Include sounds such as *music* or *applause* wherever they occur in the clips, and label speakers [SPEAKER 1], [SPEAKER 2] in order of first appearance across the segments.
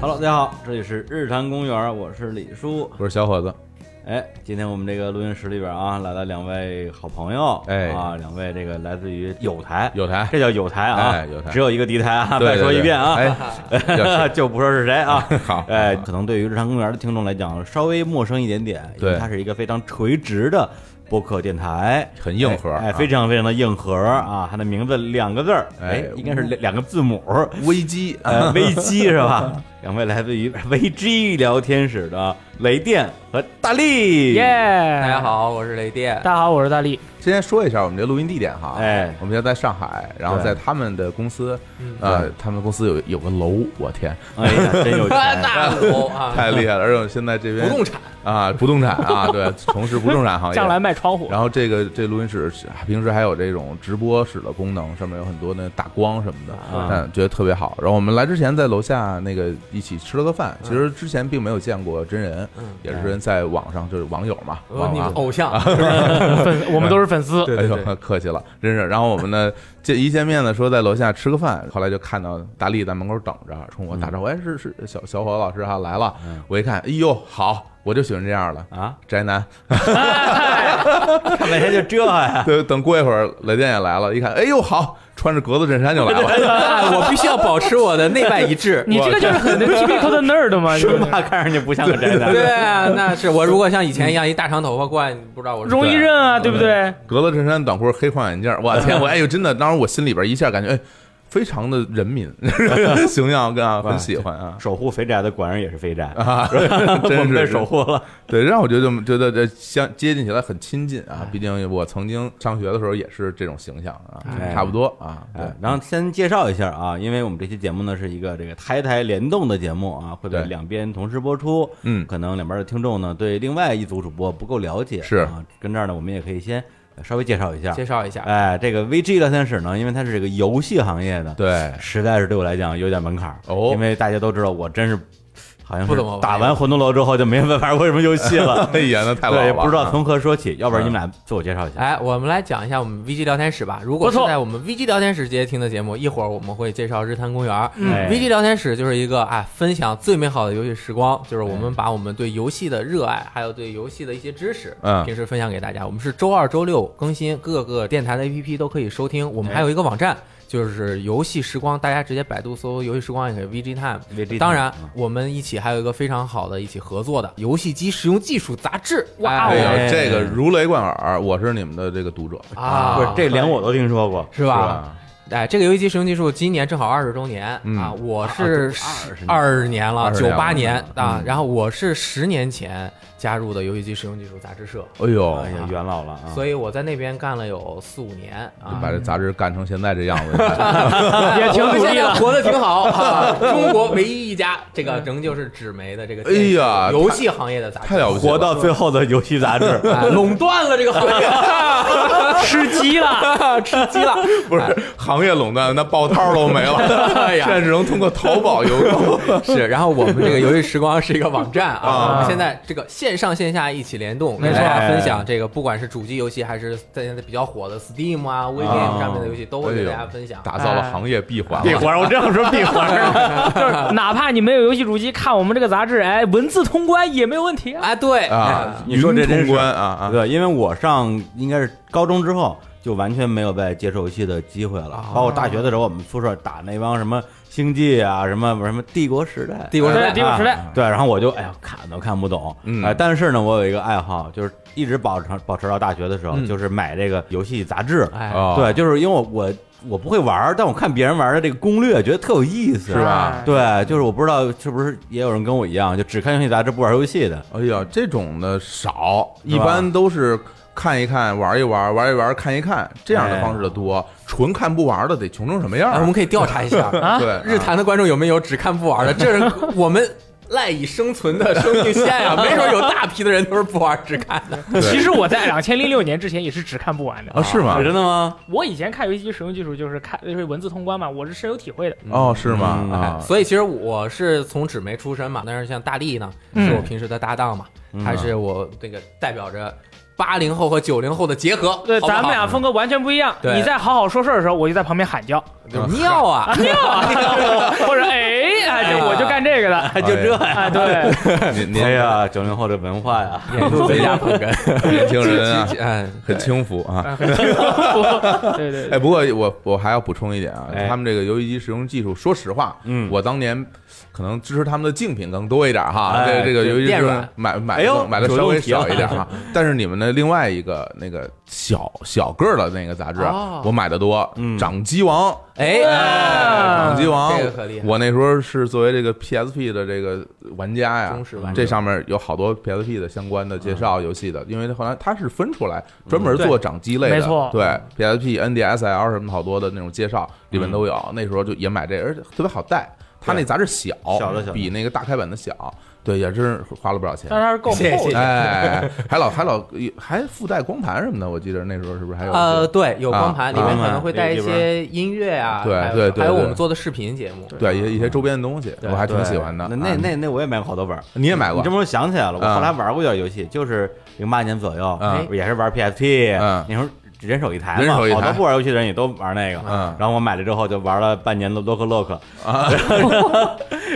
[SPEAKER 1] Hello，大家好，这里是日坛公园，我是李叔。
[SPEAKER 2] 我是小伙子，
[SPEAKER 1] 哎，今天我们这个录音室里边啊，来了两位好朋友，
[SPEAKER 2] 哎
[SPEAKER 1] 啊，两位这个来自于友台，
[SPEAKER 2] 有台
[SPEAKER 1] 这叫友台啊，
[SPEAKER 2] 哎友台
[SPEAKER 1] 只有一个敌台啊，
[SPEAKER 2] 对
[SPEAKER 1] 再说一遍啊， *laughs*
[SPEAKER 2] 对对哎 *laughs* 要是
[SPEAKER 1] 就不说是谁啊。
[SPEAKER 2] 好，
[SPEAKER 1] 哎，可能对于日常公园的听众来讲，稍微陌生一点点，因为
[SPEAKER 2] 对
[SPEAKER 1] 它是一个非常垂直的播客电台，
[SPEAKER 2] 很硬核
[SPEAKER 1] 哎，哎
[SPEAKER 2] 啊
[SPEAKER 1] 非常非常的硬核啊！它的名字两个字儿，哎
[SPEAKER 2] 哎，
[SPEAKER 1] 应该是两两个字母，
[SPEAKER 2] *laughs* 危机啊
[SPEAKER 1] 呃，危机是吧？两位来自于危机聊天室的雷电和大力，
[SPEAKER 3] 耶！
[SPEAKER 4] 大
[SPEAKER 3] 大
[SPEAKER 4] 家，好，我是雷电
[SPEAKER 3] 大。家好，我是大力。
[SPEAKER 2] 先说一下我们这录音地点哈，
[SPEAKER 1] 哎嗯
[SPEAKER 2] 我们现在在上海，然后在他们的公司，呃，他们公司有有个楼，
[SPEAKER 1] *laughs*
[SPEAKER 2] 我天，
[SPEAKER 1] 哎呀，真有钱！
[SPEAKER 4] *laughs* 大楼啊，
[SPEAKER 2] 太厉害了！而且我们现在这边
[SPEAKER 4] 不动产
[SPEAKER 2] 啊，不动产啊，
[SPEAKER 1] *laughs*
[SPEAKER 2] 对，从事不动产行业。
[SPEAKER 3] 将来卖窗户，
[SPEAKER 2] 然后这个这录音室是平时还有这种直播室的功能，上面有很多那打光什么的，
[SPEAKER 1] 啊
[SPEAKER 2] 嗯，觉得特别好。然后我们来之前在楼下那个一起吃了个饭，
[SPEAKER 4] 嗯
[SPEAKER 2] 其实之前并没有见过真人，也是在网上就是网友嘛，
[SPEAKER 4] 我
[SPEAKER 2] 网啊
[SPEAKER 4] 嗯哦你
[SPEAKER 2] 友
[SPEAKER 4] 们
[SPEAKER 2] *laughs*
[SPEAKER 4] 偶像，
[SPEAKER 3] 粉我们都是粉丝。
[SPEAKER 4] 对对
[SPEAKER 2] 哎
[SPEAKER 4] 对
[SPEAKER 2] 呦， *laughs* 客气了，真是。然后我们呢，这一见面呢，说在楼下吃个饭，后来就看到大力在门口等着，冲我打
[SPEAKER 4] 嗯
[SPEAKER 2] 招呼，哎，是是小小伙老师哈来了
[SPEAKER 1] 嗯。
[SPEAKER 2] 我一看，哎呦，好，我就喜欢这样的
[SPEAKER 1] 啊，
[SPEAKER 2] 宅男。
[SPEAKER 1] 看半天就这呀，
[SPEAKER 2] *laughs* 对，等过一会儿雷电也来了，一看，哎呦，好，穿着格子衬衫就来了。
[SPEAKER 1] *laughs*
[SPEAKER 4] 啊我必须要保持我的内外一致。
[SPEAKER 3] *laughs* 你这个就是很 typical 的 nerd 嘛，就
[SPEAKER 1] 生
[SPEAKER 3] 是
[SPEAKER 1] 怕看上去不像个宅男。
[SPEAKER 2] *laughs*
[SPEAKER 4] 对啊，那是我如果像以前一样一大长头发冠，你不知道我是
[SPEAKER 3] 容易认啊，对不对？
[SPEAKER 2] 格子衬衫、短裤、黑框眼镜，我天，我哎呦，真的，当时我心里边一下感觉，哎，非常的
[SPEAKER 1] *laughs*
[SPEAKER 2] 人民 *laughs* 形象，跟啊，很喜欢啊。
[SPEAKER 1] 守护肥宅的果然也是肥宅，
[SPEAKER 2] 啊，
[SPEAKER 1] 我
[SPEAKER 2] 真
[SPEAKER 1] 们
[SPEAKER 2] 是
[SPEAKER 1] 被守护了。
[SPEAKER 2] 对，让我觉得觉得这相接近起来很亲近啊，毕竟我曾经上学的时候也是这种形象啊，
[SPEAKER 1] 哎
[SPEAKER 2] 差不多啊。对
[SPEAKER 1] 哎，然后先介绍一下啊，因为我们这期节目呢是一个这个台台联动的节目啊，会在
[SPEAKER 2] 对
[SPEAKER 1] 两边同时播出。
[SPEAKER 2] 嗯
[SPEAKER 1] 可能两边的听众呢对另外一组主播不够了解，
[SPEAKER 2] 是
[SPEAKER 1] 啊，跟这儿呢我们也可以先稍微介绍一下。
[SPEAKER 4] 介绍
[SPEAKER 2] *laughs*
[SPEAKER 4] 一下，
[SPEAKER 1] 哎，这个 VG 聊天室呢，因为它是这个游戏行业的，， *laughs*
[SPEAKER 2] 对，
[SPEAKER 1] 实在是对我来讲有点门槛儿
[SPEAKER 2] 哦，
[SPEAKER 1] 因为大家都知道我真是好像是
[SPEAKER 4] 不怎么玩
[SPEAKER 1] 打完魂斗罗之后就没办法玩什么游戏了
[SPEAKER 4] *laughs*
[SPEAKER 2] 哎呀，那太老
[SPEAKER 1] 对，
[SPEAKER 2] 了，
[SPEAKER 1] 也不知道从何说起，要不然你们俩自我介绍一下。
[SPEAKER 4] 嗯哎，我们来讲一下我们 VG 聊天室吧。如果是在我们 VG 聊天室直接听的节目，一会儿我们会介绍日坛公园。
[SPEAKER 3] 嗯
[SPEAKER 1] 哎
[SPEAKER 4] VG 聊天室就是一个啊，分享最美好的游戏时光，就是我
[SPEAKER 2] 哎
[SPEAKER 4] 们把我们对游戏的热爱，还有对游戏的一些知识，
[SPEAKER 2] 嗯
[SPEAKER 4] 平时分享给大家。我们是周二、周六更新，各个电台的 APP 都可以收听。我们还有一个网站，就是游戏时光，大家直接百度搜“游戏时光”也可以 VG Time。
[SPEAKER 1] VG
[SPEAKER 4] 当然
[SPEAKER 1] 嗯，
[SPEAKER 4] 我们一起还有一个非常好的一起合作的游戏机实用技术杂志。
[SPEAKER 3] 哇
[SPEAKER 2] 哎
[SPEAKER 4] 哎
[SPEAKER 1] 哎
[SPEAKER 2] 呀，这个如雷贯耳，我是你们的这个读者，是
[SPEAKER 4] 啊，
[SPEAKER 1] 不是，这连我都听说过，
[SPEAKER 4] 是吧？
[SPEAKER 1] 啊
[SPEAKER 2] 吧？
[SPEAKER 4] 哎，这个游戏机使用技术今年正好二十周年、
[SPEAKER 2] 嗯
[SPEAKER 4] 啊！我是
[SPEAKER 1] 20年
[SPEAKER 4] 二十年了，
[SPEAKER 2] 20
[SPEAKER 4] 九
[SPEAKER 2] 年
[SPEAKER 4] 八
[SPEAKER 2] 了
[SPEAKER 4] 年啊、
[SPEAKER 2] 嗯
[SPEAKER 4] 然后我是十年前加入的游戏机使用技术杂志社，
[SPEAKER 2] 哎呦，
[SPEAKER 1] 哎呀，元老了啊！
[SPEAKER 4] 所以我在那边干了有四五年
[SPEAKER 2] 就
[SPEAKER 4] 啊。
[SPEAKER 1] 哎
[SPEAKER 2] 把这杂志干成现在这样子，你 *laughs* 看
[SPEAKER 3] *laughs* 也挺
[SPEAKER 4] 我们
[SPEAKER 3] 努
[SPEAKER 4] 现
[SPEAKER 3] 力
[SPEAKER 4] 在
[SPEAKER 3] 的。
[SPEAKER 4] 活得挺
[SPEAKER 3] *laughs*
[SPEAKER 4] 好啊！中国唯一一家这个仍旧是纸媒的这个，
[SPEAKER 2] 哎呀
[SPEAKER 4] 游戏行业的杂
[SPEAKER 2] 太
[SPEAKER 4] 志，
[SPEAKER 2] 了不起
[SPEAKER 1] 活
[SPEAKER 2] 了。
[SPEAKER 1] 到最后的游戏杂志，
[SPEAKER 4] *laughs* 哎垄断了这个行
[SPEAKER 3] *laughs*
[SPEAKER 4] 业， *laughs*
[SPEAKER 3] 吃鸡了，
[SPEAKER 4] 吃鸡了。
[SPEAKER 2] 不是行业垄断，那报套都没了， *laughs*
[SPEAKER 4] 哎呀
[SPEAKER 2] 现，在只能通过淘宝邮购。
[SPEAKER 4] 是，然后我们这个游戏时光是一个网站啊，
[SPEAKER 2] 啊
[SPEAKER 4] 我们现在这个线上线下一起联动，
[SPEAKER 3] 没
[SPEAKER 4] 给
[SPEAKER 3] 错哎
[SPEAKER 4] 大家分享这个，不管是主机游戏还是在现在比较火的 Steam 啊、哎微 game 上面的游戏，都会给大家分享。
[SPEAKER 2] *laughs* 打造了行业闭环
[SPEAKER 1] 哎闭
[SPEAKER 2] 了。啊
[SPEAKER 1] 环，我这样说闭环，
[SPEAKER 3] 就是哪怕你没有游戏主机，看我们这个杂志，哎，文字通关也没有问题啊。
[SPEAKER 4] 啊，对
[SPEAKER 2] 啊，
[SPEAKER 1] 哎你说这
[SPEAKER 2] 云
[SPEAKER 1] 真是
[SPEAKER 2] 通关啊啊！
[SPEAKER 1] 对，因为我上应该是高中之后就完全没有再接触游戏的机会了，包括大学的时候，我们宿舍打那帮什么星际啊，什么什么帝国时代，
[SPEAKER 4] 帝国时
[SPEAKER 3] 对，
[SPEAKER 4] 代
[SPEAKER 3] 帝国时代，
[SPEAKER 1] 啊对，然后我就哎呀看都看不懂，
[SPEAKER 2] 嗯
[SPEAKER 1] 哎但是呢，我有一个爱好，就是一直保持保持到大学的时候，
[SPEAKER 4] 嗯
[SPEAKER 1] 就是买这个游戏杂志，
[SPEAKER 4] 哎，
[SPEAKER 2] 啊，
[SPEAKER 1] 对，就是因为我我我不会玩儿，但我看别人玩儿的这个攻略，觉得特有意思，啊
[SPEAKER 2] 是吧？
[SPEAKER 1] 对，就是我不知道是不是也有人跟我一样，就只看游戏杂志不玩游戏的，
[SPEAKER 2] 哎呀，这种的少，
[SPEAKER 1] 是吧
[SPEAKER 2] 一般都是看一看、玩一玩、玩一玩、看一看这
[SPEAKER 1] 哎
[SPEAKER 2] 样的方式的多。纯看不玩的得穷成什么样
[SPEAKER 4] 哎
[SPEAKER 2] 啊？
[SPEAKER 4] 我们可以调查一 *laughs* 下，
[SPEAKER 3] 啊
[SPEAKER 2] 对，
[SPEAKER 4] 日坛的观众有没有只看不玩的？这是我们。赖以生存的生命线呀、没准有大批的人都是不玩只看的。
[SPEAKER 2] 对
[SPEAKER 3] 其实我在两千零六年之前也是只看不完的。
[SPEAKER 2] 啊，是吗？
[SPEAKER 1] 的吗？
[SPEAKER 3] 我以前看游戏机使用技术就是看就是文字通关嘛，我是深有体会的。
[SPEAKER 2] 哦，是吗？
[SPEAKER 1] 嗯
[SPEAKER 2] 啊，
[SPEAKER 1] *laughs*
[SPEAKER 4] 所以其实我是从纸媒出身嘛，但是像大力呢，
[SPEAKER 3] 嗯
[SPEAKER 4] 是我平时的搭档嘛，他是我这个代表着八零后和九零后的结合，
[SPEAKER 3] 对，
[SPEAKER 4] 好不好嗯
[SPEAKER 3] 咱们俩风格完全不一样。
[SPEAKER 4] 对
[SPEAKER 3] 你
[SPEAKER 4] *laughs*
[SPEAKER 3] 在好好说事儿的时候，我就在旁边喊叫，
[SPEAKER 4] 就是尿啊，
[SPEAKER 3] 啊，尿啊，或者哎哎就我就干这个的，
[SPEAKER 1] *laughs* 就这呀！
[SPEAKER 3] 哎，对，
[SPEAKER 2] 您您
[SPEAKER 1] 哎呀，九零后的文化 *laughs* 呀，
[SPEAKER 4] 眼珠子压捧哏，
[SPEAKER 2] 年轻
[SPEAKER 1] *laughs*
[SPEAKER 2] 人
[SPEAKER 4] *laughs*
[SPEAKER 2] 啊，
[SPEAKER 4] 哎，
[SPEAKER 2] 很轻浮啊。
[SPEAKER 3] *laughs* 对对
[SPEAKER 2] 哎，不过我我还要补充一点啊
[SPEAKER 1] 哎，
[SPEAKER 2] 他们这个游戏机使用技术，说实话，
[SPEAKER 1] 嗯
[SPEAKER 2] 我当年可能支持他们的竞品更多一点哈，
[SPEAKER 1] 哎
[SPEAKER 2] 这这个
[SPEAKER 1] 对
[SPEAKER 2] 游戏机
[SPEAKER 4] 电软
[SPEAKER 2] 买买
[SPEAKER 1] 哎呦
[SPEAKER 2] 的买的
[SPEAKER 1] 主动
[SPEAKER 2] 稍微
[SPEAKER 1] 提了
[SPEAKER 2] 少一点哈，但是你们的另外一个那个小小个儿的那个杂志啊
[SPEAKER 4] 哦，
[SPEAKER 2] 我买的多，
[SPEAKER 1] 嗯
[SPEAKER 2] 《掌机王》
[SPEAKER 4] 哎，
[SPEAKER 2] 掌机王
[SPEAKER 4] 这个可厉，害
[SPEAKER 2] 我那时候是作为这个 PSP 的这个玩家呀
[SPEAKER 4] 忠实玩，家
[SPEAKER 2] 这上面有好多 PSP 的相关的介绍游戏的，因为后来它是分出来专门做掌机类的，
[SPEAKER 3] 没错
[SPEAKER 2] 对 PSP、NDSL 什么好多的那种介绍里
[SPEAKER 1] 嗯
[SPEAKER 2] 面都有。那时候就也买这个，而且特别好带，它那杂志小，
[SPEAKER 1] 小的小的
[SPEAKER 2] 比那个大开本的小，对，也是花了不少钱
[SPEAKER 3] 但。是它是够厚
[SPEAKER 4] 谢谢谢
[SPEAKER 3] 的
[SPEAKER 4] 谢。
[SPEAKER 2] 哎，还老还老还附带光盘什么的，我记得那时候是不是还有？
[SPEAKER 4] 呃，对，有光
[SPEAKER 2] 啊
[SPEAKER 4] 盘，里面可
[SPEAKER 1] 啊
[SPEAKER 4] 能会带一些音乐啊，
[SPEAKER 2] 对
[SPEAKER 4] 还有
[SPEAKER 2] 对对
[SPEAKER 4] 还有
[SPEAKER 2] 对
[SPEAKER 4] 我们做的视频节目，
[SPEAKER 2] 对，一些一些周边的东西，我还挺喜欢的。
[SPEAKER 1] 那那
[SPEAKER 2] 啊
[SPEAKER 1] 那那我也买过好多本儿。
[SPEAKER 2] 你也买过
[SPEAKER 1] 你这？么说想起来了，我
[SPEAKER 2] 嗯
[SPEAKER 1] 后来玩过一点游戏，就是零八年左右哎
[SPEAKER 2] 嗯，
[SPEAKER 1] 也是玩 PSP，
[SPEAKER 2] 嗯
[SPEAKER 1] 那时候人手一台
[SPEAKER 2] 人
[SPEAKER 1] 嘛，
[SPEAKER 2] 手一台
[SPEAKER 1] 好多不玩游戏的人也都玩那个。
[SPEAKER 2] 嗯啊
[SPEAKER 1] 然后我买了之后就玩了半年的 Look Look，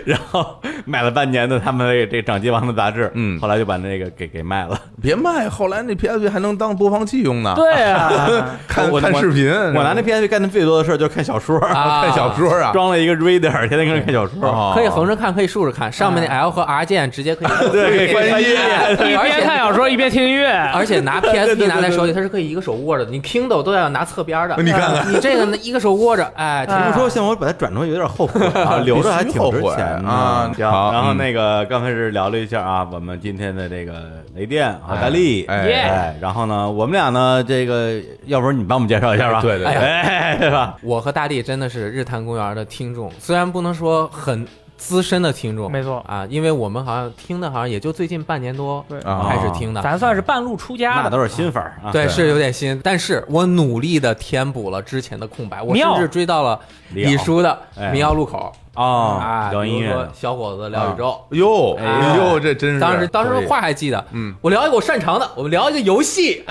[SPEAKER 1] 然后买了半年的他们这个这个掌机王的杂志，
[SPEAKER 2] 嗯
[SPEAKER 1] 后来就把那个给给卖了。
[SPEAKER 2] 别卖，后来那 PSP 还能当播放器用呢。，
[SPEAKER 3] 对
[SPEAKER 2] *laughs*
[SPEAKER 3] 啊，
[SPEAKER 2] 看
[SPEAKER 1] 我
[SPEAKER 2] 看视频，
[SPEAKER 1] 我拿那 PSP 干的最多的事儿就是看小说，
[SPEAKER 4] 啊
[SPEAKER 2] 看小说啊，
[SPEAKER 1] 装了一个 reader，天天跟着看小说。
[SPEAKER 2] 哦
[SPEAKER 4] 可以横着看，可以竖着看，上面那 L 和 R 键直接可以
[SPEAKER 1] 对可以
[SPEAKER 4] 关
[SPEAKER 1] 关机
[SPEAKER 3] *laughs* 一
[SPEAKER 4] 而
[SPEAKER 3] 边
[SPEAKER 4] 且
[SPEAKER 3] 看小说一边听音乐，
[SPEAKER 4] *laughs*
[SPEAKER 3] 啊
[SPEAKER 4] 而且拿 PSP 拿在手里，它是可以一个手握着的，你 Kindle 都要拿侧边的。你看，你这个呢一个手握着，哎，挺
[SPEAKER 1] 这么说，像我把它转出去有点后悔啊，
[SPEAKER 2] *laughs*
[SPEAKER 1] 留着还挺值钱的
[SPEAKER 2] 啊
[SPEAKER 1] 行
[SPEAKER 2] 好
[SPEAKER 1] 然后
[SPEAKER 2] 嗯
[SPEAKER 1] 那个刚开始聊了一下啊，我们今天的这个雷电和大力，
[SPEAKER 2] 哎
[SPEAKER 3] 耶
[SPEAKER 1] 哎，然后呢，我们俩呢，这个要不然你帮我们介绍一下吧？
[SPEAKER 2] 对对对
[SPEAKER 1] 哎，对吧？
[SPEAKER 4] *laughs* 我和大地真的是日坛公园的听众，虽然不能说很资深的听众，
[SPEAKER 3] 没错
[SPEAKER 4] 啊，因为我们好像听的好像也就最近半年多
[SPEAKER 3] 对
[SPEAKER 2] 啊
[SPEAKER 4] 开始听的。
[SPEAKER 3] 咱算是半路出家
[SPEAKER 1] 那
[SPEAKER 3] 的，
[SPEAKER 1] 都是新粉儿啊，
[SPEAKER 4] 对，是有点新，但是我努力的填补了之前的空白，我甚
[SPEAKER 3] 妙
[SPEAKER 4] 至追到了李叔的
[SPEAKER 1] 哎
[SPEAKER 4] 《民谣路口》
[SPEAKER 1] 哦
[SPEAKER 4] 啊，，
[SPEAKER 1] 聊
[SPEAKER 4] 比如
[SPEAKER 1] 音
[SPEAKER 4] 说
[SPEAKER 1] 乐
[SPEAKER 4] 《小伙子聊宇宙》
[SPEAKER 2] 哟
[SPEAKER 4] 哎
[SPEAKER 2] 哟，这嗯真是
[SPEAKER 4] 当时当
[SPEAKER 2] 可
[SPEAKER 4] 时
[SPEAKER 2] 以
[SPEAKER 4] 话还记得，
[SPEAKER 2] 嗯，
[SPEAKER 4] 我聊一个我擅长的，我们聊一个游戏，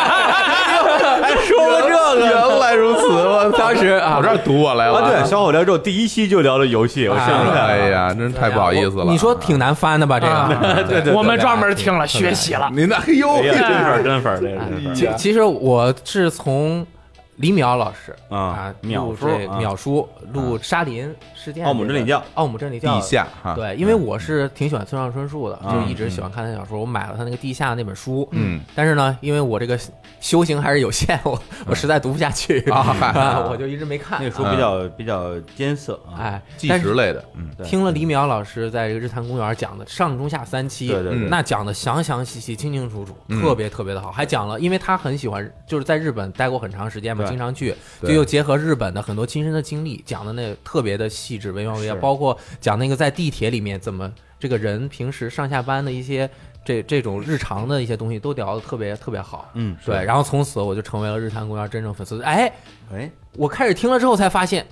[SPEAKER 1] 还说了这个。
[SPEAKER 2] 原来如此，
[SPEAKER 1] *laughs*
[SPEAKER 2] 我操
[SPEAKER 4] 当时啊
[SPEAKER 2] 我这儿堵我来了，
[SPEAKER 1] 啊，对，啊小火聊之后第一期就聊了游戏，我想起来了。
[SPEAKER 2] 哎呀，真是太不好意思了。啊
[SPEAKER 4] 你说挺难翻的吧？
[SPEAKER 1] *laughs*
[SPEAKER 4] 这个，
[SPEAKER 1] 对，对对，
[SPEAKER 3] 我们专门听了学习了。
[SPEAKER 2] 您那哎呦
[SPEAKER 1] 哎，呀，真粉儿真粉儿，
[SPEAKER 2] 哎
[SPEAKER 1] 这个真
[SPEAKER 4] 其
[SPEAKER 1] 粉儿
[SPEAKER 4] 其实我是从李淼老师
[SPEAKER 1] 啊
[SPEAKER 4] 啊，
[SPEAKER 1] 淼
[SPEAKER 4] 录
[SPEAKER 1] 叔
[SPEAKER 4] 这
[SPEAKER 1] 啊
[SPEAKER 4] 淼叔录沙林事件，
[SPEAKER 1] 奥姆真理教，
[SPEAKER 4] 奥姆真理教
[SPEAKER 2] 地下哈，
[SPEAKER 4] 对，因为我是挺喜欢村上春树的，
[SPEAKER 1] 嗯啊
[SPEAKER 4] 就一直喜欢看他的小说。我买了他那个《地下》那本书，
[SPEAKER 2] 嗯，
[SPEAKER 4] 但是呢，因为我这个修行还是有限，我我实在读不下去
[SPEAKER 2] 啊
[SPEAKER 1] *laughs*
[SPEAKER 2] 嗨
[SPEAKER 4] 啊，我就一直没看。
[SPEAKER 1] 嗯那个书比较比较艰涩啊，
[SPEAKER 4] 哎，
[SPEAKER 2] 纪
[SPEAKER 4] 但
[SPEAKER 2] 实
[SPEAKER 4] 是
[SPEAKER 2] 类的，嗯，
[SPEAKER 1] 对
[SPEAKER 4] 听了李淼老师在这个日坛公园讲的上中下三期，
[SPEAKER 1] 对对对
[SPEAKER 4] 那讲的详详细细、清清楚楚，
[SPEAKER 2] 嗯
[SPEAKER 4] 特别特别的好，还讲了，因为他很喜欢，就是在日本待过很长时间嘛，
[SPEAKER 1] 对
[SPEAKER 4] 经常去，就
[SPEAKER 2] 对
[SPEAKER 4] 又结合日本的很多亲身的经历，讲的那特别的细致、惟妙惟
[SPEAKER 1] 是
[SPEAKER 4] 肖，包括讲那个在地铁里面怎么这个人平时上下班的一些这这种日常的一些东西都聊的特别特别好，
[SPEAKER 1] 嗯，
[SPEAKER 4] 对，然后从此我就成为了日坛公园真正粉丝，哎，
[SPEAKER 1] 哎，
[SPEAKER 4] 我开始听了之后才发现，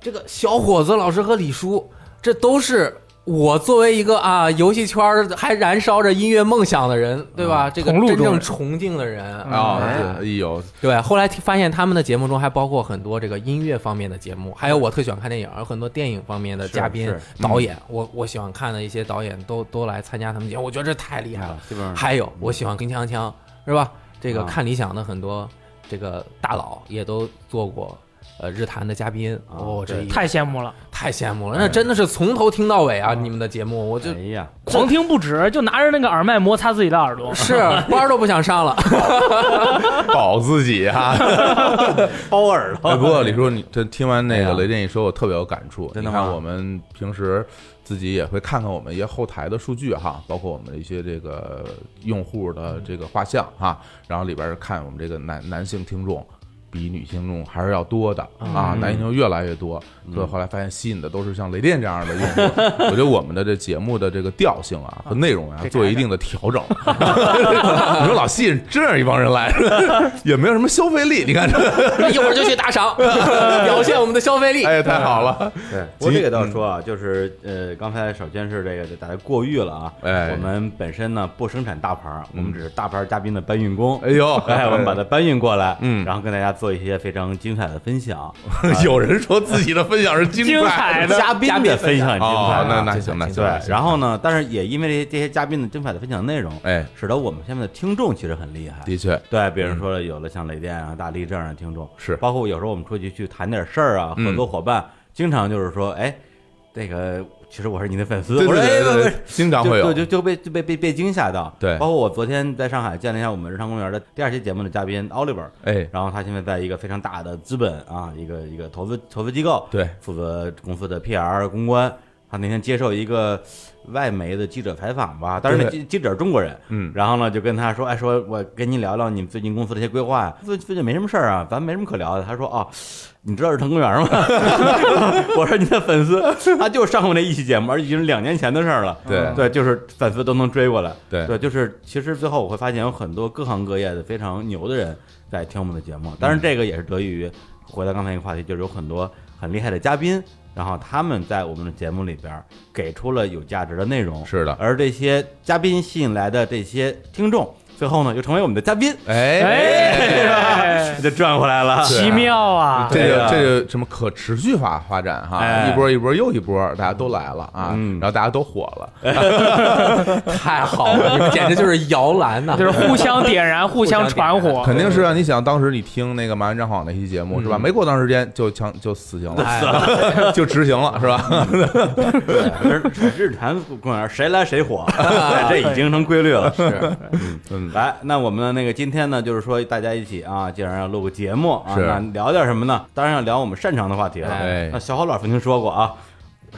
[SPEAKER 4] 这个小伙子老师和李叔，这都是我作为一个啊游戏圈儿还燃烧着音乐梦想的人，对吧？这
[SPEAKER 3] 嗯
[SPEAKER 4] 个
[SPEAKER 3] 同路
[SPEAKER 4] 真
[SPEAKER 3] 中
[SPEAKER 4] 正
[SPEAKER 3] 人嗯
[SPEAKER 4] 崇敬的人。啊
[SPEAKER 2] 哦，
[SPEAKER 1] 哎
[SPEAKER 2] 是哎呦，
[SPEAKER 4] 对，后来听发现他们的节目中还包括很多这个音乐方面的节目，还有我特喜欢看电影，有很多电影方面的
[SPEAKER 1] 是
[SPEAKER 4] 嘉宾
[SPEAKER 1] 是、
[SPEAKER 3] 嗯
[SPEAKER 4] 导演，我我喜欢看的一些导演都都来参加他们节目，我觉得这太厉害了。
[SPEAKER 1] 基本上
[SPEAKER 4] 还有我喜欢跟锵锵，是吧？这个
[SPEAKER 1] 啊
[SPEAKER 4] 看理想的很多这个大佬也都做过。呃，日坛的嘉宾，
[SPEAKER 1] 啊
[SPEAKER 4] 哦，这
[SPEAKER 1] 对
[SPEAKER 4] 一
[SPEAKER 3] 太羡慕了，
[SPEAKER 4] 太羡慕了，那真的是从头听到尾啊！你们的节目，我就
[SPEAKER 1] 哎呀，
[SPEAKER 3] 狂听不止，就拿着那个耳麦摩擦自己的耳朵。
[SPEAKER 4] 是啊班儿都不想上了。
[SPEAKER 2] 保自己啊！
[SPEAKER 1] 包耳朵。
[SPEAKER 2] *laughs* 哎，
[SPEAKER 1] *laughs*
[SPEAKER 2] 不过李叔，你这听完那
[SPEAKER 1] 哎
[SPEAKER 2] 个
[SPEAKER 1] 呀
[SPEAKER 2] 雷电一说，我特别有感触。
[SPEAKER 1] 真的
[SPEAKER 2] 你看
[SPEAKER 1] 吗
[SPEAKER 2] 我们平时自己也会看看我们一些后台的数据哈，包括我们的一些这个用户的这个画像哈，然后里边看我们这个男男性听众。比女性听众还是要多的
[SPEAKER 1] 嗯
[SPEAKER 2] 啊，男性听众越来越多，所以后来发现吸引的都是像雷电这样的用
[SPEAKER 1] *laughs*
[SPEAKER 2] 户。我觉得我们的这节目的这个调性啊和内容啊做一定的调
[SPEAKER 1] *laughs*
[SPEAKER 2] 整。 *laughs* 你说老吸引这样一帮人来， *laughs* 也没有什么消费力，你看这
[SPEAKER 4] 一会儿就去打赏，表现我们的消费力。
[SPEAKER 2] 哎，太好了！
[SPEAKER 1] 对，不过这个倒
[SPEAKER 2] 嗯
[SPEAKER 1] 是说啊，就是呃，刚才首先是这个大家过誉了啊。
[SPEAKER 2] 哎嗯
[SPEAKER 1] 我们本身呢不生产大牌儿，我们只是大牌儿嘉宾的搬运工。 *laughs*
[SPEAKER 2] 哎呦，
[SPEAKER 1] 哎，我们把它搬运过来，
[SPEAKER 2] 嗯
[SPEAKER 1] 然后跟大家做一些非常精彩的分享，
[SPEAKER 2] *laughs* 有人说自己的分享是精
[SPEAKER 3] 精
[SPEAKER 1] *laughs*
[SPEAKER 3] 彩的
[SPEAKER 1] 嘉宾的分享很精彩
[SPEAKER 2] 哎哦，那
[SPEAKER 1] 啊。
[SPEAKER 2] 那行，那行，
[SPEAKER 1] 对
[SPEAKER 2] 那，行
[SPEAKER 1] 然后呢？但是也因为这些这些嘉宾的精彩的分享内容，
[SPEAKER 2] 哎，
[SPEAKER 1] 使得我们下面的听众其实很厉害。
[SPEAKER 2] 的确
[SPEAKER 1] 对，比如说有了像雷电啊、大力这样的听众，
[SPEAKER 2] 嗯是
[SPEAKER 1] 包括有时候我们出去去谈点事儿啊，
[SPEAKER 2] 嗯
[SPEAKER 1] 合作伙伴经常就是说，哎，这个其实我是你的粉丝，
[SPEAKER 2] 对
[SPEAKER 1] 我说
[SPEAKER 2] 对
[SPEAKER 1] 哎，
[SPEAKER 2] 对
[SPEAKER 1] 不
[SPEAKER 2] 对
[SPEAKER 1] 是，
[SPEAKER 2] 经常
[SPEAKER 1] 就
[SPEAKER 2] 会有
[SPEAKER 1] 就就就被就被被被惊吓到。
[SPEAKER 2] 对
[SPEAKER 1] 包括我昨天在上海见了一下我们日常公园的第二期节目的嘉宾 Oliver，
[SPEAKER 2] 哎，
[SPEAKER 1] 然后他现在在一个非常大的资本啊，一个一个投资投资机构，
[SPEAKER 2] 对，
[SPEAKER 1] 负责公司的 PR 公关。他那天接受一个外媒的记者采访吧，但是那
[SPEAKER 2] 对
[SPEAKER 1] 记记者是中国人，
[SPEAKER 2] 嗯，
[SPEAKER 1] 然后呢，就跟他说：“哎，说我跟您聊聊你们最近公司的一些规划呀。最最近没什么事儿啊，咱没什么可聊的。”他说：“哦，你知道日坛公
[SPEAKER 2] *laughs*
[SPEAKER 1] 园吗？”我说：“你的粉丝，他就上过那一期节目，而且已经是两年前的事儿了。
[SPEAKER 2] 对
[SPEAKER 1] 对，就是粉丝都能追过来。
[SPEAKER 2] 对
[SPEAKER 1] 嗯对，就是其实最后我会发现有很多各行各业的非常牛的人在听我们的节目，当然这个也是得益于回到刚才一个话题，就是有很多很厉害的嘉宾，然后他们在我们的节目里边儿给出了有价值的内容。
[SPEAKER 2] 是的，
[SPEAKER 1] 而这些嘉宾吸引来的这些听众，最后呢又成为我们的嘉
[SPEAKER 2] *laughs*
[SPEAKER 1] 宾， *laughs*
[SPEAKER 2] 哎。
[SPEAKER 3] 哎，
[SPEAKER 1] 就赚回来了。
[SPEAKER 3] 奇妙啊！
[SPEAKER 2] 这
[SPEAKER 1] 对
[SPEAKER 2] 个
[SPEAKER 1] 啊
[SPEAKER 2] 这个什么可持续法发展哈，
[SPEAKER 1] 哎
[SPEAKER 2] 一波一波又一波，大家都来了啊，
[SPEAKER 1] 嗯哎
[SPEAKER 2] 然后大家都火了，
[SPEAKER 4] 太好了，你们简直就是摇篮呐、
[SPEAKER 3] 就是互相点燃，互相传火，
[SPEAKER 2] 肯
[SPEAKER 3] *laughs*
[SPEAKER 2] 定是啊！你想当时你听那个麻原彰晃那期节目是吧？
[SPEAKER 1] 嗯
[SPEAKER 2] 没过多长时间就枪就死刑了，
[SPEAKER 4] 哎呀
[SPEAKER 2] 就执行了是吧？
[SPEAKER 1] 对，而日坛公园谁来谁
[SPEAKER 2] *laughs*
[SPEAKER 1] 火， *laughs* 对这已经成规律了。
[SPEAKER 4] 是
[SPEAKER 2] 嗯，
[SPEAKER 1] 来，那我们那个今天呢，就是说大家一起啊，既然要录个节目啊，
[SPEAKER 2] 是
[SPEAKER 1] 那聊点什么呢？当然要聊我们擅长的话题了。
[SPEAKER 2] 哎
[SPEAKER 1] 那小郝老师曾经说过啊，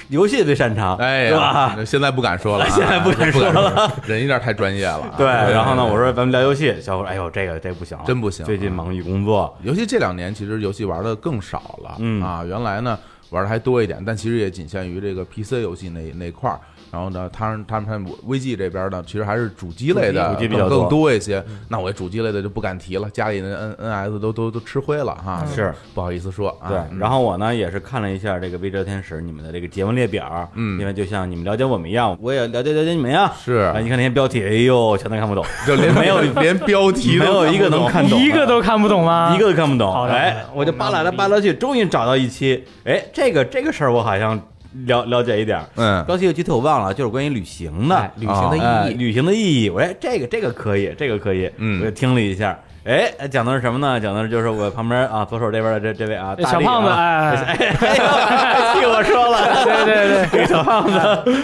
[SPEAKER 1] 游戏最擅长，
[SPEAKER 2] 哎
[SPEAKER 1] 是吧？
[SPEAKER 2] 呀，现在不敢说了啊，
[SPEAKER 1] *laughs* 现在不敢说
[SPEAKER 2] 了，人有点太专业了啊。
[SPEAKER 1] 对，然后呢，我说咱们聊游戏，小伙，哎呦，这个这个不行了，
[SPEAKER 2] 真不行嗯
[SPEAKER 1] 最近忙于工作，
[SPEAKER 2] 尤其这两年，其实游戏玩的更少了、
[SPEAKER 1] 嗯
[SPEAKER 2] 啊。原来呢玩的还多一点，但其实也仅限于这个 PC 游戏那那块儿。然后呢，他们他们他们微 G 这边呢，其实还是主机类的
[SPEAKER 1] 主机比较
[SPEAKER 2] 更
[SPEAKER 1] 多嗯
[SPEAKER 2] 更多一些。那我主机类的就不敢提了，家里的 N N S 都都都吃灰了哈，
[SPEAKER 1] 嗯
[SPEAKER 2] 嗯
[SPEAKER 1] 是
[SPEAKER 2] 不好意思说啊。
[SPEAKER 1] 对，
[SPEAKER 2] 嗯
[SPEAKER 1] 然后我呢也是看了一下这个《微哲天使》你们的这个节目列表，
[SPEAKER 2] 嗯
[SPEAKER 1] 因为就像你们了解我们一样，我也了解了解你们呀。
[SPEAKER 2] 是
[SPEAKER 1] 啊，你看那些标题，哎呦，全都看不懂，
[SPEAKER 2] 就连
[SPEAKER 1] *laughs* 没有
[SPEAKER 2] *laughs* 连标题
[SPEAKER 1] 没
[SPEAKER 2] 都
[SPEAKER 1] 有一个能
[SPEAKER 2] 看不懂
[SPEAKER 1] 看懂的，
[SPEAKER 3] 一个都看不懂吗？
[SPEAKER 1] 一个都看不懂。
[SPEAKER 3] 啊好的
[SPEAKER 1] 哎，我就扒拉来扒拉去，终于找到一期，哎，这个这个事儿我好像了了解一点儿。
[SPEAKER 2] 嗯
[SPEAKER 1] 标题有具体我忘了，就是关于旅行的，
[SPEAKER 4] 哎旅行的
[SPEAKER 1] 哎，
[SPEAKER 4] 意义，
[SPEAKER 1] 旅行的意义。我说哎这个这个可以，这个可以。
[SPEAKER 2] 嗯
[SPEAKER 1] 我就听了一下，哎，讲的是什么呢？讲的就是我旁边啊，左手这边的这这位啊，大力啊
[SPEAKER 3] 小胖子，哎，
[SPEAKER 1] *laughs* 哎呦，替我说 *laughs* 了，
[SPEAKER 3] 对对对，
[SPEAKER 1] 这个小胖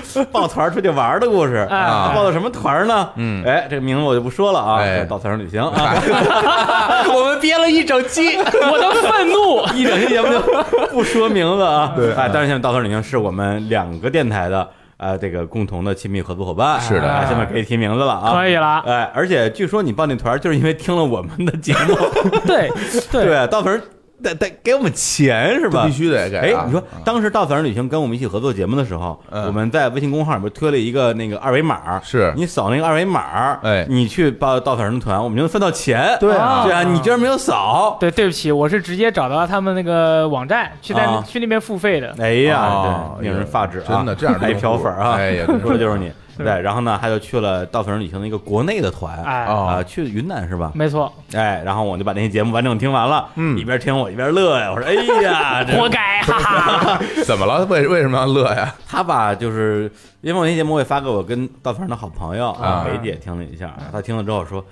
[SPEAKER 1] 子 *laughs* 抱团儿出去玩儿的故事。
[SPEAKER 3] 哎
[SPEAKER 2] 啊
[SPEAKER 1] 报的什么团儿呢？
[SPEAKER 2] 嗯
[SPEAKER 1] 哎，这个名字我就不说了啊，
[SPEAKER 2] 哎
[SPEAKER 1] 叫到团上旅行啊， *laughs*
[SPEAKER 4] 我们憋了一整期，
[SPEAKER 3] 我的愤怒，
[SPEAKER 1] 一整期节目就不说名字啊。
[SPEAKER 2] *laughs* 对
[SPEAKER 1] 哎，但是现在到团旅行是我们两个电台的。呃，这个共同的亲密合作伙伴
[SPEAKER 2] 是的
[SPEAKER 1] 哎现在可以提名字了啊，
[SPEAKER 3] 可以了
[SPEAKER 1] 哎，而且据说你报那团儿就是因为听了我们的节目，
[SPEAKER 3] 对 *laughs* 对，
[SPEAKER 1] 对，到团儿得得给我们钱是吧？
[SPEAKER 2] 必须得给、
[SPEAKER 1] 哎
[SPEAKER 2] 啊。，
[SPEAKER 1] 你说
[SPEAKER 2] 啊
[SPEAKER 1] 当时稻草人旅行跟我们一起合作节目的时候，
[SPEAKER 2] 嗯
[SPEAKER 1] 我们在微信公号里面推了一个那个二维码，
[SPEAKER 2] 是
[SPEAKER 1] 你扫那个二维码，
[SPEAKER 2] 哎
[SPEAKER 1] 你去报稻草人团，我们就能分到钱。
[SPEAKER 2] 对
[SPEAKER 3] 啊
[SPEAKER 1] 对啊，你居然没有扫，
[SPEAKER 3] 对，对不起，我是直接找到他们那个网站，去在、
[SPEAKER 1] 啊
[SPEAKER 3] 去那边付费的。
[SPEAKER 1] 哎呀
[SPEAKER 2] 哦，
[SPEAKER 1] 对令人发指啊！
[SPEAKER 2] 真的这样的
[SPEAKER 1] 还
[SPEAKER 2] 用户
[SPEAKER 1] 漂粉啊！
[SPEAKER 2] 哎
[SPEAKER 1] *laughs*
[SPEAKER 2] 呀真是
[SPEAKER 1] 说的就是你。对，
[SPEAKER 3] 是
[SPEAKER 1] 然后呢，他就去了稻草人旅行的一个国内的团，
[SPEAKER 3] 哎
[SPEAKER 1] 啊，
[SPEAKER 2] 哦
[SPEAKER 1] 去云南是吧？
[SPEAKER 3] 没错，
[SPEAKER 1] 哎，然后我就把那些节目完整听完了，
[SPEAKER 2] 嗯
[SPEAKER 1] 一边听我一边乐呀，我说哎
[SPEAKER 2] *laughs*
[SPEAKER 1] 呀，这
[SPEAKER 3] 活该，哈哈。
[SPEAKER 2] 怎么了？为为什么要乐呀？
[SPEAKER 1] 他吧，就是因为我那节目我也发给我跟稻草人的好朋友
[SPEAKER 2] 啊
[SPEAKER 1] 梅姐听了一下，她听了之后说，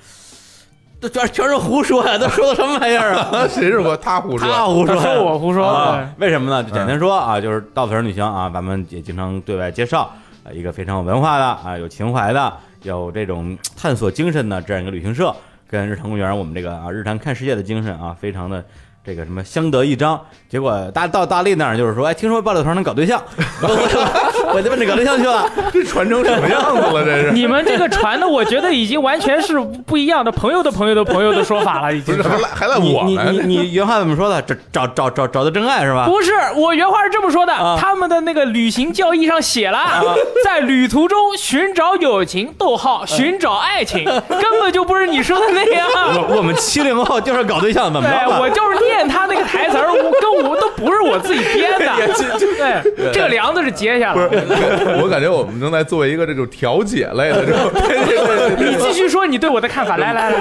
[SPEAKER 1] 这全全是胡说呀，都说的什么玩意儿啊？
[SPEAKER 2] *laughs* 谁是我他胡
[SPEAKER 1] 他
[SPEAKER 2] 说？
[SPEAKER 1] 胡说呀，
[SPEAKER 3] 他说我胡说嗯
[SPEAKER 1] 啊，为什么呢？就简单说啊，就是稻草人旅行啊，咱们也经常对外介绍，呃一个非常有文化的啊，有情怀的，有这种探索精神的这样一个旅行社，跟日坛公园我们这个啊日坛看世界的精神啊，非常的。这个什么相得益彰，结果大到大力那儿就是说，哎，听说爆料团能搞对象，我
[SPEAKER 3] *laughs*
[SPEAKER 1] 我我就奔着搞对象去了。
[SPEAKER 2] 这传成什么样子了？这是。
[SPEAKER 3] 你们这个传的，我觉得已经完全是不一样的朋友的朋友的朋友的说法了，已
[SPEAKER 2] 不
[SPEAKER 3] 经
[SPEAKER 2] 是。
[SPEAKER 1] 啊
[SPEAKER 2] 还赖还赖
[SPEAKER 1] 你
[SPEAKER 2] 我
[SPEAKER 1] 你你
[SPEAKER 2] 们？啊
[SPEAKER 1] 你原话怎么说的？找找找找找到真爱是吧？
[SPEAKER 3] 不是，我原话是这么说的，
[SPEAKER 1] 啊
[SPEAKER 3] 他们的那个旅行教义上写了， *laughs* 在旅途中寻找友情，逗号寻找爱
[SPEAKER 1] *laughs*
[SPEAKER 3] 情，根本就不是你说的那样。
[SPEAKER 1] 我我们七零后就是搞对象，怎么
[SPEAKER 3] 对
[SPEAKER 1] 着吧？啊
[SPEAKER 3] 我就是念
[SPEAKER 2] *laughs*
[SPEAKER 3] 他那个台词儿，我跟我都不是我自己编的。对，这个梁子是接下来的，
[SPEAKER 2] *laughs* 我感觉我们正在做一个这种调解类的这
[SPEAKER 3] *laughs*
[SPEAKER 2] 种这
[SPEAKER 3] 你继续说你对我的
[SPEAKER 2] *laughs*
[SPEAKER 3] 看法，来来来，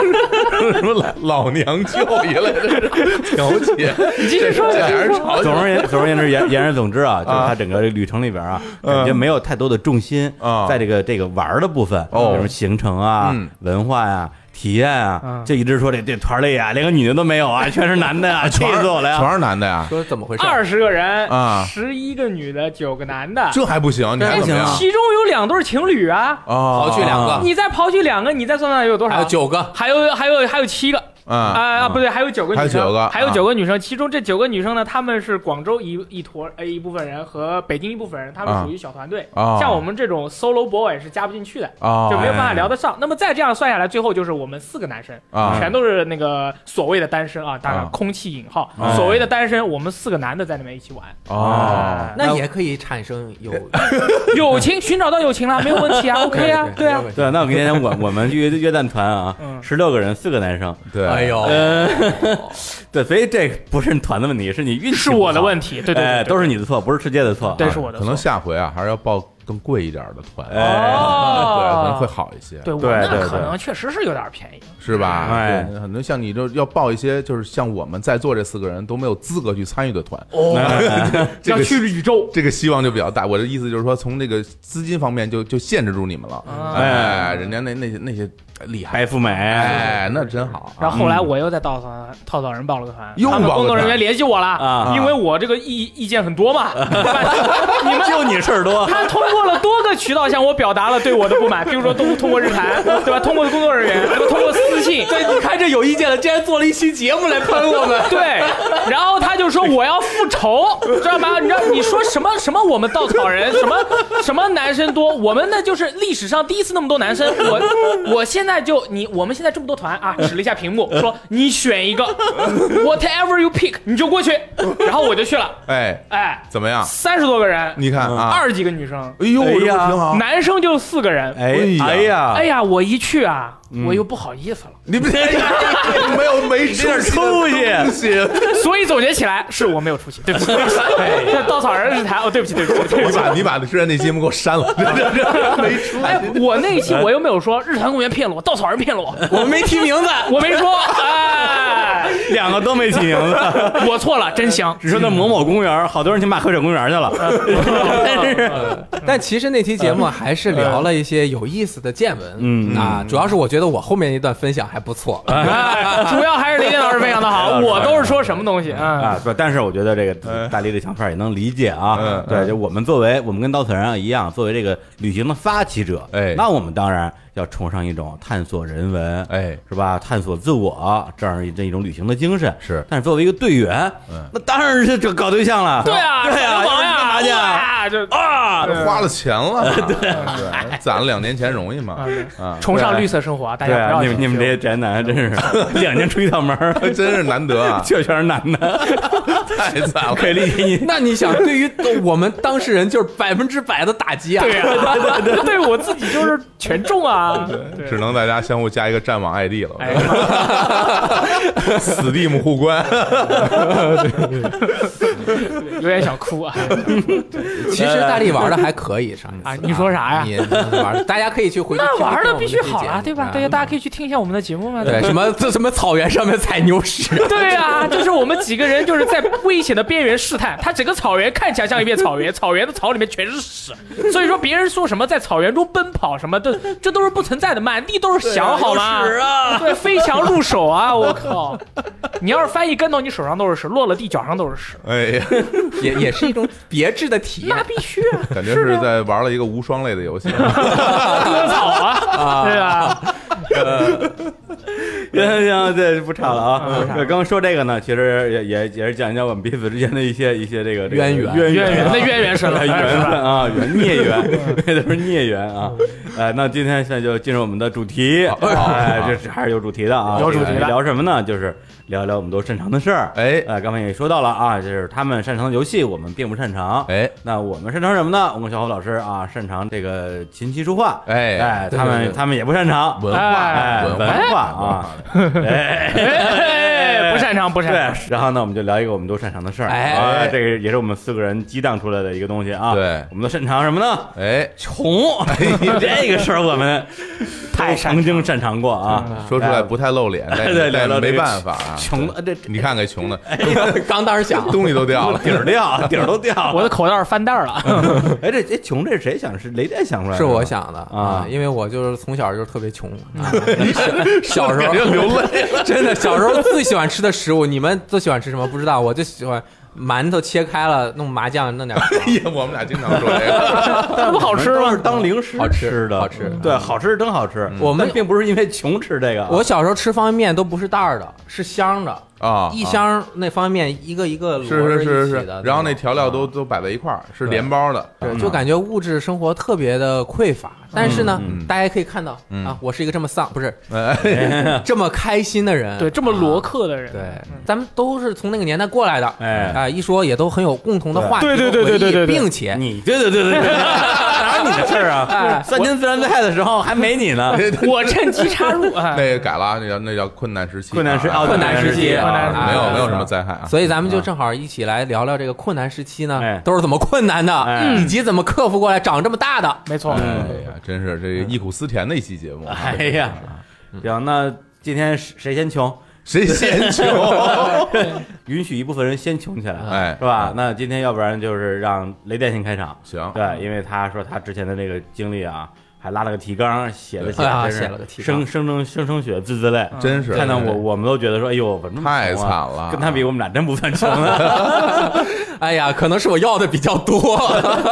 [SPEAKER 2] 种什么老老娘舅一类的这种调解，
[SPEAKER 3] 你继续说，
[SPEAKER 2] 这
[SPEAKER 3] 你
[SPEAKER 2] 俩
[SPEAKER 3] 继续
[SPEAKER 2] 人
[SPEAKER 3] 说。
[SPEAKER 2] 吵
[SPEAKER 1] *laughs*
[SPEAKER 2] 起
[SPEAKER 1] 总
[SPEAKER 2] 来
[SPEAKER 1] 而言总而言之，言言而总之啊，就是他整个这个旅程里边啊，感觉没有太多的重心
[SPEAKER 2] 嗯啊
[SPEAKER 1] 在这个这个玩儿的部分，
[SPEAKER 2] 哦
[SPEAKER 1] 比如行程啊
[SPEAKER 2] 嗯、
[SPEAKER 1] 文化呀、体验啊
[SPEAKER 3] 嗯，
[SPEAKER 1] 就一直说这这团儿里啊，连个女的都没有啊，全是男
[SPEAKER 2] *laughs*
[SPEAKER 1] 的啊，气
[SPEAKER 2] 全
[SPEAKER 1] 死我了呀！
[SPEAKER 2] 全是男的呀，
[SPEAKER 4] 说怎么回事？
[SPEAKER 3] 二十个人
[SPEAKER 2] 啊
[SPEAKER 3] 十一个女的，九个男的，
[SPEAKER 2] 这还不行，你还怎么样
[SPEAKER 1] 这还
[SPEAKER 3] 其中有两对情侣啊。
[SPEAKER 2] 啊？
[SPEAKER 4] 刨去两
[SPEAKER 1] 啊
[SPEAKER 4] 个，
[SPEAKER 3] 你再刨去两个，你再算算有多
[SPEAKER 4] 还
[SPEAKER 3] 少
[SPEAKER 4] 有？九个，
[SPEAKER 3] 还有还有还有七个啊
[SPEAKER 2] 啊，
[SPEAKER 3] 啊！不对，还有九个
[SPEAKER 2] 还有
[SPEAKER 3] 女
[SPEAKER 2] 九个
[SPEAKER 3] 生，还有
[SPEAKER 2] 啊
[SPEAKER 3] 九个女生。其中这九个女生呢，她们是广州一一坨呃一部分人和北京一部分人，她们
[SPEAKER 2] 啊
[SPEAKER 3] 属于小团队。
[SPEAKER 2] 啊
[SPEAKER 3] 像我们这种 solo boy 是加不进去的，
[SPEAKER 2] 啊，
[SPEAKER 3] 就没有办法聊
[SPEAKER 2] 到
[SPEAKER 3] 得上。那么再这样算下来，最后就是我们四个男生，
[SPEAKER 2] 啊
[SPEAKER 3] 全都是那个所谓的单身啊，当然
[SPEAKER 2] 啊
[SPEAKER 3] 空气引号
[SPEAKER 1] 啊，
[SPEAKER 3] 所谓的单身，我们四个男的在那边一起玩。
[SPEAKER 2] 啊，
[SPEAKER 3] 哎
[SPEAKER 4] 那也可以产生有
[SPEAKER 3] 友情寻找到友情了，没有问题啊，OK 啊，对啊，，
[SPEAKER 1] 对，那我跟你讲，我我们约约旦团啊，
[SPEAKER 3] 嗯
[SPEAKER 1] 十六个人，四个男生，呃
[SPEAKER 2] 对，
[SPEAKER 4] 哎呦，
[SPEAKER 1] *laughs* 对，所以这不是团的问题，是你运气
[SPEAKER 3] 是我的
[SPEAKER 1] 题，
[SPEAKER 3] 问题，对对
[SPEAKER 1] 哎
[SPEAKER 3] 对，
[SPEAKER 1] 都是你的错，不是世界的错啊，
[SPEAKER 3] 对，是我的
[SPEAKER 2] 可
[SPEAKER 3] 错，
[SPEAKER 2] 能下回啊还是要报更贵一点的团，
[SPEAKER 1] 哎
[SPEAKER 2] 对，可能会
[SPEAKER 3] 哦，
[SPEAKER 2] 好一些，
[SPEAKER 3] 对，我
[SPEAKER 1] 对对
[SPEAKER 3] 那
[SPEAKER 1] 对
[SPEAKER 3] 可能确实是有点便宜，
[SPEAKER 2] 是吧？
[SPEAKER 1] 哎
[SPEAKER 2] 对，很多像你这要报一些，就是像我们在座这四个人都没有资格去参与的团，哎 *laughs* 这
[SPEAKER 3] 要
[SPEAKER 2] 个啊
[SPEAKER 3] 去宇宙，
[SPEAKER 2] 这个希望就比较大。我的意思就是说，从这个资金方面就就限制住你们了。
[SPEAKER 3] 啊
[SPEAKER 2] 哎，人家那那些那些厉害
[SPEAKER 1] 白，富美，
[SPEAKER 2] 哎，那真好啊。
[SPEAKER 3] 然后后来我又在稻草人稻草人报了个团，
[SPEAKER 2] 又
[SPEAKER 3] 他们
[SPEAKER 2] 报了
[SPEAKER 3] 工作人
[SPEAKER 2] 团
[SPEAKER 3] 员联系我了
[SPEAKER 1] 啊，
[SPEAKER 3] 因为我这个意意见很多嘛，你们
[SPEAKER 1] 就你事儿多，
[SPEAKER 3] 他通过了多个渠道向我表达了对我的不满，比如说通通过日坛，对吧？通过工作人员，对吧通过私信，
[SPEAKER 4] 对，你看这有意见了，竟然做了一期节目来喷我们。
[SPEAKER 3] 对，然后他就说我要复仇，知道吗？你知道你说什么什么我们稻草人什么什么男生多，我们那就是历史上第一次那么多男生。我我现在就你我们现在这么多团啊，指了一下屏幕说你选一个，whatever you pick，你就过去，然后我就去了，
[SPEAKER 2] 哎，
[SPEAKER 3] 哎，
[SPEAKER 2] 怎么样？
[SPEAKER 3] 三十多个人，
[SPEAKER 2] 你看啊，
[SPEAKER 3] 二十几个女生，
[SPEAKER 2] 哎呦，
[SPEAKER 1] 哎呀
[SPEAKER 2] 这不挺好。
[SPEAKER 3] 男生就四个人，
[SPEAKER 1] 哎
[SPEAKER 2] 哎
[SPEAKER 1] 哎
[SPEAKER 2] 呀
[SPEAKER 1] 呀，
[SPEAKER 3] 哎呀，我一去啊，
[SPEAKER 1] 嗯
[SPEAKER 3] 我又不好意思了。 *laughs*
[SPEAKER 2] 你们没有没出
[SPEAKER 1] 点出息
[SPEAKER 2] 息的东西，
[SPEAKER 3] 所以总结起来是我没有出息，对不 *laughs* 起，对不起。这稻草人日坛，哦，对不起，对不起，对不
[SPEAKER 2] 你
[SPEAKER 3] 起。
[SPEAKER 2] 把你把之前那节目给我删了，这 *laughs* 这这没出
[SPEAKER 3] 哎
[SPEAKER 2] 息。，
[SPEAKER 3] 我那一期我又没有说日坛公园骗了我，稻草人骗了我，
[SPEAKER 4] *laughs* 我们没提名字，
[SPEAKER 3] 我没说，哎，
[SPEAKER 1] *laughs* 两个都没 *laughs* 起名字，
[SPEAKER 3] 我错了，真
[SPEAKER 1] *laughs*
[SPEAKER 3] 香。
[SPEAKER 1] 只说那某某公园，好多人去骂河水公园去 *laughs* 了，
[SPEAKER 4] 但其实那期节目还是聊了一些有意思的见闻，
[SPEAKER 1] 嗯
[SPEAKER 4] 啊，主要是我觉得我后面一段分享还不错，
[SPEAKER 3] *laughs* 哎，主要还是雷电老师非常的
[SPEAKER 1] 哎
[SPEAKER 3] 好，我都是说什么东西啊？
[SPEAKER 1] 啊，不，但是我觉得这个
[SPEAKER 2] 嗯
[SPEAKER 1] 大力的想法也能理解啊。
[SPEAKER 2] 嗯
[SPEAKER 1] 对，就我们作为我们跟稻草人啊一样，作为这个旅行的发起者，
[SPEAKER 2] 哎
[SPEAKER 1] 那我们当然要崇尚一种探索人文，
[SPEAKER 2] 哎，
[SPEAKER 1] 是吧？探索自我这样一这一种旅行的精神
[SPEAKER 2] 是
[SPEAKER 1] 但是作为一个队员，
[SPEAKER 2] 嗯
[SPEAKER 1] 那当然是这搞对象了。
[SPEAKER 3] 对啊，
[SPEAKER 1] 对啊，
[SPEAKER 3] 小王呀，
[SPEAKER 1] 干嘛去啊？
[SPEAKER 3] 啊？就
[SPEAKER 1] 啊
[SPEAKER 2] 花了钱了，对，攒了两年钱容易吗？啊，
[SPEAKER 3] 崇尚绿色生活啊，大
[SPEAKER 1] 对
[SPEAKER 3] 家
[SPEAKER 1] 啊，
[SPEAKER 3] 不
[SPEAKER 1] 你
[SPEAKER 3] 要
[SPEAKER 1] 们你们这些宅男真是 *laughs* 两年出一趟 *laughs* 门儿，
[SPEAKER 2] 真是难得啊，
[SPEAKER 1] *laughs* 就全是男的，
[SPEAKER 2] 太惨了。
[SPEAKER 1] 可以理解你。
[SPEAKER 4] *laughs* 那你想，对于我们当事人就是百分之百的打击啊！
[SPEAKER 3] 对啊， *laughs* 对我自己就是权
[SPEAKER 1] *laughs*
[SPEAKER 3] 重啊，对
[SPEAKER 2] 只能大家相互加一个战网 ID 了，
[SPEAKER 3] 哎呀妈呀
[SPEAKER 2] Steam 互关。
[SPEAKER 3] 有点想哭啊。
[SPEAKER 4] *laughs* 其实大力玩的还可以，上一次
[SPEAKER 3] 啊你说啥呀
[SPEAKER 4] 哎你玩，大家可以去回去
[SPEAKER 3] 那
[SPEAKER 4] 听
[SPEAKER 3] 玩
[SPEAKER 4] 听
[SPEAKER 3] 的
[SPEAKER 4] 我们
[SPEAKER 3] 必须
[SPEAKER 4] 这期
[SPEAKER 3] 好
[SPEAKER 4] 节
[SPEAKER 3] 了，
[SPEAKER 4] 目
[SPEAKER 3] 对吧？
[SPEAKER 4] 啊
[SPEAKER 3] 对呀，大家可以去听一下我们的节目嘛。
[SPEAKER 4] 对， *laughs* 什么这什么草原上面踩牛屎， *laughs*
[SPEAKER 3] 对啊，就是我们几个人就是在危险的边缘试探。它整个草原看起来像一片草原，草原的草里面全是屎，所以说别人说什么在草原中奔跑什么的，这都是不存在的，满地都是翔，好吗？对，飞翔入手啊！我靠，你要是翻一跟头，你手上都是屎，落了地脚上都是屎，
[SPEAKER 2] 哎呀，
[SPEAKER 4] 也也是一种别致的体验
[SPEAKER 3] 那。必须啊，
[SPEAKER 2] 感觉是在玩了一个无双类的游戏。啊
[SPEAKER 3] 割草啊，对吧？
[SPEAKER 1] *laughs* 行行行，这不吵了啊。对刚刚说这个呢，其实也也也是讲一讲我们彼此之间的一些一些这个这个
[SPEAKER 4] 渊源
[SPEAKER 1] 渊
[SPEAKER 3] 渊源
[SPEAKER 1] 啊
[SPEAKER 3] 那渊源
[SPEAKER 1] *laughs*
[SPEAKER 3] 是了，
[SPEAKER 1] 哎缘
[SPEAKER 3] 是吧嗯
[SPEAKER 1] 分啊，缘孽缘， *laughs* 这都是孽缘啊。呃，那今天现在就进入我们的主题，哎，这是还是有主题的啊，
[SPEAKER 3] 有主题的
[SPEAKER 1] 这个聊什么呢？就是聊聊我们都擅长的事儿。
[SPEAKER 2] 哎
[SPEAKER 1] 呃，刚才也说到了啊，就是他们擅长的游戏，我们并不擅长。
[SPEAKER 2] 哎
[SPEAKER 1] 那我们擅长什么呢？我们小侯老师啊，擅长这个琴棋书画。
[SPEAKER 2] 哎
[SPEAKER 1] 哎，
[SPEAKER 4] 对
[SPEAKER 1] 他
[SPEAKER 4] 对
[SPEAKER 1] 们
[SPEAKER 4] 对哎 *laughs*
[SPEAKER 1] 他们也不擅长
[SPEAKER 2] 文化
[SPEAKER 1] 哎
[SPEAKER 2] 文
[SPEAKER 1] 文
[SPEAKER 2] 化
[SPEAKER 1] 化啊。哎
[SPEAKER 3] 哎，不擅长，不擅
[SPEAKER 1] 对
[SPEAKER 3] 长。，
[SPEAKER 1] 然后呢，我们就聊一个我们都擅长的事儿。
[SPEAKER 4] 哎
[SPEAKER 1] 啊，这个也是我们四个人激荡出来的一个东西啊。
[SPEAKER 2] 对
[SPEAKER 1] 我们都擅长什么呢？
[SPEAKER 2] 哎，
[SPEAKER 1] 穷，这个事儿我们太曾经擅长过啊。
[SPEAKER 2] 说出来不太露脸，但
[SPEAKER 1] 对聊
[SPEAKER 2] 但
[SPEAKER 1] 聊这
[SPEAKER 2] 没
[SPEAKER 1] 个
[SPEAKER 2] 办法啊， *laughs*
[SPEAKER 1] 穷的这
[SPEAKER 2] 你看给穷的，
[SPEAKER 4] 哎 *laughs* 刚当时想，
[SPEAKER 2] 东西都掉了， *laughs*
[SPEAKER 1] 底儿掉，底儿都掉了。
[SPEAKER 3] 我的口袋翻袋儿了，
[SPEAKER 1] 哎，这这穷这是谁想？是雷电想出来的？
[SPEAKER 4] 是我。想的
[SPEAKER 1] 啊
[SPEAKER 4] 因为我就是从小就是特别穷，
[SPEAKER 2] *laughs*
[SPEAKER 4] 啊小小时候
[SPEAKER 2] 流泪。
[SPEAKER 4] *laughs* 真的小时候最喜欢吃的食物，你们最喜欢吃什么？不知道，我就喜欢馒头切开了弄麻酱弄
[SPEAKER 2] *laughs*
[SPEAKER 4] 点儿
[SPEAKER 2] 哎呀，我们俩经常说这个，
[SPEAKER 3] *laughs* 那不好吃
[SPEAKER 1] 都
[SPEAKER 3] 吗
[SPEAKER 1] 是？当零食
[SPEAKER 4] 好吃
[SPEAKER 1] 的，
[SPEAKER 4] 好吃
[SPEAKER 1] 对，好吃是真好吃。
[SPEAKER 4] 我们
[SPEAKER 1] 但并不是因为穷吃这个啊，
[SPEAKER 4] 我小时候吃方便面都不是袋儿的，是箱儿的
[SPEAKER 2] 啊
[SPEAKER 4] 一箱儿那方便面一个一个摞
[SPEAKER 2] 是
[SPEAKER 4] 着
[SPEAKER 2] 是是
[SPEAKER 4] 一起
[SPEAKER 2] 是
[SPEAKER 4] 的，，
[SPEAKER 2] 然后那
[SPEAKER 4] 种啊
[SPEAKER 2] 调料都嗯都摆在一块儿，是连包
[SPEAKER 4] *laughs*
[SPEAKER 2] 的，
[SPEAKER 4] 对，就感觉物质生活特别的匮乏。但是呢，
[SPEAKER 2] 嗯嗯
[SPEAKER 4] 大家可以看到、
[SPEAKER 2] 嗯
[SPEAKER 4] 啊，我是一个这么丧，不是
[SPEAKER 2] 哎， *laughs*
[SPEAKER 4] 这么开心的人，
[SPEAKER 3] 对，这么
[SPEAKER 4] 罗
[SPEAKER 3] 罗克的人，
[SPEAKER 4] 啊对，咱们都是从那个年代过来的，
[SPEAKER 1] 嗯哎
[SPEAKER 4] 啊，一说也都很有共同的话题，
[SPEAKER 3] 对对对对对对对对
[SPEAKER 4] 并且
[SPEAKER 1] 你对对对对对，哪有你的事儿啊
[SPEAKER 4] 哎？
[SPEAKER 1] 三年自然灾害的时候还没你呢，
[SPEAKER 2] *laughs*
[SPEAKER 3] 我趁机插入啊，
[SPEAKER 2] 那个改了，啊，那叫那叫困难时期啊，
[SPEAKER 1] 困难时
[SPEAKER 2] 啊
[SPEAKER 1] 哦
[SPEAKER 4] 困难时期
[SPEAKER 1] 啊
[SPEAKER 3] 困难时期
[SPEAKER 2] 没有没有什么
[SPEAKER 1] 灾。
[SPEAKER 2] 灾害啊，
[SPEAKER 4] 所以咱们就正好一起来聊聊这个困难时期呢，
[SPEAKER 1] 嗯哎
[SPEAKER 4] 都是怎么困难的，
[SPEAKER 1] 哎
[SPEAKER 4] 以及怎么克服过来长这么大的。
[SPEAKER 3] *laughs* 没错，
[SPEAKER 2] 哎呀，真是这个忆苦思甜的一期节目啊，
[SPEAKER 1] 嗯哎呀，行，那今天谁谁先穷？
[SPEAKER 2] *laughs* 谁先
[SPEAKER 1] *laughs*
[SPEAKER 2] 穷？
[SPEAKER 1] 允许一部分人先穷起来，
[SPEAKER 2] 哎
[SPEAKER 1] 是吧？那今天要不然就是让雷电先开场，
[SPEAKER 2] 行，
[SPEAKER 1] 对，因为他说他之前的那个经历啊，还拉了个提纲，写了写，
[SPEAKER 4] 对啊
[SPEAKER 1] 真是
[SPEAKER 4] 写了个提纲
[SPEAKER 1] 生生生生生血，字字泪。
[SPEAKER 2] 真是
[SPEAKER 1] 看到我，
[SPEAKER 2] 对
[SPEAKER 1] 我们都觉得说，哎呦，怎么这么
[SPEAKER 2] 太
[SPEAKER 1] 穷
[SPEAKER 2] 惨
[SPEAKER 1] 啊
[SPEAKER 2] 了，
[SPEAKER 1] 跟他比，我们俩真不算穷啊了。
[SPEAKER 4] 哎呀，可能是我要的比较多，
[SPEAKER 3] *laughs*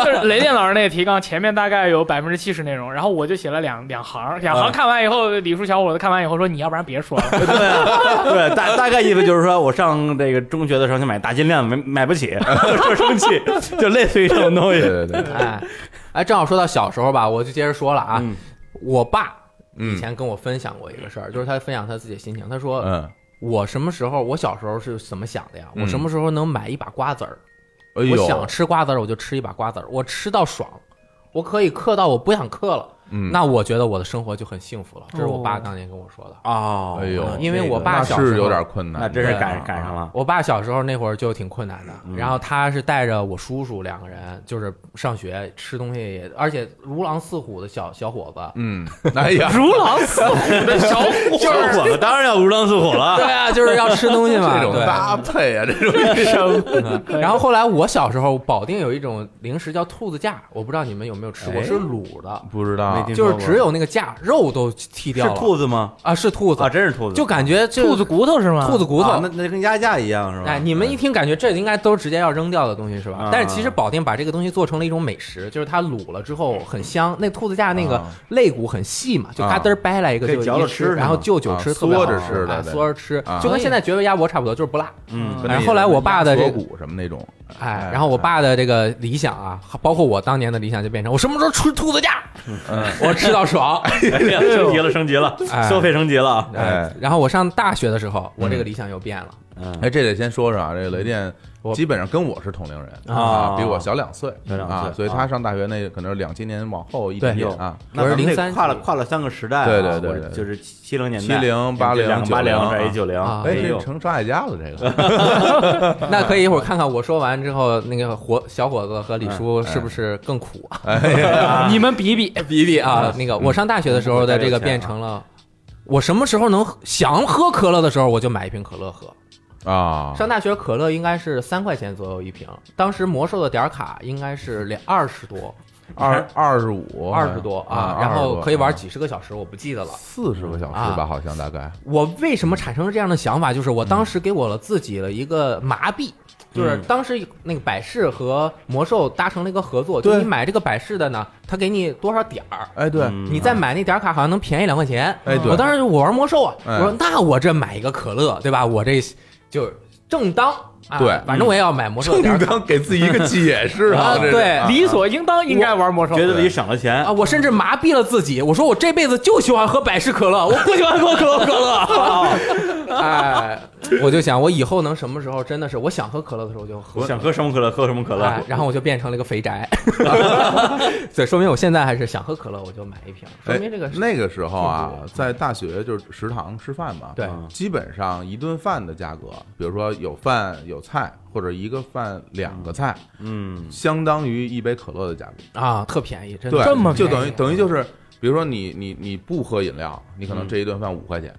[SPEAKER 3] 就是雷电老师那个提纲前面大概有百分之七十内容，然后我就写了两两行，两行看完以后，李叔小伙子看完以后说：“你要不然别
[SPEAKER 1] *laughs*
[SPEAKER 3] 说了，
[SPEAKER 1] *laughs* 对啊，对，大大概意思就是说，我上这个中学的时候想买大金链子，没买不起， *laughs* 就生气，就类似于这种东西
[SPEAKER 2] 对。对对，对
[SPEAKER 4] 哎，哎，正好说到小时候吧，我就接着说了啊，
[SPEAKER 1] 嗯
[SPEAKER 4] 我爸以
[SPEAKER 2] 嗯
[SPEAKER 4] 前跟我分享过一个事儿，就是他分享他自己的心情，他说，
[SPEAKER 2] 嗯，
[SPEAKER 4] 我什么时候，我小时候是怎么想的呀？
[SPEAKER 2] 嗯
[SPEAKER 4] 我什么时候能买一把瓜子儿？
[SPEAKER 2] 哎
[SPEAKER 4] 我想
[SPEAKER 2] 呦，
[SPEAKER 4] 吃瓜子儿，我就吃一把瓜子儿，我吃到爽，我可以嗑到我不想嗑了，
[SPEAKER 2] 嗯，
[SPEAKER 4] 那我觉得我的生活就很幸福了。这是我爸当年跟我说的。
[SPEAKER 1] 哦
[SPEAKER 2] 哎呦，
[SPEAKER 4] 因为我爸
[SPEAKER 2] 那
[SPEAKER 4] 小时
[SPEAKER 2] 是
[SPEAKER 4] 候
[SPEAKER 2] 有点啊困难，
[SPEAKER 1] 那真是
[SPEAKER 4] 对
[SPEAKER 1] 赶赶上了。
[SPEAKER 4] *laughs* 我爸小时候那会儿就挺困难的，
[SPEAKER 2] 嗯
[SPEAKER 4] 然后他是带着我叔叔两个人，就是上学吃东西也，而且如狼似虎的小小伙子，
[SPEAKER 2] 嗯，哎呀，
[SPEAKER 3] 如狼似虎
[SPEAKER 1] *laughs*
[SPEAKER 3] 的小伙子。
[SPEAKER 1] 小伙子当然要如狼似虎了。
[SPEAKER 4] 对啊，就是要吃东西
[SPEAKER 2] *laughs*
[SPEAKER 4] 嘛，
[SPEAKER 2] 这种
[SPEAKER 4] 对
[SPEAKER 2] 搭配啊，这种
[SPEAKER 3] *laughs*
[SPEAKER 4] 嗯然后后来我小时候，保定有一种零食叫兔子架，我不知道你们有没有吃过，
[SPEAKER 1] 哎
[SPEAKER 4] 是卤的，
[SPEAKER 2] *laughs* 不知道
[SPEAKER 1] 没听，
[SPEAKER 4] 啊就是只有那个架，肉都剃
[SPEAKER 1] *laughs* 是
[SPEAKER 4] 掉了。
[SPEAKER 1] 兔子吗？
[SPEAKER 4] 啊，是兔子
[SPEAKER 1] 啊，，真是兔子，
[SPEAKER 4] 就感觉这
[SPEAKER 3] 兔子骨头是吗？
[SPEAKER 4] 兔子骨
[SPEAKER 1] 啊
[SPEAKER 4] 头
[SPEAKER 1] 那。那跟压价一样是吧？
[SPEAKER 4] 哎，你们一听感觉这应该都直接要扔掉的东西是吧
[SPEAKER 1] 啊？
[SPEAKER 4] 但是其实保定把这个东西做成了一种美食，就是它卤了之后很香。那兔子架那个
[SPEAKER 2] 啊
[SPEAKER 4] 肋骨很细嘛，就
[SPEAKER 2] 啊
[SPEAKER 4] 嘎噔儿掰来一个
[SPEAKER 1] 可以
[SPEAKER 4] 就
[SPEAKER 1] 嚼着
[SPEAKER 4] 一
[SPEAKER 1] 吃
[SPEAKER 4] 吃，
[SPEAKER 1] 是吗
[SPEAKER 4] 然后就酒
[SPEAKER 2] 啊
[SPEAKER 4] 吃，特别好
[SPEAKER 2] 嗦着吃的
[SPEAKER 4] 哎
[SPEAKER 2] 对
[SPEAKER 4] 嗦着吃
[SPEAKER 2] 啊，
[SPEAKER 4] 就跟现在绝味鸭脖差不多，就是不辣。
[SPEAKER 1] 嗯，
[SPEAKER 4] 然后后来我爸的这
[SPEAKER 2] 锁
[SPEAKER 4] 个
[SPEAKER 2] 骨什么那种，
[SPEAKER 4] 哎，然后我爸的这个理想啊，包括我当年的理想，就变成我什么时候吃兔子架，我吃到爽。
[SPEAKER 1] 哎
[SPEAKER 4] *laughs*
[SPEAKER 1] 呀升级了，升级了，
[SPEAKER 4] 哎
[SPEAKER 1] 消费升级了啊。
[SPEAKER 2] 哎
[SPEAKER 4] 呃然后我上大学的时候，我这个理想又变了。
[SPEAKER 1] 嗯，
[SPEAKER 2] 哎，这得先说说啊，这雷电
[SPEAKER 4] 我
[SPEAKER 2] 基本上跟我是同龄人
[SPEAKER 1] 啊
[SPEAKER 2] 比我小两岁
[SPEAKER 1] 小两
[SPEAKER 2] 啊
[SPEAKER 1] 岁，
[SPEAKER 2] 所以他上大学那可能是两千年往后一点点
[SPEAKER 1] 对
[SPEAKER 2] 啊。
[SPEAKER 1] 那
[SPEAKER 4] 我是
[SPEAKER 1] 咱们得
[SPEAKER 4] 03
[SPEAKER 1] 跨了跨了三个时代啊，
[SPEAKER 2] 对对对
[SPEAKER 1] 我
[SPEAKER 2] 对
[SPEAKER 1] 就是七零年代、
[SPEAKER 2] 70 80
[SPEAKER 1] 两个八零，
[SPEAKER 2] 90
[SPEAKER 1] 再一九零，
[SPEAKER 4] 啊
[SPEAKER 2] 哎，
[SPEAKER 1] 哎
[SPEAKER 2] 这
[SPEAKER 1] 呦，
[SPEAKER 2] 成张艾嘉了，这 *laughs* 个
[SPEAKER 4] 那可以一会儿看看我说完之后，那个伙小伙子和李叔
[SPEAKER 2] 哎
[SPEAKER 4] 是不是更苦啊？
[SPEAKER 1] *laughs* 啊
[SPEAKER 3] 你们比一比，
[SPEAKER 4] *laughs* 比比啊，嗯那个我上大学的时候的这个变成了。我什么时候能想喝可乐的时候，我就买一瓶可乐喝。
[SPEAKER 2] 啊，
[SPEAKER 4] 上大学可乐应该是三块钱左右一瓶，当时魔兽的点儿卡应该是两二十多，
[SPEAKER 2] 二二十五，
[SPEAKER 4] 二十多啊，然后可以玩几十个小时，我不记得了。啊
[SPEAKER 2] 四十个小时吧，好像大概。
[SPEAKER 4] 我为什么产生这样的想法？就是我当时给我了自己了一个麻痹，就是当时那个百事和魔兽达成了一个合作，就
[SPEAKER 2] 对
[SPEAKER 4] 你买这个百事的呢，他给你多少点儿。
[SPEAKER 2] 哎，对，
[SPEAKER 1] 嗯
[SPEAKER 4] 你再买那点儿卡好像能便宜两块钱，
[SPEAKER 2] 哎对
[SPEAKER 4] 我当时我玩魔兽啊，
[SPEAKER 2] 哎
[SPEAKER 4] 我说那我这买一个可乐，对吧？我这就正当啊
[SPEAKER 2] 对
[SPEAKER 4] 反正我也要买魔兽
[SPEAKER 2] 正 *laughs*
[SPEAKER 4] 点儿卡
[SPEAKER 2] 当给自己一
[SPEAKER 4] *laughs*
[SPEAKER 2] 个解释
[SPEAKER 4] 啊
[SPEAKER 2] 这是
[SPEAKER 4] 对
[SPEAKER 2] 啊
[SPEAKER 3] 理所应当应该玩魔兽。
[SPEAKER 1] 觉得自己省了钱
[SPEAKER 4] 啊！，我甚至麻痹了自己，我说我这辈子就喜欢喝百事可乐，我不喜欢喝可口可
[SPEAKER 3] *laughs*
[SPEAKER 4] 乐。哎，我就想我以后能什么时候真的是我想喝可乐的时候我就喝，
[SPEAKER 1] 想喝什么可乐喝什么可
[SPEAKER 4] 哎
[SPEAKER 1] 乐，，
[SPEAKER 4] 然后我就变成了一个
[SPEAKER 3] *laughs*
[SPEAKER 4] 肥宅。对，说明我现在还是想喝可乐我就买一瓶，说
[SPEAKER 2] 哎
[SPEAKER 4] 明这个是
[SPEAKER 2] 那个时候啊
[SPEAKER 4] 性质，
[SPEAKER 2] 在大学就是食堂吃饭嘛，
[SPEAKER 4] 对
[SPEAKER 2] 基本上一顿饭的价格，比如说有饭有菜，或者一个饭两个菜，
[SPEAKER 1] 嗯，
[SPEAKER 2] 相当于一杯可乐的价格。
[SPEAKER 4] 啊特便宜，真的
[SPEAKER 2] 对，
[SPEAKER 3] 这么
[SPEAKER 2] 就
[SPEAKER 3] 便宜
[SPEAKER 2] 等于等于就是，比如说你你你不喝饮料，你
[SPEAKER 1] 嗯
[SPEAKER 2] 可能这一顿饭五块钱。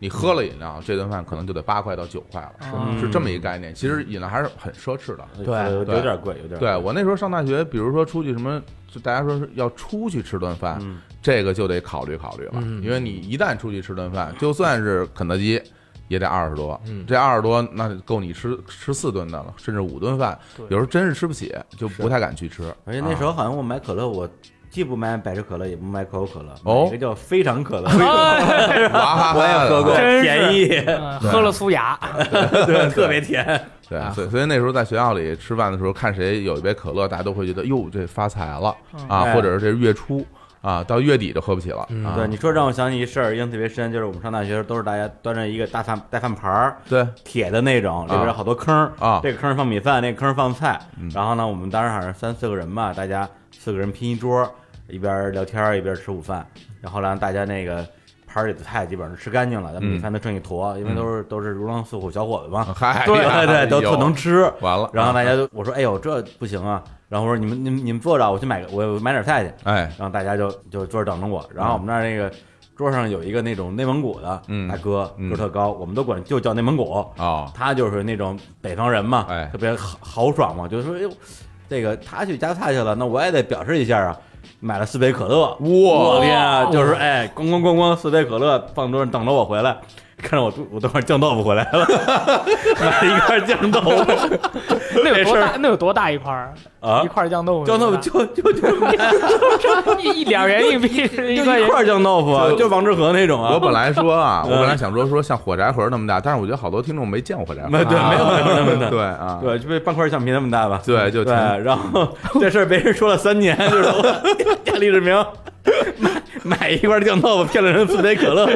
[SPEAKER 2] 你喝了饮料，这顿饭可能就得八块到九块了，
[SPEAKER 1] 嗯
[SPEAKER 2] *laughs* 是是这么一个概念。其实饮料还是很奢侈的。
[SPEAKER 1] 有
[SPEAKER 2] 对
[SPEAKER 1] 有点贵，有点贵
[SPEAKER 2] 对我那时候上大学，比如说出去什么，就大家说是要出去吃顿饭，
[SPEAKER 1] 嗯
[SPEAKER 2] 这个就得考虑考虑了，
[SPEAKER 4] 嗯
[SPEAKER 2] 因为你一旦出去吃顿饭，就算是肯德基。也得二十多，
[SPEAKER 4] 嗯
[SPEAKER 2] 这二十多那够你吃吃四顿的了，甚至五顿饭。有时候真是吃不起，就不太敢去吃。
[SPEAKER 1] 而且那时
[SPEAKER 2] 啊
[SPEAKER 1] 候好像我买可乐，我既不买百事可乐，也不买可口可乐，
[SPEAKER 2] 哦
[SPEAKER 1] 买一个叫非常可乐，
[SPEAKER 2] 娃
[SPEAKER 3] 哎
[SPEAKER 2] 哈
[SPEAKER 1] *laughs*
[SPEAKER 2] 哈
[SPEAKER 1] 我也喝过，
[SPEAKER 2] 的
[SPEAKER 3] 真是
[SPEAKER 1] 便宜，
[SPEAKER 3] 嗯喝了苏雅，
[SPEAKER 1] *laughs* 对，特别甜。
[SPEAKER 2] 对
[SPEAKER 4] 啊，
[SPEAKER 2] 所以所以那时候在学校里吃饭的时候，看谁有一杯可乐，大家都会觉得哟，这发财了啊，
[SPEAKER 1] 哎
[SPEAKER 2] 或者是这月初啊，到月底就喝不起了
[SPEAKER 4] 嗯
[SPEAKER 2] 啊
[SPEAKER 1] 对，。你说让我想起一事儿，印象特别深，就是我们上大学的时候都是大家端着一个大饭大饭盘儿，
[SPEAKER 2] 对，
[SPEAKER 1] 铁的那种，里边有好多坑儿
[SPEAKER 2] 啊
[SPEAKER 1] 这个坑儿放米饭，那个坑儿放菜。然后呢，我们当时好像三四个人吧，大家四个人拼一桌，一边聊天儿一边吃午饭。然后呢，大家那个盘儿里的菜基本上吃干净了，咱们米饭都剩一坨，因为都是都是如狼似虎小伙子嘛，
[SPEAKER 2] 嗨，
[SPEAKER 1] 对
[SPEAKER 2] 哎
[SPEAKER 1] 对
[SPEAKER 2] 呦
[SPEAKER 1] 对，都特能吃。
[SPEAKER 2] 完了。啊
[SPEAKER 1] 然后大
[SPEAKER 2] 呢，
[SPEAKER 1] 家都我说，哎呦这不行啊！然后我说你们你们你们坐着，我去买个我我买点菜去。
[SPEAKER 2] 哎，
[SPEAKER 1] 然后大家就就坐着等着我。然后我们那儿那个桌上有一个那种内蒙古的
[SPEAKER 2] 嗯
[SPEAKER 1] 大哥，
[SPEAKER 2] 嗯
[SPEAKER 1] 个儿特高，我们都管就叫内蒙古。
[SPEAKER 2] 哦，
[SPEAKER 1] 他就是那种北方人嘛，
[SPEAKER 2] 哎
[SPEAKER 1] 特别豪豪爽嘛，就说哎呦，这个他去加菜去了，那我也得表示一下啊。买了四杯可乐，我天啊，就是哎，咣咣咣咣四杯可乐放桌上等着我回来， *laughs* 看着我都我等会儿酱豆腐回来了，买了一块酱豆腐
[SPEAKER 3] 那有多
[SPEAKER 1] 没事
[SPEAKER 3] 大？那有多大一块儿？
[SPEAKER 1] 啊 *laughs*
[SPEAKER 3] 一，块儿酱豆腐，
[SPEAKER 1] 酱豆腐就就就
[SPEAKER 3] *laughs* 一一两元硬币，一块
[SPEAKER 1] 就一
[SPEAKER 3] 钱。
[SPEAKER 1] 块酱豆腐啊，
[SPEAKER 2] 就
[SPEAKER 1] 就王致和那种啊，
[SPEAKER 2] 我本来说啊，
[SPEAKER 1] 嗯
[SPEAKER 2] 我本来想说说像火柴盒那么大，但是我觉得好多听众没见过火柴盒，
[SPEAKER 1] 没对，
[SPEAKER 2] 啊
[SPEAKER 1] 没有没有那
[SPEAKER 2] *laughs*
[SPEAKER 1] 么大，
[SPEAKER 2] 对啊，
[SPEAKER 1] 对，就被半块橡皮那么大吧。
[SPEAKER 2] 对就
[SPEAKER 1] 对，
[SPEAKER 2] 挺
[SPEAKER 1] 然后这事儿被人说了三年，就是我呀李志明买买一块酱豆腐骗了人四杯可乐，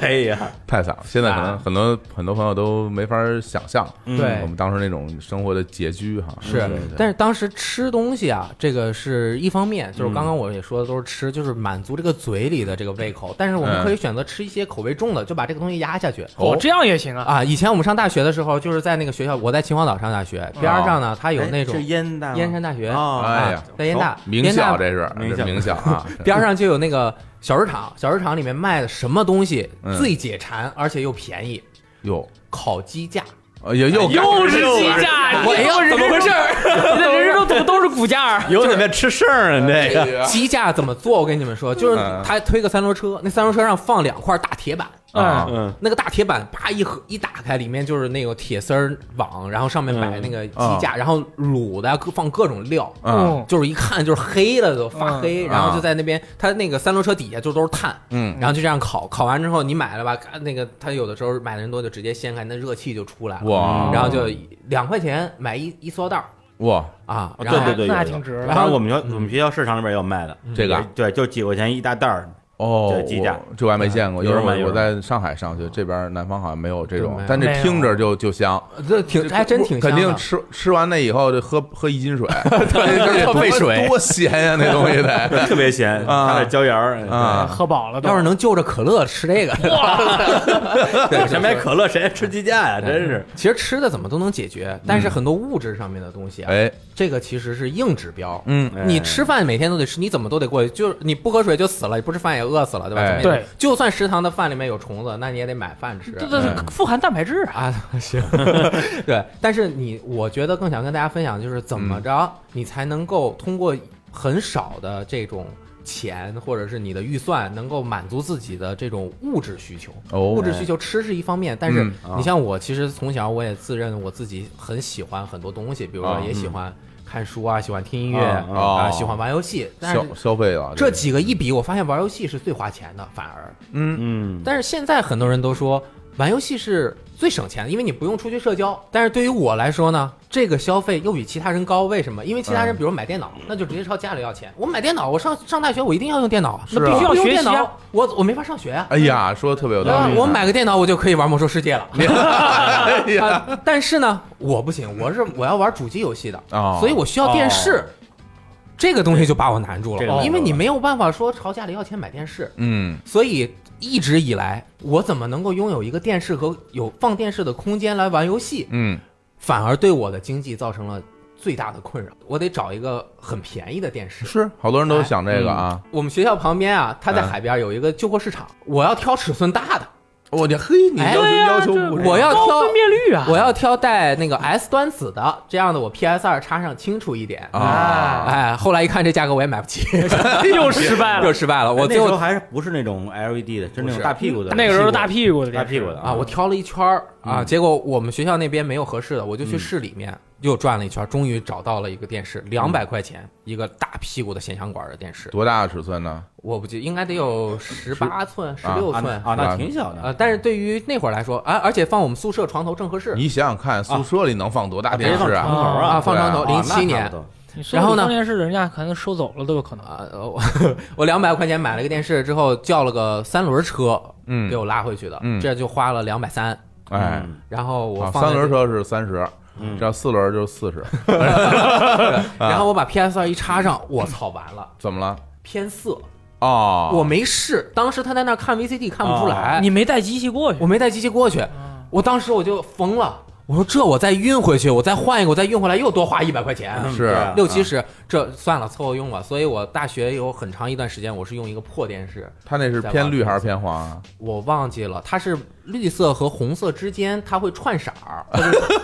[SPEAKER 1] 哎呀，
[SPEAKER 2] 太惨了。现在可能
[SPEAKER 4] 啊
[SPEAKER 2] 很多很多朋友都没法想象，
[SPEAKER 1] 嗯
[SPEAKER 4] 对
[SPEAKER 2] 我们当时那种生活的拮据哈。
[SPEAKER 4] 是
[SPEAKER 2] 对，
[SPEAKER 4] 但是当时吃东西啊，这个是一方面，就是刚刚我也说的都是吃，就是满足这个嘴里的这个胃口。但是我们可以选择吃一些口味重的，就把这个东西压下去。
[SPEAKER 2] 哎哦
[SPEAKER 3] 哦，这样也行啊。
[SPEAKER 4] 啊，以前我们上大学的时候，就是在那个学校，我在秦皇岛上大学，边儿上呢，它有那种
[SPEAKER 1] 哦哎是燕大吗
[SPEAKER 4] 燕山大学
[SPEAKER 1] 哦，
[SPEAKER 2] 哎呀
[SPEAKER 4] 啊，在燕大，
[SPEAKER 2] 名
[SPEAKER 4] 燕
[SPEAKER 2] 校
[SPEAKER 4] 大
[SPEAKER 2] 啊这是
[SPEAKER 1] 名
[SPEAKER 2] 这
[SPEAKER 1] 校
[SPEAKER 2] 名
[SPEAKER 1] *laughs*
[SPEAKER 2] 校啊，
[SPEAKER 4] 边上就有那个小市场，小市场里面卖的什么东西
[SPEAKER 2] 嗯
[SPEAKER 4] 最解馋，而且又便宜，
[SPEAKER 2] 哟，
[SPEAKER 4] 烤鸡架。
[SPEAKER 2] 哎呀，又
[SPEAKER 3] 又是鸡架，
[SPEAKER 4] 我哎呀，怎么回事儿？
[SPEAKER 3] 你的人生怎么都是骨架儿？
[SPEAKER 1] 有准备吃剩儿呢，这个
[SPEAKER 2] 个
[SPEAKER 4] 鸡架怎么做？我跟你们说，就是
[SPEAKER 2] 嗯
[SPEAKER 4] 他推个三轮车，那三轮车上放两块大铁板，
[SPEAKER 2] 啊，
[SPEAKER 1] 嗯，
[SPEAKER 4] 那个大铁板啪一合一打开，里面就是那个铁丝儿网，然后上
[SPEAKER 1] 嗯
[SPEAKER 4] 面摆那个鸡架，然后卤的各放各种料。
[SPEAKER 3] 哦
[SPEAKER 2] 嗯
[SPEAKER 4] 就是一看就是黑了都发黑，
[SPEAKER 2] 嗯
[SPEAKER 4] 然后就在那边，他那个三轮车底下就都是炭，
[SPEAKER 2] 嗯
[SPEAKER 4] 然后就这样烤，烤完之后你买了吧，咔那个他有的时候买的人多就直接掀开，那热气就出来了，
[SPEAKER 2] 哇哦
[SPEAKER 4] 然后就两块钱买一一塑料袋儿
[SPEAKER 2] 哇，
[SPEAKER 4] 啊，
[SPEAKER 1] 哦
[SPEAKER 4] 然后
[SPEAKER 1] 对对对，
[SPEAKER 3] 哎那还
[SPEAKER 1] 有有
[SPEAKER 3] 挺值的
[SPEAKER 1] 然后我们学我们学校市场里边也有卖的
[SPEAKER 2] 这
[SPEAKER 4] 嗯
[SPEAKER 2] 个啊
[SPEAKER 1] 对，就几块钱一大袋儿，
[SPEAKER 2] 哦，
[SPEAKER 1] 这鸡架
[SPEAKER 2] 我这我还没见
[SPEAKER 4] 嗯
[SPEAKER 2] 过，
[SPEAKER 1] 有
[SPEAKER 2] 因为
[SPEAKER 1] 人买有
[SPEAKER 2] 我我
[SPEAKER 1] 人
[SPEAKER 2] 在上海上学，这边南方好像没有这
[SPEAKER 4] 对没
[SPEAKER 2] 种
[SPEAKER 4] 有，
[SPEAKER 2] 但这
[SPEAKER 3] 没有
[SPEAKER 2] 听着就就香，
[SPEAKER 4] 这挺还真挺
[SPEAKER 2] 肯
[SPEAKER 4] 香的
[SPEAKER 2] 定吃吃完那以后就喝喝一
[SPEAKER 4] *laughs*
[SPEAKER 2] 斤水， *laughs* 对
[SPEAKER 4] 特费水
[SPEAKER 2] 多咸呀那东西
[SPEAKER 4] *laughs*
[SPEAKER 2] 得。
[SPEAKER 1] 特别咸，
[SPEAKER 2] 啊
[SPEAKER 1] 加点椒盐儿
[SPEAKER 2] 啊
[SPEAKER 3] 喝饱了都。
[SPEAKER 4] 要是能就着可乐吃这个， *laughs*
[SPEAKER 1] 对，谁买可乐谁还吃鸡架呀，真是。
[SPEAKER 4] 其实吃的怎么都能解决，但是很多物质上面的东西啊，
[SPEAKER 2] 哎，
[SPEAKER 4] 这个其实是硬指标。
[SPEAKER 2] 嗯，
[SPEAKER 1] 哎
[SPEAKER 4] 你吃饭每天都得吃，你怎么都得过去，就是你不喝水就死了，你不吃饭也饿死了，对吧？
[SPEAKER 2] 哎
[SPEAKER 4] 怎么也得
[SPEAKER 3] 对，
[SPEAKER 4] 就算食堂的饭里面有虫子，那你也得买饭吃
[SPEAKER 3] 这这是富含蛋白质啊！
[SPEAKER 4] 啊。行， *laughs* 对，但是你，我觉得更想跟大家分享的就是怎么着你才能够通过很少的这种钱或者是你的预算，能够满足自己的这种物质需求。
[SPEAKER 2] 哦
[SPEAKER 4] 物质需求吃是一方面，但是
[SPEAKER 2] 嗯
[SPEAKER 1] 啊
[SPEAKER 4] 你像我，其实从小我也自认我自己很喜欢很多东西，比如说
[SPEAKER 2] 啊
[SPEAKER 4] 也喜欢看书啊，喜欢听音乐
[SPEAKER 1] 啊
[SPEAKER 2] 啊
[SPEAKER 4] 啊，喜欢玩游戏。但是
[SPEAKER 2] 消消费了，
[SPEAKER 4] 这
[SPEAKER 2] 个
[SPEAKER 4] 几个一比，我发现玩游戏是最花钱的，反而。
[SPEAKER 2] 嗯
[SPEAKER 1] 嗯，
[SPEAKER 4] 但是现在很多人都说玩游戏是最省钱的，因为你不用出去社交。但是对于我来说呢，这个消费又比其他人高，为什么？因为其他
[SPEAKER 2] 嗯
[SPEAKER 4] 人比如买电脑，那就直接朝家里要钱。我买电脑，我上上大学我一定要用电脑，
[SPEAKER 2] 是啊
[SPEAKER 4] 那必须要
[SPEAKER 3] 不用
[SPEAKER 4] 学
[SPEAKER 3] 电
[SPEAKER 4] 电
[SPEAKER 3] 脑
[SPEAKER 4] 脑，我我没法上学呀、
[SPEAKER 2] 哎呀，说的特别有
[SPEAKER 4] 对
[SPEAKER 2] 道
[SPEAKER 4] 吧
[SPEAKER 2] 理。啊
[SPEAKER 4] 我买个电脑，我就可以玩魔兽世界了。
[SPEAKER 2] *laughs* 哎
[SPEAKER 4] *laughs*
[SPEAKER 2] 呀，
[SPEAKER 4] 啊，但是呢，我不行，我是我要玩主机游戏的，
[SPEAKER 2] 哦
[SPEAKER 4] 所以我需要电视，这哦个东西就把我难住
[SPEAKER 1] 这个难
[SPEAKER 4] 了，
[SPEAKER 1] 住
[SPEAKER 4] 因为你没有办法说朝家里要钱买电视，
[SPEAKER 2] 嗯，
[SPEAKER 4] 所以一直以来我怎么能够拥有一个电视和有放电视的空间来玩游戏，
[SPEAKER 2] 嗯
[SPEAKER 4] 反而对我的经济造成了最大的困扰，我得找一个很便宜的电视。
[SPEAKER 2] 是，好多人都想这个啊。
[SPEAKER 4] 我们学校旁边啊，它在海边有一个旧货市场，我要挑尺寸大的，
[SPEAKER 2] 我这嘿，你
[SPEAKER 4] 哎
[SPEAKER 2] 要求
[SPEAKER 3] 对呀
[SPEAKER 2] 要求
[SPEAKER 3] 这
[SPEAKER 2] 不是
[SPEAKER 4] 我要挑
[SPEAKER 3] 高分辨率啊！
[SPEAKER 4] 我要挑带那个 S 端子的，这样的我 PS 二插上清楚一点
[SPEAKER 2] 啊
[SPEAKER 4] 哎，后来一看这价格我也买不 *laughs* 起，
[SPEAKER 3] 又失败
[SPEAKER 4] 又
[SPEAKER 3] 了。
[SPEAKER 4] 失败了。我
[SPEAKER 1] 那
[SPEAKER 4] 最
[SPEAKER 1] 时
[SPEAKER 4] 后
[SPEAKER 1] 候还是不是那种 LED 的，是那
[SPEAKER 2] 不
[SPEAKER 1] 种
[SPEAKER 2] 是
[SPEAKER 1] 大屁股的，
[SPEAKER 3] 那个时候是大屁股的
[SPEAKER 1] 大
[SPEAKER 3] 电视
[SPEAKER 1] 屁股的
[SPEAKER 4] 啊，我挑了一圈儿啊，结果我们学校那边没有合适的，我就去
[SPEAKER 1] 嗯
[SPEAKER 4] 市里面又转了一圈，终于找到了一个电视，两百块钱一个大屁股的显像管的电视，
[SPEAKER 2] 多大的尺寸呢？
[SPEAKER 4] 我不记应该得有十八寸、十六
[SPEAKER 1] 啊那
[SPEAKER 4] 寸。
[SPEAKER 1] 啊，
[SPEAKER 2] 是吧
[SPEAKER 1] 那挺小
[SPEAKER 4] 呃，
[SPEAKER 1] 的，
[SPEAKER 4] 但是对于那会儿来说，啊，而且放我们宿舍床头正合适
[SPEAKER 2] 你想想看，宿舍里能放多大电
[SPEAKER 1] 别放
[SPEAKER 2] 视
[SPEAKER 1] 床
[SPEAKER 2] 啊？
[SPEAKER 1] 头
[SPEAKER 4] 啊，
[SPEAKER 1] 啊，
[SPEAKER 4] 放床头，
[SPEAKER 1] 啊
[SPEAKER 4] 零
[SPEAKER 1] 那差
[SPEAKER 4] 七
[SPEAKER 1] 不
[SPEAKER 4] 年，
[SPEAKER 1] 多
[SPEAKER 3] 你说
[SPEAKER 4] 然后呢
[SPEAKER 3] 当年是人家可能收走了都有可能。
[SPEAKER 4] 啊，我 *laughs* 我两百块钱买了个电视之后，叫了个三轮车给
[SPEAKER 2] 嗯，
[SPEAKER 4] 我拉回去的，
[SPEAKER 2] 嗯
[SPEAKER 4] 这就花了两百三。
[SPEAKER 2] 哎，
[SPEAKER 1] 嗯
[SPEAKER 4] 然后我
[SPEAKER 2] 啊
[SPEAKER 4] 放在
[SPEAKER 2] 三轮车
[SPEAKER 4] 这，
[SPEAKER 2] 是三十，
[SPEAKER 1] 嗯
[SPEAKER 2] 这四轮就是四
[SPEAKER 4] *laughs*
[SPEAKER 2] 十，
[SPEAKER 4] 然后我把 PS 二一插上，我操，完了
[SPEAKER 2] 怎么了？
[SPEAKER 4] 偏色，
[SPEAKER 2] 哦，
[SPEAKER 4] 我没试。当时他在那儿看 VCD 看不出
[SPEAKER 2] 啊
[SPEAKER 4] 来，
[SPEAKER 3] 你没带机器过去
[SPEAKER 4] *laughs* 我没带机器过去，我当时我就疯了，我说这我再运回去，我再换一个，我再运回来又多花一百块钱。
[SPEAKER 2] 嗯是
[SPEAKER 1] 对啊
[SPEAKER 4] 六七十，这算了，凑合用吧。所以我大学有很长一段时间，我是用一个破电视，
[SPEAKER 2] 他那是偏绿还是偏黄啊？
[SPEAKER 4] 我忘记了，它是绿色和红色之间它会串色
[SPEAKER 2] *laughs*
[SPEAKER 4] 儿，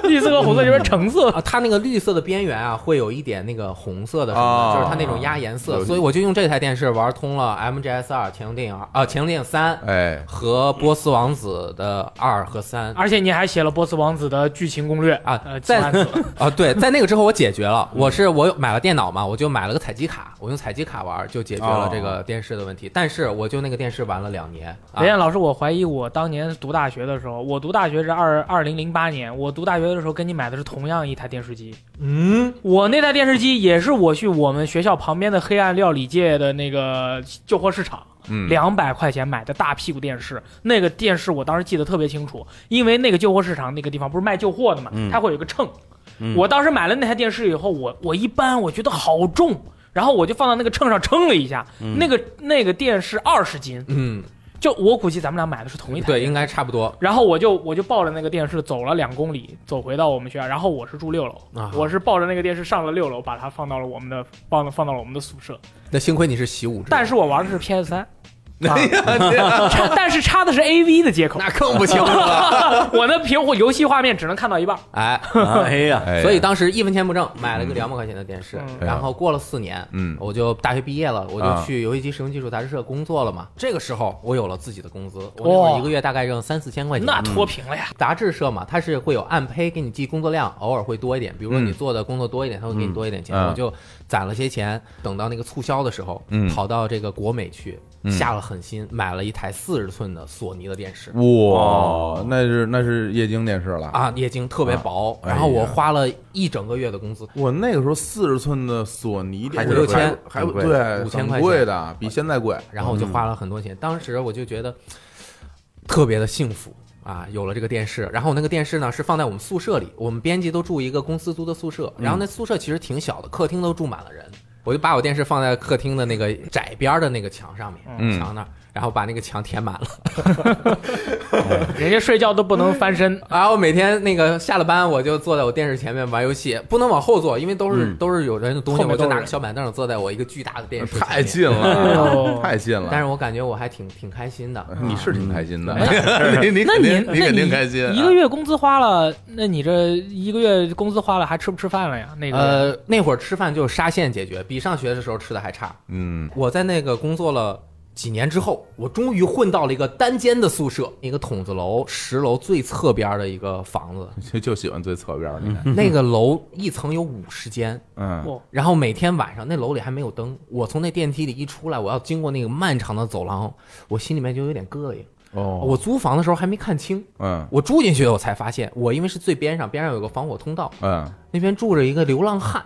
[SPEAKER 3] 绿色和红色这边橙色，
[SPEAKER 4] 啊，它那个绿色的边缘啊会有一点那个红色的什么
[SPEAKER 2] 哦
[SPEAKER 4] 的，就是它那种压颜
[SPEAKER 2] 有
[SPEAKER 4] 色，所以我就用这台电视玩通了 MGS 二《潜龙电影二》啊，《潜龙电影三》
[SPEAKER 2] 哎，
[SPEAKER 4] 和《波斯王子》的二和三
[SPEAKER 3] *laughs* 而且你还写了《波斯王子》的剧情攻略
[SPEAKER 4] 啊
[SPEAKER 3] 呃，
[SPEAKER 4] 在
[SPEAKER 3] 几万字
[SPEAKER 4] 啊，对，在那个之后我解决了，我是我有买了电脑嘛，我就买了个采集卡，我用采集卡玩就解决了这
[SPEAKER 2] 哦
[SPEAKER 4] 个电视的问题，但是我就那个电视玩了两年啊
[SPEAKER 3] *laughs* 雷，燕老师，我怀疑我当年读大学的时候，我读大学是二二零零八年，我读大学的时候跟你买的是同样一台电视机。
[SPEAKER 4] 嗯，
[SPEAKER 3] 我那台电视机也是我去我们学校旁边的黑暗料理界的那个旧货市场，
[SPEAKER 2] 嗯，
[SPEAKER 3] 两百块钱买的大屁股电视。那个电视我当时记得特别清楚，因为那个旧货市场那个地方不是卖旧货的嘛
[SPEAKER 1] 嗯，
[SPEAKER 3] 它会有一个秤。
[SPEAKER 1] 嗯
[SPEAKER 3] 我当时买了那台电视以后，我我一搬我觉得好重，然后我就放到那个秤上称了一下，那个那个电视二十斤，
[SPEAKER 4] 嗯，
[SPEAKER 3] 就我估计咱们俩买的是同一台。
[SPEAKER 4] 对，应该差不多
[SPEAKER 3] 然后我就我就抱着那个电视走了两公里，走回到我们学校。然后我是住六楼，
[SPEAKER 4] 啊
[SPEAKER 3] 我是抱着那个电视上了六楼，把它放到了我们的放到放到了我们的宿舍。
[SPEAKER 4] 那幸亏你是习武之人，
[SPEAKER 3] 但是我玩的是 PS 三、 *laughs* 插但是插的是 AV 的接口，
[SPEAKER 4] 那更不行了，
[SPEAKER 3] *laughs* 我的屏幕游戏画面只能看到一半。
[SPEAKER 4] *laughs* 哎。
[SPEAKER 1] 啊哎呀，
[SPEAKER 2] 哎
[SPEAKER 4] *laughs* 所以当时一分钱不挣，买了个两百块钱的电视，
[SPEAKER 3] 嗯
[SPEAKER 4] 然后过了四年，
[SPEAKER 2] 嗯
[SPEAKER 4] 我就大学毕业了，我
[SPEAKER 2] 啊
[SPEAKER 4] 就去游戏机使用技术杂志社工作了嘛。这个时候我有了自己的工资，我那会儿一个月大概挣三四
[SPEAKER 2] 哎
[SPEAKER 4] 千块钱。
[SPEAKER 3] 那脱贫了呀！
[SPEAKER 4] 杂志社嘛，它是会有按胚给你记工作量，偶尔会多一点，比如说
[SPEAKER 2] 嗯
[SPEAKER 4] 你做的工作多一点，它会给你多一点钱。
[SPEAKER 2] 嗯
[SPEAKER 4] 我就攒了些钱，等到那个促销的时候，
[SPEAKER 2] 嗯
[SPEAKER 4] 跑到这个国美去，下了狠心买了一台四十寸的索尼的电视。
[SPEAKER 2] 哇，那是那是液晶电视了！
[SPEAKER 4] 哦啊，液晶特别薄，
[SPEAKER 2] 哎呀
[SPEAKER 4] 然后我花了一整个月的工资，
[SPEAKER 2] 我那个时候四十寸的索尼电视
[SPEAKER 4] 还五六千
[SPEAKER 2] 还还
[SPEAKER 1] 很贵
[SPEAKER 2] 对
[SPEAKER 4] 五千
[SPEAKER 2] 很
[SPEAKER 4] 块钱
[SPEAKER 2] 贵的，比现在贵。
[SPEAKER 4] 然后我就花了很多钱。当时我就觉得特别的幸福啊，有了这个电视。然后那个电视呢是放在我们宿舍里，我们编辑都住一个公司租的宿舍，然后那宿舍其实挺小的，客厅都住满了人。我就把我电视放在客厅的那个窄边儿的那个墙上面，
[SPEAKER 2] 嗯
[SPEAKER 4] 墙那儿，然后把那个墙填满了。
[SPEAKER 3] 人家睡觉都不能翻身，
[SPEAKER 4] 然后每天那个下了班，我就坐在我电视前面玩游戏，不能往后坐，因为都是、
[SPEAKER 1] 嗯
[SPEAKER 4] 都是有人的东西，
[SPEAKER 3] 后面
[SPEAKER 4] 我
[SPEAKER 3] 都
[SPEAKER 4] 就是拿
[SPEAKER 3] 人
[SPEAKER 4] 个小板凳坐在我一个巨大的电视前
[SPEAKER 2] 太
[SPEAKER 4] 面。
[SPEAKER 2] 近
[SPEAKER 3] 哎
[SPEAKER 2] 了，
[SPEAKER 3] 呦
[SPEAKER 2] 太近了。嗯
[SPEAKER 4] 但是我感觉我还挺挺开心的。
[SPEAKER 2] 你是挺开心的，
[SPEAKER 4] 嗯
[SPEAKER 2] 你 *laughs* 你
[SPEAKER 3] 那
[SPEAKER 2] 肯
[SPEAKER 3] 你
[SPEAKER 2] 定
[SPEAKER 3] 那
[SPEAKER 2] 你肯定开心啊。
[SPEAKER 3] 一个月工资花了，那你这一个月工资花了，还吃不吃饭了呀？那个、 *laughs*
[SPEAKER 4] 呃，那会儿吃饭就是沙县解决，比上学的时候吃的还差。
[SPEAKER 2] 嗯，
[SPEAKER 4] 我在那个工作了几年之后，我终于混到了一个单间的宿舍，一个筒子楼十楼最侧边的一个房子。
[SPEAKER 3] 嗯
[SPEAKER 2] 就就喜欢最侧
[SPEAKER 4] 嗯
[SPEAKER 2] 边儿那个。
[SPEAKER 4] 那个楼一层有五十间，
[SPEAKER 2] 嗯，
[SPEAKER 3] 哦
[SPEAKER 4] 然后每天晚上那楼里还没有灯，我从那电梯里一出来，我要经过那个漫长的走廊，我心里面就有点膈应。
[SPEAKER 2] 哦，
[SPEAKER 4] 我租房的时候还没看清，
[SPEAKER 2] 嗯
[SPEAKER 4] 我住进去我才发现，我因为是最边上，边上有个防火通道，
[SPEAKER 2] 嗯，
[SPEAKER 4] 那边住着一个流浪汉，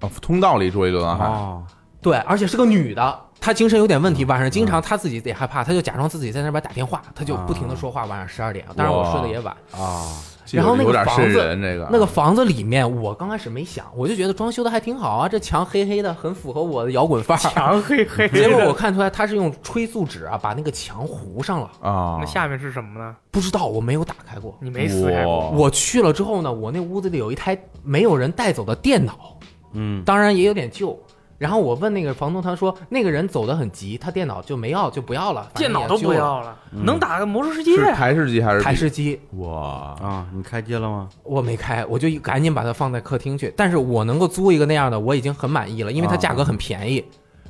[SPEAKER 2] 哦通道里住一流浪汉，
[SPEAKER 1] 哦，
[SPEAKER 4] 对，而且是个女的，她精神有点问题，晚上经常她自己也害怕，她就假装自己在那边打电话，她就不
[SPEAKER 3] 啊
[SPEAKER 4] 停的说话，晚上十二点，当然我睡得也晚。
[SPEAKER 1] 啊，
[SPEAKER 4] 然后那个
[SPEAKER 2] 有点
[SPEAKER 4] 房
[SPEAKER 2] 瘆
[SPEAKER 4] 子
[SPEAKER 2] 人，这个
[SPEAKER 3] 嗯
[SPEAKER 4] 那个房子里面，我刚开始没想，我就觉得装修的还挺好啊，这墙黑黑的，很符合我的摇滚范儿。
[SPEAKER 3] 墙黑黑
[SPEAKER 4] 结果我
[SPEAKER 3] 的。
[SPEAKER 4] 看出来他是用吹塑纸啊把那个墙糊上了，
[SPEAKER 2] 啊，
[SPEAKER 3] 那下面是什么呢？
[SPEAKER 4] 不知道我没有打开过。
[SPEAKER 3] 你没死开过，
[SPEAKER 2] 哇
[SPEAKER 4] 我去了之后呢，我那屋子里有一台没有人带走的电脑，
[SPEAKER 1] 嗯，
[SPEAKER 4] 当然也有点旧。然后我问那个房东，他说那个人走得很急，他电脑就没要就不要了，反
[SPEAKER 3] 电
[SPEAKER 4] 正
[SPEAKER 3] 脑
[SPEAKER 4] 也
[SPEAKER 3] 都
[SPEAKER 4] 旧
[SPEAKER 3] 不
[SPEAKER 4] 了。
[SPEAKER 3] 要了，能打个魔兽世界
[SPEAKER 2] 是台式机还是
[SPEAKER 4] 台式机
[SPEAKER 2] 哇
[SPEAKER 4] 哦
[SPEAKER 1] 啊，你开机了吗？
[SPEAKER 4] 我没开，我就赶紧把它放在客厅去。但是我能够租一个那样的，我已经很满意了，因为它价
[SPEAKER 2] 啊
[SPEAKER 4] 格很便宜。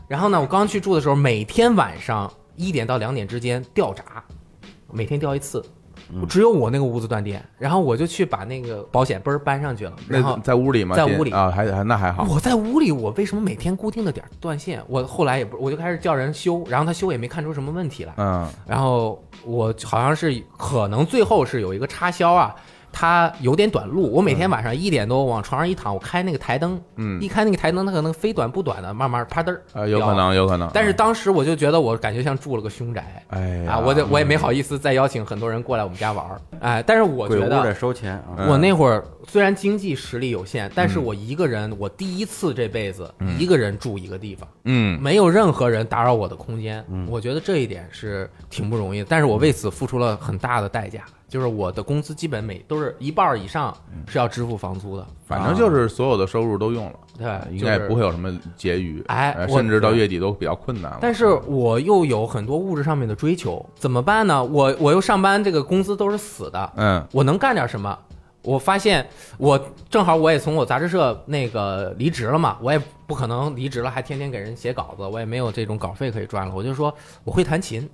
[SPEAKER 4] 然后呢，我刚去住的时候，每天晚上一点到两点之间掉闸，每天掉一次，
[SPEAKER 2] 嗯
[SPEAKER 4] 只有我那个屋子断电。然后我就去把那个保险嘣儿搬上去了，然
[SPEAKER 2] 那
[SPEAKER 4] 后
[SPEAKER 2] 在屋里吗？
[SPEAKER 4] 在
[SPEAKER 2] 电
[SPEAKER 4] 屋里
[SPEAKER 2] 啊，还还那还好，
[SPEAKER 4] 我在屋里，我为什么每天固定的点儿断线？我后来也不，我就开始叫人修，然后他修也没看出什么问题来。
[SPEAKER 2] 嗯
[SPEAKER 4] 然后我好像是可能最后是有一个插销啊，它有点短路。我每天晚上一点多往床上一躺，我开那个台灯，
[SPEAKER 2] 嗯
[SPEAKER 4] 一开那个台灯，它可能非短不短的，慢慢啪噔儿
[SPEAKER 2] 啊，有可
[SPEAKER 4] 掉了。
[SPEAKER 2] 能有可能，啊
[SPEAKER 4] 但是当时我就觉得我感觉像住了个凶宅。
[SPEAKER 2] 哎呀
[SPEAKER 4] 啊，我就我也没好意思再邀请很多人过来我们家玩儿，哎，但是我
[SPEAKER 1] 鬼
[SPEAKER 4] 觉
[SPEAKER 1] 屋
[SPEAKER 4] 得
[SPEAKER 1] 得收钱啊，
[SPEAKER 2] 嗯
[SPEAKER 4] 我那会儿虽然经济实力有限，但是我一个人，我第一次这辈子一个人住一个地方，
[SPEAKER 2] 嗯
[SPEAKER 4] 没有任何人打扰我的空间。我觉得这一点是挺不容易的，但是我为此付出了很大的代价，就是我的工资基本每都是一半儿以上是要支付房租的。
[SPEAKER 2] 反正就是所有的收入都用了，
[SPEAKER 4] 对，
[SPEAKER 2] 嗯应该也
[SPEAKER 4] 啊就是
[SPEAKER 2] 不会有什么结余，
[SPEAKER 4] 哎
[SPEAKER 2] 呃
[SPEAKER 4] 我
[SPEAKER 2] 甚至到月底都比较困难了。
[SPEAKER 4] 但是我又有很多物质上面的追求，怎么办呢？我我又上班，这个工资都是死的，
[SPEAKER 2] 嗯
[SPEAKER 4] 我能干点什么？我发现我正好我也从我杂志社那个离职了嘛，我也不可能离职了还天天给人写稿子，我也没有这种稿费可以赚了。我就说我会弹琴，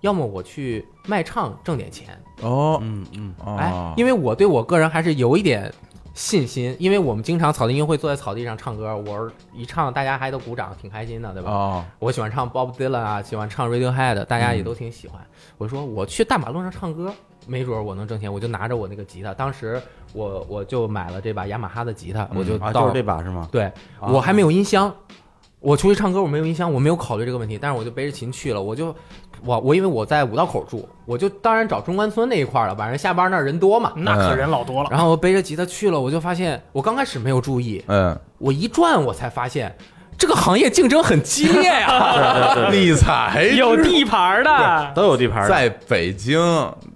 [SPEAKER 4] 要么我去卖唱挣点钱。
[SPEAKER 2] 哦
[SPEAKER 1] 嗯嗯，
[SPEAKER 4] 哎
[SPEAKER 2] 哦，，
[SPEAKER 4] 因为我对我个人还是有一点信心，因为我们经常草地音乐会坐在草地上唱歌，我一唱大家还都鼓掌，挺开心的，对吧？
[SPEAKER 2] 哦
[SPEAKER 4] 我喜欢唱 Bob Dylan 啊，喜欢唱 Radiohead，大家也
[SPEAKER 1] 嗯
[SPEAKER 4] 都挺喜欢。我说我去大马路上唱歌，没准儿我能挣钱，我就拿着我那个吉他，当时我我就买了这把雅马哈的吉他，我就
[SPEAKER 1] 啊，
[SPEAKER 4] 到、
[SPEAKER 1] 就是这把是吗？
[SPEAKER 4] 对、
[SPEAKER 1] 啊
[SPEAKER 4] 我还没有音箱，我出去唱歌我没有音箱，我没有考虑这个问题，但是我就背着琴去了，我就我我因为我在五道口住，我就当然找中关村那一块儿了，晚上下班那儿人多嘛，
[SPEAKER 3] 那可人老多了。
[SPEAKER 4] 然后我背着吉他去了，我就发现我刚开始没有注意，
[SPEAKER 2] 嗯，
[SPEAKER 4] 我一转我才发现。这个行业竞争很激烈呀、呃 *laughs*
[SPEAKER 2] 理财
[SPEAKER 3] 有地盘
[SPEAKER 4] 哎
[SPEAKER 3] 的，
[SPEAKER 1] 都有地盘的，
[SPEAKER 2] 在北京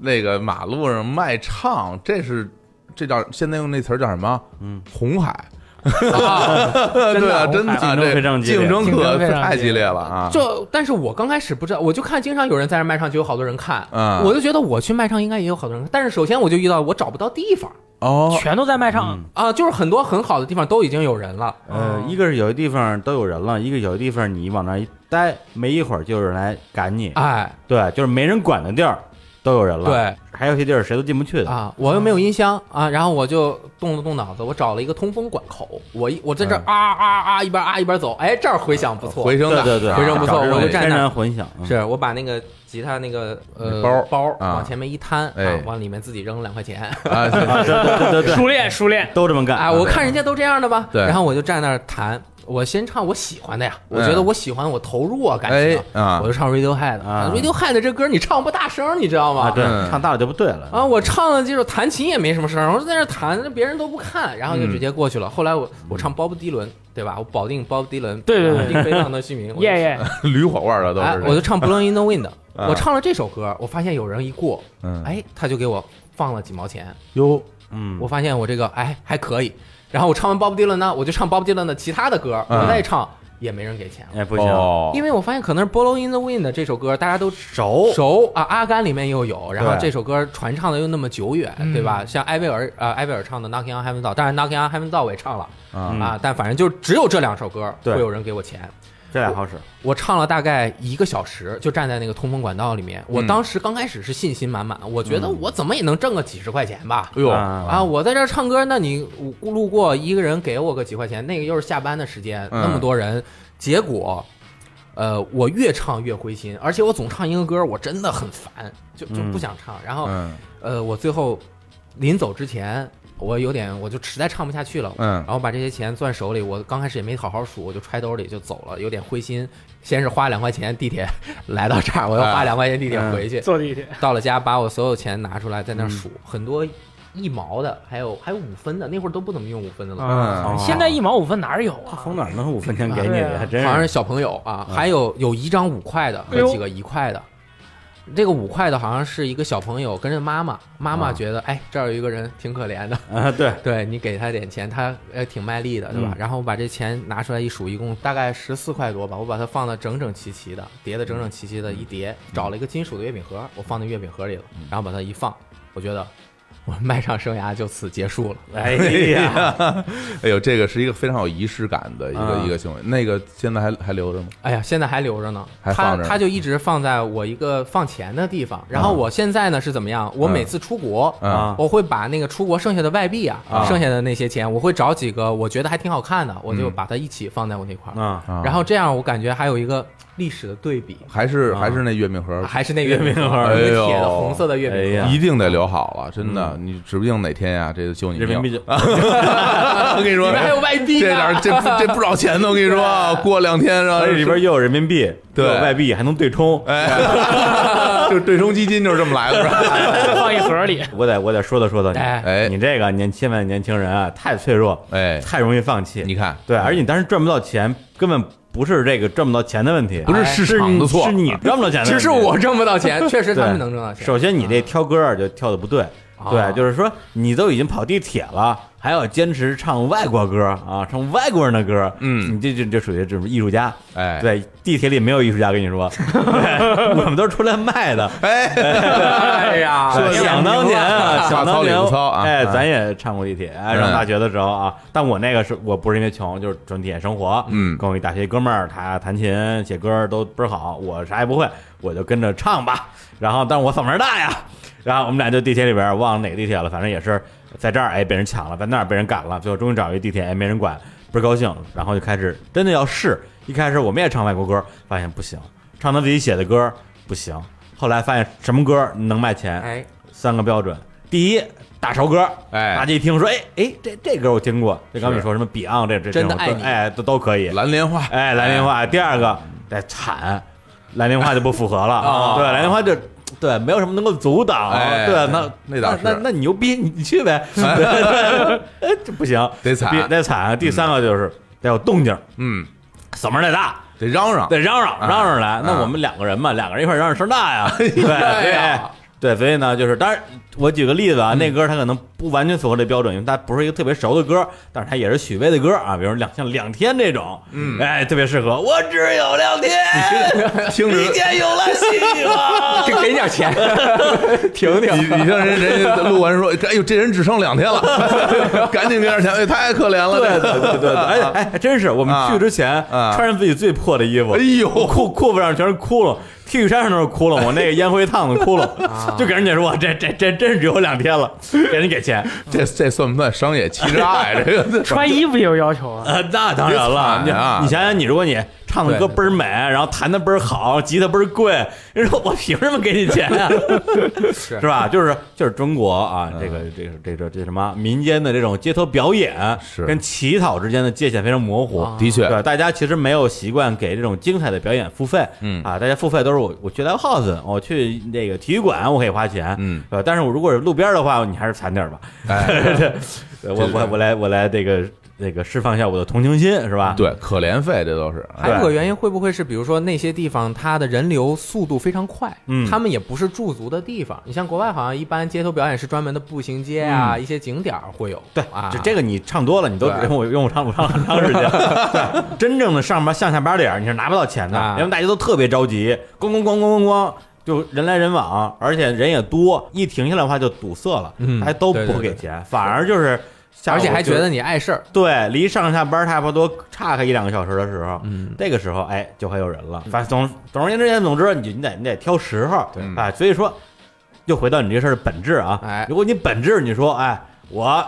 [SPEAKER 2] 那个马路上卖唱，这是这叫现在用那词儿叫什么？嗯，红海。对啊，真的啊，
[SPEAKER 1] 竞争
[SPEAKER 2] 这
[SPEAKER 1] 非常激烈
[SPEAKER 2] 竞争
[SPEAKER 3] 竞
[SPEAKER 2] 可
[SPEAKER 3] 争非常
[SPEAKER 2] 太激
[SPEAKER 3] 激烈
[SPEAKER 2] 烈了啊！
[SPEAKER 4] 就但是我刚开始不知道，我就看经常有人在那卖唱，就有好多人看，
[SPEAKER 2] 嗯
[SPEAKER 4] 我就觉得我去卖唱应该也有好多人看。但是首先我就遇到我找不到地方
[SPEAKER 2] 哦，
[SPEAKER 3] 全都在卖唱。
[SPEAKER 4] 啊、就是很多很好的地方都已经有人了，
[SPEAKER 1] 嗯呃，一个是有的地方都有人了，一个有的地方你往那儿一待，没一会儿就有人来赶你。
[SPEAKER 4] 哎
[SPEAKER 1] 对，就是没人管的地儿都有人了。
[SPEAKER 4] 对，
[SPEAKER 1] 还有些地儿谁都进不去的。
[SPEAKER 4] 啊，我又没有音箱啊，然后我就动了动脑子，我找了一个通风管口，我一我在这儿啊啊啊一边啊一边走，哎，这儿回响不错，
[SPEAKER 2] 嗯回声
[SPEAKER 1] 对
[SPEAKER 2] 的，
[SPEAKER 1] 对对，
[SPEAKER 4] 非常不错
[SPEAKER 1] 找这种
[SPEAKER 4] 我就站
[SPEAKER 1] 天
[SPEAKER 2] 哎
[SPEAKER 4] 那儿
[SPEAKER 1] 然混响。嗯
[SPEAKER 4] 是我把那个吉他那个呃
[SPEAKER 2] 那包
[SPEAKER 4] 包儿
[SPEAKER 2] 啊
[SPEAKER 4] 往前面一摊，啊
[SPEAKER 2] 哎，
[SPEAKER 4] 往里面自己扔了两块钱。
[SPEAKER 2] 啊，对
[SPEAKER 1] 啊，对对对对对，
[SPEAKER 3] 熟练熟
[SPEAKER 4] *laughs*
[SPEAKER 3] 练，
[SPEAKER 1] 都这么干
[SPEAKER 4] 啊，我看人家都这样的吧，
[SPEAKER 2] *laughs* 对
[SPEAKER 4] 然后我就站那儿弹，我先唱我喜欢的呀，我觉得我喜欢，我投入啊，感
[SPEAKER 2] 嗯 *laughs* 哎
[SPEAKER 4] 情，
[SPEAKER 2] 啊
[SPEAKER 4] 我，就唱 Radiohead
[SPEAKER 1] 啊
[SPEAKER 4] Radiohead 这歌你唱不大声，你知道
[SPEAKER 1] 啊，
[SPEAKER 4] 吗？
[SPEAKER 1] 对，
[SPEAKER 2] 嗯
[SPEAKER 1] 唱大了就不对了
[SPEAKER 4] 啊，我唱的就是弹琴也没什么声儿，我就在那儿弹，别人都不看，然后
[SPEAKER 2] 嗯
[SPEAKER 4] 就直接过去了。后来我我唱鲍勃迪伦，对吧？我保定鲍勃迪伦，
[SPEAKER 3] 对对对
[SPEAKER 4] 保定非常的虚名，我就
[SPEAKER 3] 耶 *laughs* 耶，
[SPEAKER 2] *laughs* 驴火罐的都
[SPEAKER 4] 哎
[SPEAKER 2] 是，，
[SPEAKER 4] 我就唱《Blowing in the Wind》，
[SPEAKER 2] 啊
[SPEAKER 4] 我唱了这首歌，我发现有人一过，
[SPEAKER 2] 嗯
[SPEAKER 4] 哎，他就给我放了几毛钱，
[SPEAKER 2] 哟，
[SPEAKER 1] 嗯，
[SPEAKER 4] 我发现我这个哎还可以。然后我唱完 Bob Dylan 呢，我就唱 Bob Dylan 的其他的歌，
[SPEAKER 2] 嗯
[SPEAKER 4] 我再唱也没人给钱了，
[SPEAKER 1] 哎不行，
[SPEAKER 2] 哦，
[SPEAKER 4] 因为我发现可能是《Blow in the Wind》这首歌大家都
[SPEAKER 1] 熟
[SPEAKER 4] 熟啊，《阿甘》里面又有，然后
[SPEAKER 1] 对
[SPEAKER 4] 这首歌传唱的又那么久远，
[SPEAKER 3] 嗯
[SPEAKER 4] 对吧？像艾薇儿呃艾薇儿唱的《Knocking on Heaven's Door》，当然《Knocking on Heaven's Door》我也唱了、
[SPEAKER 2] 啊
[SPEAKER 1] 嗯
[SPEAKER 4] 啊，但反正就只有这两首歌会
[SPEAKER 1] 对
[SPEAKER 4] 有人给我钱。
[SPEAKER 1] 这俩好使。
[SPEAKER 4] 我唱了大概一个小时，就站在那个通风管道里面。我
[SPEAKER 2] 嗯
[SPEAKER 4] 当时刚开始是信心满满，我觉得我怎么也能挣个几十块钱吧。
[SPEAKER 2] 哎呦，
[SPEAKER 1] 啊，
[SPEAKER 4] 啊，我在这儿唱歌，那你我路过一个人给我个几块钱，那个又是下班的时间，
[SPEAKER 2] 嗯
[SPEAKER 4] 那么多人，结果呃，我越唱越灰心，而且我总唱一个歌，我真的很烦，就就
[SPEAKER 1] 嗯
[SPEAKER 4] 不想唱。然后
[SPEAKER 2] 嗯
[SPEAKER 4] 呃，我最后临走之前，我有点我就实在唱不下去了，
[SPEAKER 2] 嗯
[SPEAKER 4] 然后把这些钱攥手里，我刚开始也没好好数，我就揣兜里就走了，有点灰心。先是花两块钱地铁来到这儿，我又花
[SPEAKER 1] 哎
[SPEAKER 2] 啊
[SPEAKER 4] 两块钱地铁
[SPEAKER 2] 嗯
[SPEAKER 4] 回去，
[SPEAKER 3] 坐地铁，
[SPEAKER 4] 到了家把我所有钱拿出来在
[SPEAKER 1] 嗯
[SPEAKER 4] 那儿数，很多一毛的，还有还有五分的，那会儿都不怎么用五分的了。
[SPEAKER 1] 哦
[SPEAKER 2] 嗯
[SPEAKER 3] 现在一毛五分哪儿有
[SPEAKER 1] 他
[SPEAKER 3] 啊？
[SPEAKER 1] 从哪儿弄五分钱给你
[SPEAKER 3] 对啊
[SPEAKER 1] 的？还真
[SPEAKER 4] 好像是
[SPEAKER 1] 是
[SPEAKER 4] 小朋友啊，还有有一张五块的
[SPEAKER 3] 哎
[SPEAKER 4] 和
[SPEAKER 3] 呦
[SPEAKER 4] 几个一块的。这个五块的好像是一个小朋友跟着妈妈，妈妈
[SPEAKER 1] 啊
[SPEAKER 4] 觉得、哎这儿有一个人挺可怜的，
[SPEAKER 1] 啊， *laughs* 对，
[SPEAKER 4] 对你给他点钱，他呃挺卖力的，对吧？
[SPEAKER 1] 嗯
[SPEAKER 4] 然后我把这钱拿出来一数，一共大概十四块多吧，我把它放的整整齐齐的，叠的整整齐齐的
[SPEAKER 2] 嗯
[SPEAKER 4] 一叠，找了一个金属的月饼盒，我放在月饼盒里了，然后把它一放，我觉得我卖唱生涯就此结束了。
[SPEAKER 1] 哎呀，
[SPEAKER 2] 哎呦，这个是一个非常有仪式感的一个
[SPEAKER 1] 啊
[SPEAKER 2] 一个行为。那个现在还还留着吗？
[SPEAKER 4] 哎呀，现在还留着呢，
[SPEAKER 2] 还放着呢
[SPEAKER 4] 它它就一直放在我一个放钱的地方。然后我现在呢是怎么样？我每次出国，
[SPEAKER 1] *laughs*
[SPEAKER 2] 嗯
[SPEAKER 1] 啊
[SPEAKER 4] 我会把那个出国剩下的外币啊，
[SPEAKER 2] 啊
[SPEAKER 4] 剩下的那些钱，我会找几个我觉得还挺好看的，我就
[SPEAKER 2] 嗯
[SPEAKER 4] 把它一起放在我那块儿。
[SPEAKER 1] 啊，
[SPEAKER 2] 啊
[SPEAKER 4] 然后这样我感觉还有一个历史的对比，
[SPEAKER 2] 还是
[SPEAKER 1] 啊
[SPEAKER 2] 还是那月饼盒，
[SPEAKER 4] 还是那个月饼盒
[SPEAKER 2] 哎
[SPEAKER 4] 儿，
[SPEAKER 2] 呦
[SPEAKER 4] 那个铁的红色的月
[SPEAKER 1] 哎
[SPEAKER 4] 饼
[SPEAKER 1] 呀
[SPEAKER 4] 盒儿。
[SPEAKER 2] 一定得留好了，真的，你指不定哪天呀，这就救你
[SPEAKER 1] 人民币
[SPEAKER 2] 命。
[SPEAKER 1] 就
[SPEAKER 2] *laughs* 我跟你
[SPEAKER 4] 里
[SPEAKER 2] 说，
[SPEAKER 4] 面还有外币呢，
[SPEAKER 2] 这哪 *laughs* 儿这这不少钱呢？我跟你说，啊过两天然后
[SPEAKER 1] 所啊以里边又有人民 *laughs* 币，
[SPEAKER 2] 对
[SPEAKER 1] 又有外币，还能对冲。
[SPEAKER 2] 哎， *laughs* 就对冲基金就是这么来的。是吧
[SPEAKER 3] 放一盒里，
[SPEAKER 1] 我得我得说道说道你，
[SPEAKER 4] 哎
[SPEAKER 2] 哎
[SPEAKER 1] 你这个年千万年轻人啊，太脆弱，
[SPEAKER 2] *laughs* 哎
[SPEAKER 1] 太容易放弃。
[SPEAKER 2] 你看，
[SPEAKER 1] 对，而且你当时赚不到钱，根本不是这个赚不到钱的问题，哎
[SPEAKER 2] 不是市场的错
[SPEAKER 1] 是你赚不到钱的问题。
[SPEAKER 4] 只是我挣不到钱，确实
[SPEAKER 1] 对
[SPEAKER 4] 他们能挣到钱。
[SPEAKER 1] 首先，你这挑歌儿就挑的不对。
[SPEAKER 4] 啊
[SPEAKER 1] 对，就是说你都已经跑地铁了，还要坚持唱外国歌儿啊，唱外国人的歌儿，
[SPEAKER 2] 嗯
[SPEAKER 1] 你这这这属于这种艺术家。
[SPEAKER 2] 哎，，
[SPEAKER 1] 对，地铁里没有艺术家，跟你
[SPEAKER 2] *laughs*
[SPEAKER 1] 说，对我们都是出来卖的。
[SPEAKER 2] 哎，
[SPEAKER 4] 哎呀，哎
[SPEAKER 2] 说
[SPEAKER 1] 想当年
[SPEAKER 2] *laughs*
[SPEAKER 1] 啊，想当年
[SPEAKER 2] 话糙理不糙，啊
[SPEAKER 1] 哎，
[SPEAKER 2] 嗯
[SPEAKER 1] 咱也上过地铁，哎上大学的时候啊，但我那个是我不是因为穷，就是纯体验生活。
[SPEAKER 2] 嗯
[SPEAKER 1] 跟我一大学哥们儿，他弹琴、写歌都倍儿好，我啥也不会，我就跟着唱吧。然后，但是我嗓门儿大呀，然后我们俩就地铁里边儿忘了哪个地铁了，反正也是在这儿哎被人抢了，在那儿被人赶了，最后终于找一地铁哎没人管，倍儿高兴，然后就开始真的要试。一开始我们也唱外国歌，发现不行，唱他自己写的歌不行。后来发现什么歌能卖钱，
[SPEAKER 4] 哎，
[SPEAKER 1] 三个标准：第一，大潮歌，
[SPEAKER 2] 哎
[SPEAKER 1] 大家一听说，哎哎，这这歌我听过，就刚才你说什么 Beyond 这这
[SPEAKER 4] 真的
[SPEAKER 1] 这种
[SPEAKER 4] 爱
[SPEAKER 1] 都
[SPEAKER 4] 你
[SPEAKER 1] 哎，都都可以。
[SPEAKER 2] 蓝莲花，
[SPEAKER 1] 哎，蓝莲花。第二个得惨，蓝莲花就不符合了
[SPEAKER 4] 啊。
[SPEAKER 1] 对，蓝莲花就对，没有什么能够阻挡。
[SPEAKER 2] 哦哎
[SPEAKER 1] 对，那
[SPEAKER 2] 那倒是
[SPEAKER 1] 那那你牛逼，你你去
[SPEAKER 2] *laughs*
[SPEAKER 1] 呗。对对 *laughs* 哎，这不行，
[SPEAKER 2] 得惨
[SPEAKER 1] 别得惨。第三个就是得有动静，
[SPEAKER 2] 嗯，
[SPEAKER 1] 嗓门儿得大。
[SPEAKER 2] 得嚷嚷，
[SPEAKER 1] 得嚷嚷
[SPEAKER 2] 啊
[SPEAKER 1] 嚷嚷来。那
[SPEAKER 2] 啊
[SPEAKER 1] 我们两个人嘛，两个人一块儿嚷嚷声大
[SPEAKER 2] *laughs*
[SPEAKER 1] 呀，对
[SPEAKER 4] 哎呀
[SPEAKER 1] 对对，所以呢，就是当然，我举个例子
[SPEAKER 2] 嗯
[SPEAKER 1] 啊，那歌它可能不完全符合这标准，因为它不是一个特别熟的歌，但是它也是许巍的歌啊，比如两像两天这种，嗯，哎，特别适合。我只有两天，
[SPEAKER 2] 听着
[SPEAKER 1] 明天有了希
[SPEAKER 2] *laughs*
[SPEAKER 1] 望。
[SPEAKER 4] 给你点钱，停
[SPEAKER 2] 你
[SPEAKER 4] 停。
[SPEAKER 2] 你像人人家录完说，哎呦，这人只剩两天了， *laughs* 赶紧给点钱，哎，太可怜了，
[SPEAKER 1] 对
[SPEAKER 2] 这
[SPEAKER 1] 对对对对，哎哎，还真是我们
[SPEAKER 2] 啊
[SPEAKER 1] 去之前
[SPEAKER 2] 啊
[SPEAKER 1] 穿上自己最破的衣服，
[SPEAKER 2] *laughs* 哎
[SPEAKER 1] *laughs*
[SPEAKER 2] 呦
[SPEAKER 1] 裤裤子上全是窟窿，T 恤衫上都是窟窿，我那个烟灰烫的窟窿， *laughs* 就给人家说，这这这真是只有两天了，给人给钱，
[SPEAKER 2] 这这算不算商业欺诈呀？这个
[SPEAKER 3] *laughs* 穿衣服也有要求啊。
[SPEAKER 1] 呃，那当然了，
[SPEAKER 2] 别惨啊
[SPEAKER 1] 你你想想，你如果你唱的歌
[SPEAKER 4] 对
[SPEAKER 1] 倍儿美，然后弹的倍儿好，吉他倍儿贵，人说我凭什么给你钱啊？ *laughs* 是吧？就是就是中国啊，这个这个这个这什么民间的这种街头表演，
[SPEAKER 2] 是
[SPEAKER 1] 跟乞讨之间的界限非常模糊，
[SPEAKER 4] 啊
[SPEAKER 2] 的确
[SPEAKER 1] 对，大家其实没有习惯给这种精彩的表演付费，
[SPEAKER 2] 嗯
[SPEAKER 1] 啊，大家付费都是我我去 live house，我去那个体育馆，我可以花钱，
[SPEAKER 2] 嗯
[SPEAKER 1] 对吧，但是我如果是路边儿的话，你还是惨点儿吧，
[SPEAKER 2] 哎，
[SPEAKER 1] *laughs* 对，我我我来我来这个那个释放一下我的同情心是吧？
[SPEAKER 2] 对，可怜费这都是，
[SPEAKER 4] 还有哎个原因会不会是，比如说那些地方它的人流速度非常快，
[SPEAKER 1] 嗯
[SPEAKER 4] 他们也不是驻足的地方。你像国外好像一般街头表演是专门的步行街啊，一些景点儿会有。
[SPEAKER 1] 嗯对
[SPEAKER 4] 啊，
[SPEAKER 1] 就这个你唱多了，你都
[SPEAKER 4] 对
[SPEAKER 1] *laughs* 用我用我唱我唱很长
[SPEAKER 4] *laughs*
[SPEAKER 1] 时间。对，真正的上班上下班点儿你是拿不到钱的，
[SPEAKER 4] 啊
[SPEAKER 1] 因为大家都特别着急，咣咣咣咣咣咣。就人来人往，而且人也多，一停下来的话就堵塞了，
[SPEAKER 4] 嗯
[SPEAKER 1] 大家都
[SPEAKER 4] 对对
[SPEAKER 1] 不
[SPEAKER 4] 对
[SPEAKER 1] 给钱，反而就是下午
[SPEAKER 4] 而
[SPEAKER 1] 就，
[SPEAKER 4] 且还觉得你碍事儿。
[SPEAKER 1] 对，离上下班差不多岔开一两个小时的时候，
[SPEAKER 4] 嗯，
[SPEAKER 1] 这个时候哎就会有人了。反正总总而言之，言总之，你就你得你得挑时候，
[SPEAKER 2] 对
[SPEAKER 1] 啊，所以说又回到你这事儿的本质啊。
[SPEAKER 4] 嗯哎
[SPEAKER 1] 如果你本质你说哎我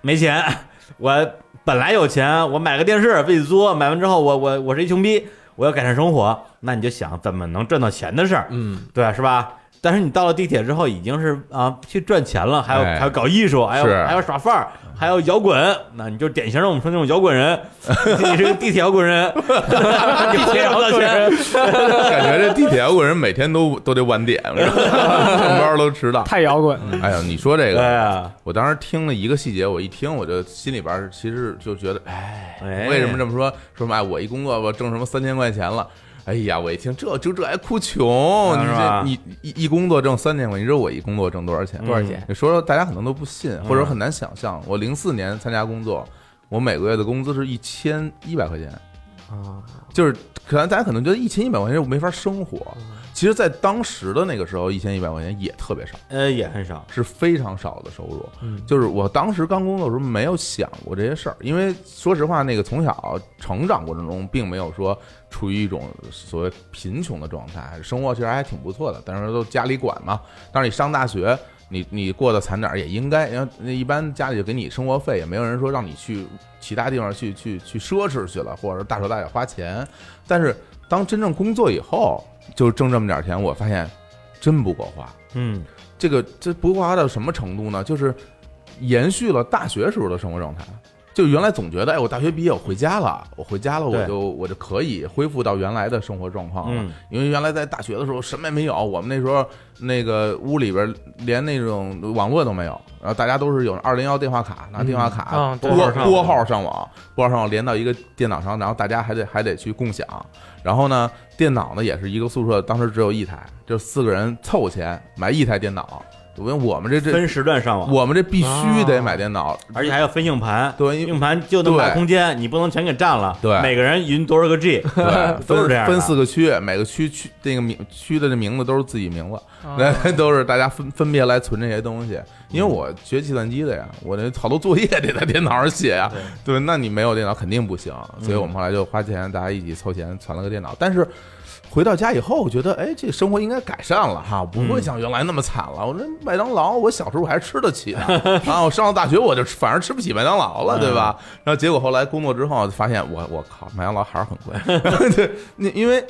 [SPEAKER 1] 没钱， *laughs* 我本来有钱，我买个电视自己租，买完之后我我我是一穷逼。我要改善生活，那你就想怎么能赚到钱的事儿，
[SPEAKER 4] 嗯，
[SPEAKER 1] 对，是吧？但是你到了地铁之后，已经是啊去赚钱了，还要
[SPEAKER 2] 哎
[SPEAKER 1] 还要搞艺术，还要
[SPEAKER 2] 是
[SPEAKER 1] 还要耍范儿，还要摇滚，那你就典型的我们说那种摇滚人， *laughs* 你是个地铁摇滚人， *laughs* 你回不到钱， *laughs*
[SPEAKER 2] 感觉这地铁摇滚人每天都都得晚点，我跟 *laughs* 你说上班都迟到。
[SPEAKER 3] 太摇滚，
[SPEAKER 2] 哎呀，你说这
[SPEAKER 1] 对
[SPEAKER 2] 个，
[SPEAKER 1] 啊，
[SPEAKER 2] 我当时听了一个细节，我一听我就心里边儿其实就觉得，哎，
[SPEAKER 1] 哎
[SPEAKER 2] 为什么这么说？说什么哎，我一工作我挣什么三千块钱了。哎呀，我一听这就这还哭穷，
[SPEAKER 1] 啊
[SPEAKER 2] 你
[SPEAKER 1] 是吧嗯
[SPEAKER 2] 这你一一工作挣三千块，你知道我一工作挣多少钱？
[SPEAKER 4] 多少钱？
[SPEAKER 2] 你说说，大家可能都不信，或者很难想象。我零四年参加工作，我每个月的工资是一千一百块钱，
[SPEAKER 1] 嗯
[SPEAKER 4] 啊，
[SPEAKER 2] 就是可能大家可能觉得一千一百块钱我没法生活，
[SPEAKER 1] 嗯
[SPEAKER 2] 其实，在当时的那个时候，一千一百块钱也特别少，
[SPEAKER 1] 呃也很少，
[SPEAKER 2] 是非常少的收入。
[SPEAKER 4] 嗯
[SPEAKER 2] 就是我当时刚工作的时候没有想过这些事儿，因为说实话，那个从小成长过程中，并没有说处于一种所谓贫穷的状态，生活其实还挺不错的，但是都家里管嘛。但是你上大学，你你过得惨点儿也应该，然后那一般家里就给你生活费，也没有人说让你去其他地方去去去奢侈去了，或者大手大脚花钱。但是当真正工作以后，就挣这么点儿钱，我发现真不够花。
[SPEAKER 1] 嗯
[SPEAKER 2] 这个这不花到什么程度呢？就是延续了大学时候的生活状态。就原来总觉得，哎，我大学毕业，我回家了，我回家了，我
[SPEAKER 1] 对
[SPEAKER 2] 就我就可以恢复到原来的生活状况了。
[SPEAKER 1] 嗯
[SPEAKER 2] 因为原来在大学的时候什么也没有，我们那时候那个屋里边连那种网络都没有，然后大家都是有二零幺电话卡，拿电话卡
[SPEAKER 3] 嗯啊对
[SPEAKER 2] 拨
[SPEAKER 1] 拨号上网
[SPEAKER 2] 拨号上网，拨号上网连到一个电脑上，然后大家还得还得去共享。然后呢，电脑呢也是一个宿舍，当时只有一台，就四个人凑钱买一台电脑。因为我们这这
[SPEAKER 1] 分时段上网，
[SPEAKER 2] 我们这必须得买电脑，
[SPEAKER 1] 而且还要分硬盘，
[SPEAKER 2] 对，因为
[SPEAKER 1] 硬盘就那么大
[SPEAKER 2] 对
[SPEAKER 1] 空间，你不能全给占了，
[SPEAKER 2] 对
[SPEAKER 1] 每个人匀多少个 *laughs* G，
[SPEAKER 2] 对，
[SPEAKER 1] 都是这样的
[SPEAKER 2] 分四个区，每个区区那个名区的这名字都是自己名字，
[SPEAKER 3] 啊 *laughs*
[SPEAKER 2] *laughs* 都是大家分分别来存这些东西。因为我学计算机的呀，我那好多作业得在电脑上写呀，对，那你没有电脑肯定不行，所以我们后来就花钱，大家一起凑钱攒了个电脑。但是回到家以后，我觉得哎，这生活应该改善了哈，不会像原来那么惨了。我说麦当劳，我小时候我还吃得起呢， *laughs* 啊，我上了大学我就反而吃不起麦当劳了，对吧？然后结果后来工作之后发现我，我靠，麦当劳还是很贵。 *laughs* 对，你因为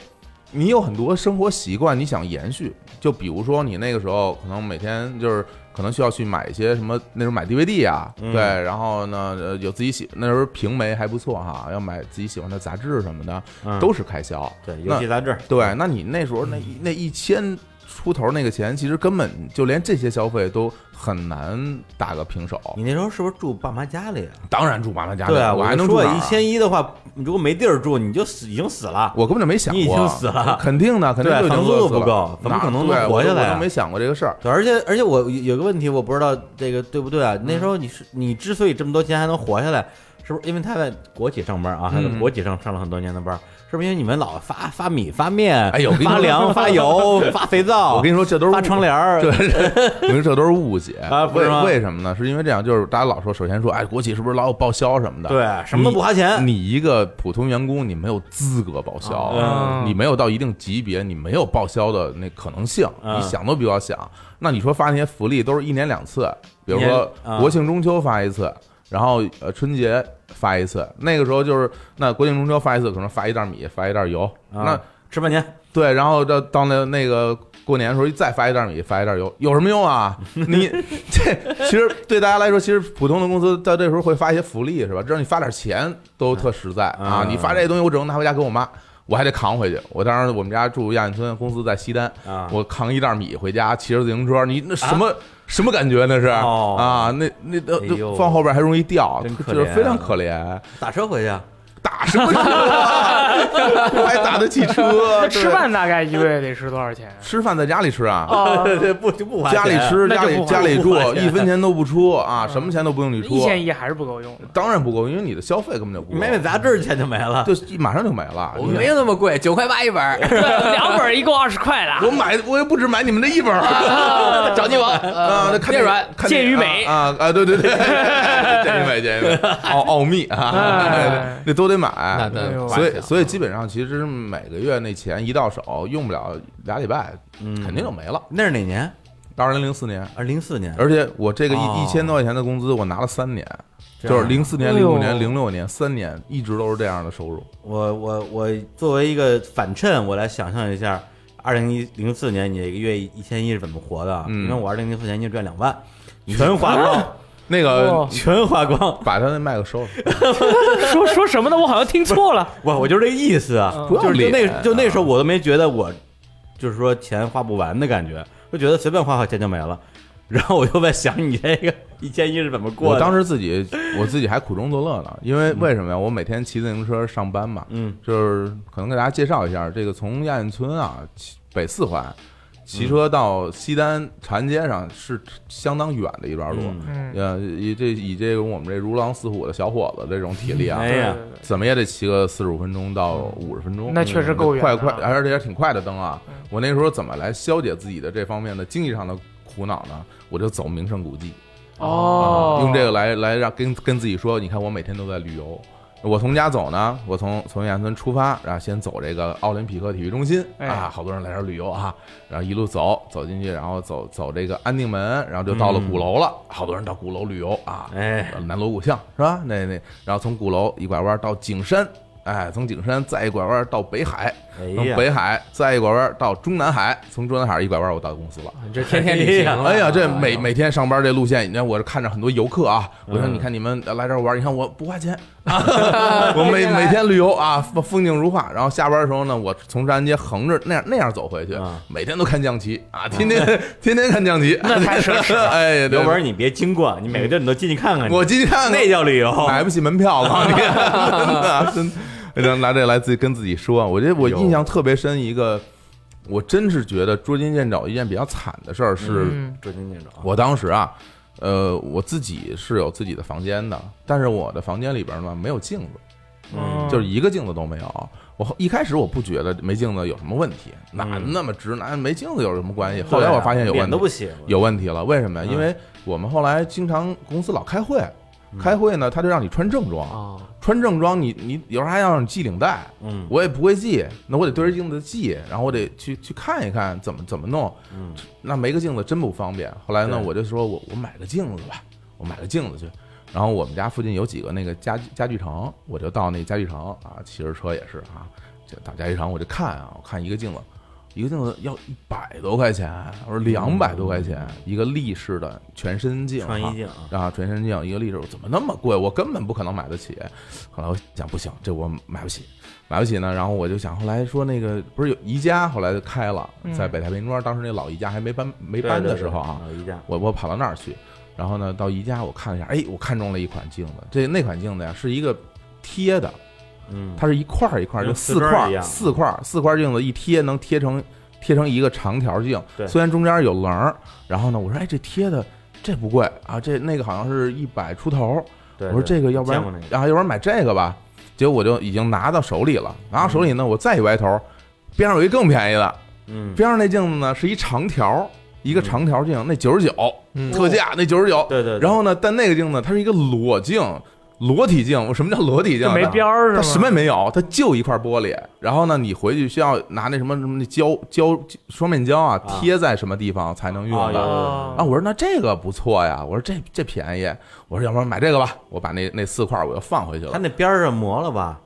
[SPEAKER 2] 你有很多生活习惯，你想延续，就比如说你那个时候可能每天就是。可能需要去买一些什么，那时候买 DVD 啊，
[SPEAKER 1] 嗯
[SPEAKER 2] 对，然后呢，呃有自己喜那时候平媒还不错哈，要买自己喜欢的杂志什么的，
[SPEAKER 1] 嗯
[SPEAKER 2] 都是开销。
[SPEAKER 1] 对，游戏杂志，
[SPEAKER 2] 对，那你那时候那一那一千出头那个钱，其实根本就连这些消费都很难打个平手。
[SPEAKER 1] 你那时候是不是住爸妈家里啊？
[SPEAKER 2] 当然住爸妈家里，
[SPEAKER 1] 对啊，
[SPEAKER 2] 我还
[SPEAKER 1] 就
[SPEAKER 2] 能住
[SPEAKER 1] 说
[SPEAKER 2] 哪儿啊
[SPEAKER 1] 一千一的话，你如果没地儿住，你就死已经死了。
[SPEAKER 2] 我根本就没想过，
[SPEAKER 1] 你已经死了
[SPEAKER 2] 肯定的，肯定
[SPEAKER 1] 对
[SPEAKER 2] 就已经
[SPEAKER 1] 房租
[SPEAKER 2] 饿
[SPEAKER 1] 都
[SPEAKER 2] 死
[SPEAKER 1] 不
[SPEAKER 2] 了
[SPEAKER 1] 够怎么
[SPEAKER 2] 哪
[SPEAKER 1] 可能
[SPEAKER 2] 对
[SPEAKER 1] 能活
[SPEAKER 2] 我
[SPEAKER 1] 下
[SPEAKER 2] 都
[SPEAKER 1] 来
[SPEAKER 2] 我
[SPEAKER 1] 啊
[SPEAKER 2] 都没想过这个事儿。
[SPEAKER 1] 对，而且而且我有有个问题，我不知道这个对不对啊？那时候你是你之所以这么多钱还能活下来，是不是因为他在国企上班啊？还在
[SPEAKER 2] 嗯
[SPEAKER 1] 国企上上了很多年的班，是不是因为你们老发发米发面？
[SPEAKER 2] *laughs* 哎呦我跟你
[SPEAKER 1] 发
[SPEAKER 2] 说
[SPEAKER 1] *laughs* 粮发油发肥皂，
[SPEAKER 2] *laughs* 我跟你说，这都是
[SPEAKER 1] 发窗帘儿，
[SPEAKER 2] 对，我跟你说这都是误解
[SPEAKER 1] 啊不
[SPEAKER 2] 为
[SPEAKER 1] 是吗
[SPEAKER 2] 为什么呢？是因为这样，就是大家老说，首先说，哎，国企是不是老有报销什么的？
[SPEAKER 1] 对什么都不花钱。
[SPEAKER 2] 你一个普通员工，你没有资格报销，
[SPEAKER 1] 啊
[SPEAKER 2] 你没有到一定级别，你没有报销的那可能性，
[SPEAKER 1] 啊
[SPEAKER 2] 你想都不要想。那你说发那些福利都是一年两次，比如
[SPEAKER 1] 一年
[SPEAKER 2] 说
[SPEAKER 1] 啊
[SPEAKER 2] 国庆、中秋发一次，然后呃春节发一次。那个时候就是那国庆、中秋发一次，可能发一袋米，发一袋油。
[SPEAKER 1] 啊
[SPEAKER 2] 那
[SPEAKER 1] 吃半年，
[SPEAKER 2] 对，然后到到那那个过年的时候，再发一袋米，发一袋油，有什么用啊？
[SPEAKER 1] *laughs*
[SPEAKER 2] 你这其实对大家来说，其实普通的公司到这时候会发一些福利，是吧？只要你发点钱都特实在啊！
[SPEAKER 1] 嗯
[SPEAKER 2] 你发这些东西，我只能拿回家给我妈，我还得扛回去。我当时我们家住亚运村，公司在西单，
[SPEAKER 1] 啊
[SPEAKER 2] 我扛一袋米回家，骑着自行车，你那什么、什么感觉那是、
[SPEAKER 1] 哦
[SPEAKER 2] 啊？那那
[SPEAKER 1] 哎呦
[SPEAKER 2] 那放后边还容易掉
[SPEAKER 1] 真，可
[SPEAKER 2] 就是
[SPEAKER 1] 怜啊
[SPEAKER 2] 非常可怜。
[SPEAKER 1] 打车回去啊，
[SPEAKER 2] 打什么车啊？ *laughs* 我还打得起
[SPEAKER 3] *laughs*
[SPEAKER 2] 车？
[SPEAKER 3] 那吃
[SPEAKER 2] 对
[SPEAKER 3] 饭大概一个月得吃多少钱？
[SPEAKER 2] 吃饭在家里吃啊，
[SPEAKER 3] *laughs*
[SPEAKER 1] *laughs*
[SPEAKER 3] 啊，
[SPEAKER 1] 对对，不就哦不花钱
[SPEAKER 2] 家里吃，
[SPEAKER 3] 那
[SPEAKER 2] 家
[SPEAKER 3] 就
[SPEAKER 2] 里
[SPEAKER 3] 不
[SPEAKER 2] 家里住
[SPEAKER 1] 不花，钱
[SPEAKER 2] 一分钱都不出啊，什么钱都不用你出
[SPEAKER 3] 一，千一还是不够用的。
[SPEAKER 2] 当然不够，因为你的消费根本就不够，
[SPEAKER 1] 买买杂志钱就没了。
[SPEAKER 2] 就一马上就没了。
[SPEAKER 4] 我
[SPEAKER 2] 啊你
[SPEAKER 4] 没有那么贵，九块八一本
[SPEAKER 3] *laughs*
[SPEAKER 4] 儿，
[SPEAKER 3] 对，两本儿一共二十块啦。
[SPEAKER 2] 我买，我也不止买你们这一本儿 *laughs*
[SPEAKER 1] *laughs*
[SPEAKER 2] 啊
[SPEAKER 4] 找你我
[SPEAKER 2] 啊，那看
[SPEAKER 4] 电软
[SPEAKER 2] 看电
[SPEAKER 3] 健与
[SPEAKER 1] 哎
[SPEAKER 3] 美
[SPEAKER 2] 啊啊，啊对对对，健
[SPEAKER 1] *laughs*
[SPEAKER 2] 与美，健与美，奥奥秘啊
[SPEAKER 3] 哎，
[SPEAKER 2] 那都得买。
[SPEAKER 4] 那那
[SPEAKER 3] 哎呦
[SPEAKER 2] 所以，所以基本上其实每个月那钱一到手，用不了俩礼拜，肯定就没了。
[SPEAKER 1] 嗯那是哪年？
[SPEAKER 2] 到二零零四年，
[SPEAKER 1] 啊，零四年，
[SPEAKER 2] 而且我这个
[SPEAKER 1] 哦
[SPEAKER 2] 一一千多块钱的工资，我拿了三年，
[SPEAKER 1] 这样啊
[SPEAKER 2] 就是零四年、
[SPEAKER 3] 哎
[SPEAKER 2] 零
[SPEAKER 3] 呦
[SPEAKER 2] 五年、零六年三年，一直都是这样的收入。
[SPEAKER 1] 我我我作为一个反衬，我来想象一下，二零一零四年你一个月一千一是怎么活的啊？
[SPEAKER 2] 嗯
[SPEAKER 1] 因为我二零零四年就赚两万，啊全花光，
[SPEAKER 2] 那个
[SPEAKER 3] 哇
[SPEAKER 1] *laughs* 全花光。
[SPEAKER 2] 把他那麦克收了，
[SPEAKER 3] 说说什么呢？我好像听错 *laughs* 了。
[SPEAKER 1] 我我就是这个意思啊，
[SPEAKER 3] 嗯
[SPEAKER 2] 不要
[SPEAKER 1] 就是就
[SPEAKER 2] 脸
[SPEAKER 1] 那就那时候我都没觉得我，就是说钱花不完的感觉，就觉得随便花花钱就没了。然后我就在想，你这个一千一是怎么过嗯
[SPEAKER 2] 我
[SPEAKER 1] 的？
[SPEAKER 2] 当时自己我自己还苦中作乐呢，因为为什么呀？我每天骑自行车上班嘛，
[SPEAKER 1] 嗯
[SPEAKER 2] 就是可能给大家介绍一下，这个从亚运村啊，骑北四环
[SPEAKER 1] 嗯
[SPEAKER 2] 骑车到西单长安街上是相当远的一段路。
[SPEAKER 1] 嗯
[SPEAKER 3] 嗯，
[SPEAKER 2] 呃，以这以这个我们这如狼似虎的小伙子这种体力啊，
[SPEAKER 1] 哎呀
[SPEAKER 2] 怎么也得骑个四十五分钟到五十分钟，
[SPEAKER 3] 那确实够远
[SPEAKER 2] 快
[SPEAKER 3] 的
[SPEAKER 2] 快，而且也挺快的蹬啊
[SPEAKER 3] 嗯！
[SPEAKER 2] 我那时候怎么来消解自己的这方面的经济上的苦恼呢？我就走名胜古迹，啊
[SPEAKER 3] 哦，
[SPEAKER 2] 用这个来来让跟跟自己说，你看我每天都在旅游。我从家走呢，我从从燕村出发，然后先走这个奥林匹克体育中心
[SPEAKER 3] 哎
[SPEAKER 2] 啊，好多人来这儿旅游啊，然后一路走走进去，然后走走这个安定门，然后就到了鼓楼了，好多人到鼓楼旅游啊，
[SPEAKER 1] 哎，
[SPEAKER 2] 呃南锣鼓巷是吧？那那，然后从鼓楼一拐弯到景山，哎，从景山再一拐弯到北海，
[SPEAKER 1] 哎
[SPEAKER 2] 从
[SPEAKER 1] 呀，
[SPEAKER 2] 北海再一拐弯到中南海，从中南海一拐弯我到公司了。
[SPEAKER 4] 你这天天旅行了
[SPEAKER 2] 哎呀，这每
[SPEAKER 4] 哎呦
[SPEAKER 2] 每天上班这路线，你看我是看着很多游客啊，我说
[SPEAKER 1] 嗯
[SPEAKER 2] 你看你们来这儿玩，你看我不花
[SPEAKER 1] *laughs*
[SPEAKER 2] 钱，我每每天旅游啊，风风景如画。然后下班的时候呢，我从长安街横着那样那样走回去
[SPEAKER 1] 啊，
[SPEAKER 2] 每天都看降旗啊，天天天天看降旗，那太奢侈
[SPEAKER 3] *laughs*
[SPEAKER 2] 了。 *laughs* 哎，对
[SPEAKER 1] 刘，文，你别经过，你每个地儿你都进去看看去，
[SPEAKER 2] 我进去看看，
[SPEAKER 1] 那叫旅游。
[SPEAKER 2] 买不起门票，我告诉你，真的 *laughs* 真的。然后拿这个来自己跟自己说，啊我觉得我
[SPEAKER 1] 有
[SPEAKER 2] 印象特别深一个，我真是觉得捉襟见肘一件比较惨的事儿是，
[SPEAKER 3] 嗯
[SPEAKER 1] 捉襟见肘啊，
[SPEAKER 2] 我当时啊，呃，我自己是有自己的房间的，但是我的房间里边呢没有镜子，
[SPEAKER 1] 嗯
[SPEAKER 2] 就是一个镜子都没有。我一开始我不觉得没镜子有什么问题，哪
[SPEAKER 1] 嗯啊
[SPEAKER 2] 那么直男没镜子有什么关系？后来我发现有问
[SPEAKER 1] 脸
[SPEAKER 2] 题
[SPEAKER 1] 都，不洗，
[SPEAKER 2] 有问题了。为什么呀？
[SPEAKER 1] 嗯
[SPEAKER 2] 因为我们后来经常公司老开会
[SPEAKER 1] 嗯，
[SPEAKER 2] 开会呢他就让你穿正装。
[SPEAKER 4] 哦，
[SPEAKER 2] 穿正装你，你有时候还要让你系领带，
[SPEAKER 1] 嗯，
[SPEAKER 2] 我也不会系，那我得对着镜子系，然后我得去去看一看怎么怎么弄，
[SPEAKER 1] 嗯，
[SPEAKER 2] 那没个镜子真不方便。后来呢，
[SPEAKER 1] 对
[SPEAKER 2] 我就说我我买个镜子吧，我买个镜子去。然后我们家附近有几个那个家具家具城，我就到那家具城啊，骑着车也是啊，就到家具城我就看啊，我看一个镜子，一个镜子要一百多块钱，我说两百多块钱、一个立式的全身镜啊，
[SPEAKER 1] 嗯穿衣镜啊，
[SPEAKER 2] 啊，全身镜一个立式，怎么那么贵？我根本不可能买得起。后来我想，不行，这我买不起，买不起呢。然后我就想，后来说那个不是有宜家，后来就开了，
[SPEAKER 3] 嗯
[SPEAKER 2] 在北太平庄，当时那老宜家还没搬没
[SPEAKER 1] 一
[SPEAKER 2] 搬的时候啊，，
[SPEAKER 1] 对对对老宜家，
[SPEAKER 2] 我我跑到那儿去，然后呢到宜家我看了一下，哎，我看中了一款镜子，这那款镜子呀是一个贴的，
[SPEAKER 1] 嗯，
[SPEAKER 2] 它是一块儿一块儿，
[SPEAKER 1] 跟
[SPEAKER 2] 就
[SPEAKER 1] 瓷
[SPEAKER 2] 四块
[SPEAKER 1] 砖儿一
[SPEAKER 2] 儿
[SPEAKER 1] 样
[SPEAKER 2] 四块儿四块儿镜子一贴能贴成贴成一个长条镜
[SPEAKER 1] 对，
[SPEAKER 2] 虽然中间有棱儿，然后呢我说哎这贴的这不贵啊，这那个好像是一百出头儿，
[SPEAKER 1] 对
[SPEAKER 2] 我说这个要不然
[SPEAKER 1] 见过那个
[SPEAKER 2] 啊要不然买这个吧，结果我就已经拿到手里了，拿到手里呢我再一歪头，边上有一更便宜的，
[SPEAKER 1] 嗯，
[SPEAKER 2] 边上那镜子呢是一长条儿，一个
[SPEAKER 1] 嗯
[SPEAKER 2] 长条镜那九十九
[SPEAKER 4] 嗯
[SPEAKER 2] 特价那九十九，
[SPEAKER 1] 对对，对
[SPEAKER 2] 然后呢但那个镜子它是一个裸镜。裸体镜，我什么叫裸体镜啊
[SPEAKER 3] 就
[SPEAKER 2] 呢？
[SPEAKER 3] 没边儿是
[SPEAKER 2] 它
[SPEAKER 3] 吗？
[SPEAKER 2] 什么也没有，它就一块玻璃。然后呢，你回去需要拿那什么什么那胶胶双面胶啊，
[SPEAKER 1] 啊
[SPEAKER 2] 贴在什么地方才能用
[SPEAKER 1] 啊有
[SPEAKER 2] 的？
[SPEAKER 3] 哦
[SPEAKER 2] 啊，我说那这个不错呀，我说这这便宜，我说要不然买这个吧，我把那那四块我又放回去
[SPEAKER 1] 它
[SPEAKER 2] 了，
[SPEAKER 1] 那边儿上磨了吧？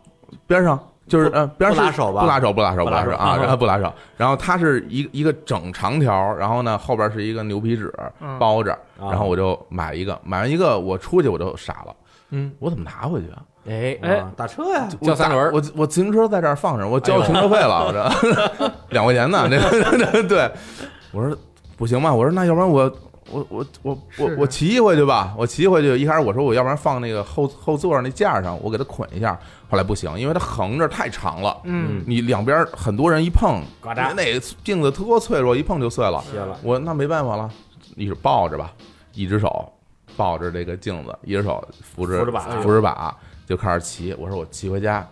[SPEAKER 2] 边上就是
[SPEAKER 1] 不
[SPEAKER 2] 呃边上
[SPEAKER 1] 不拉
[SPEAKER 2] 是
[SPEAKER 1] 手吧
[SPEAKER 2] 不拉手不拉手
[SPEAKER 1] 不
[SPEAKER 2] 不
[SPEAKER 1] 拉
[SPEAKER 2] 拉手
[SPEAKER 1] 手
[SPEAKER 2] 啊，
[SPEAKER 1] 嗯
[SPEAKER 2] 然 *laughs* 后不拉手，然后它是一一个整长条，然后呢后边是一个牛皮纸
[SPEAKER 3] 嗯
[SPEAKER 2] 包着，
[SPEAKER 1] 啊
[SPEAKER 2] 然后我就买一个，买完一个我出去我就傻了，
[SPEAKER 4] 嗯，
[SPEAKER 2] 我怎么拿回去啊？
[SPEAKER 4] 哎，
[SPEAKER 3] 哎
[SPEAKER 1] 啊打车呀，
[SPEAKER 2] 我
[SPEAKER 4] 叫三轮儿哎
[SPEAKER 2] 打我我自行车在这儿放着，我交停车费了，我这
[SPEAKER 4] *laughs*
[SPEAKER 2] 两块钱呢，这个对，我说不行吧，我说那要不然我我我我我
[SPEAKER 4] 试试
[SPEAKER 2] 我骑一回去吧，我骑一回去，一开始我说我要不然放那个后后座那架上，我给它捆一下，后来不行，因为它横着太长了，
[SPEAKER 3] 嗯，
[SPEAKER 2] 你两边很多人一碰，
[SPEAKER 1] 呱嗒
[SPEAKER 2] 那镜子多脆弱，一碰就碎了，
[SPEAKER 1] 歇了，
[SPEAKER 2] 我那没办法了，一手抱着吧，一只手抱着这个镜子，一只手扶着
[SPEAKER 1] 扶着把
[SPEAKER 2] 扶着把就开始骑。我说我骑回家，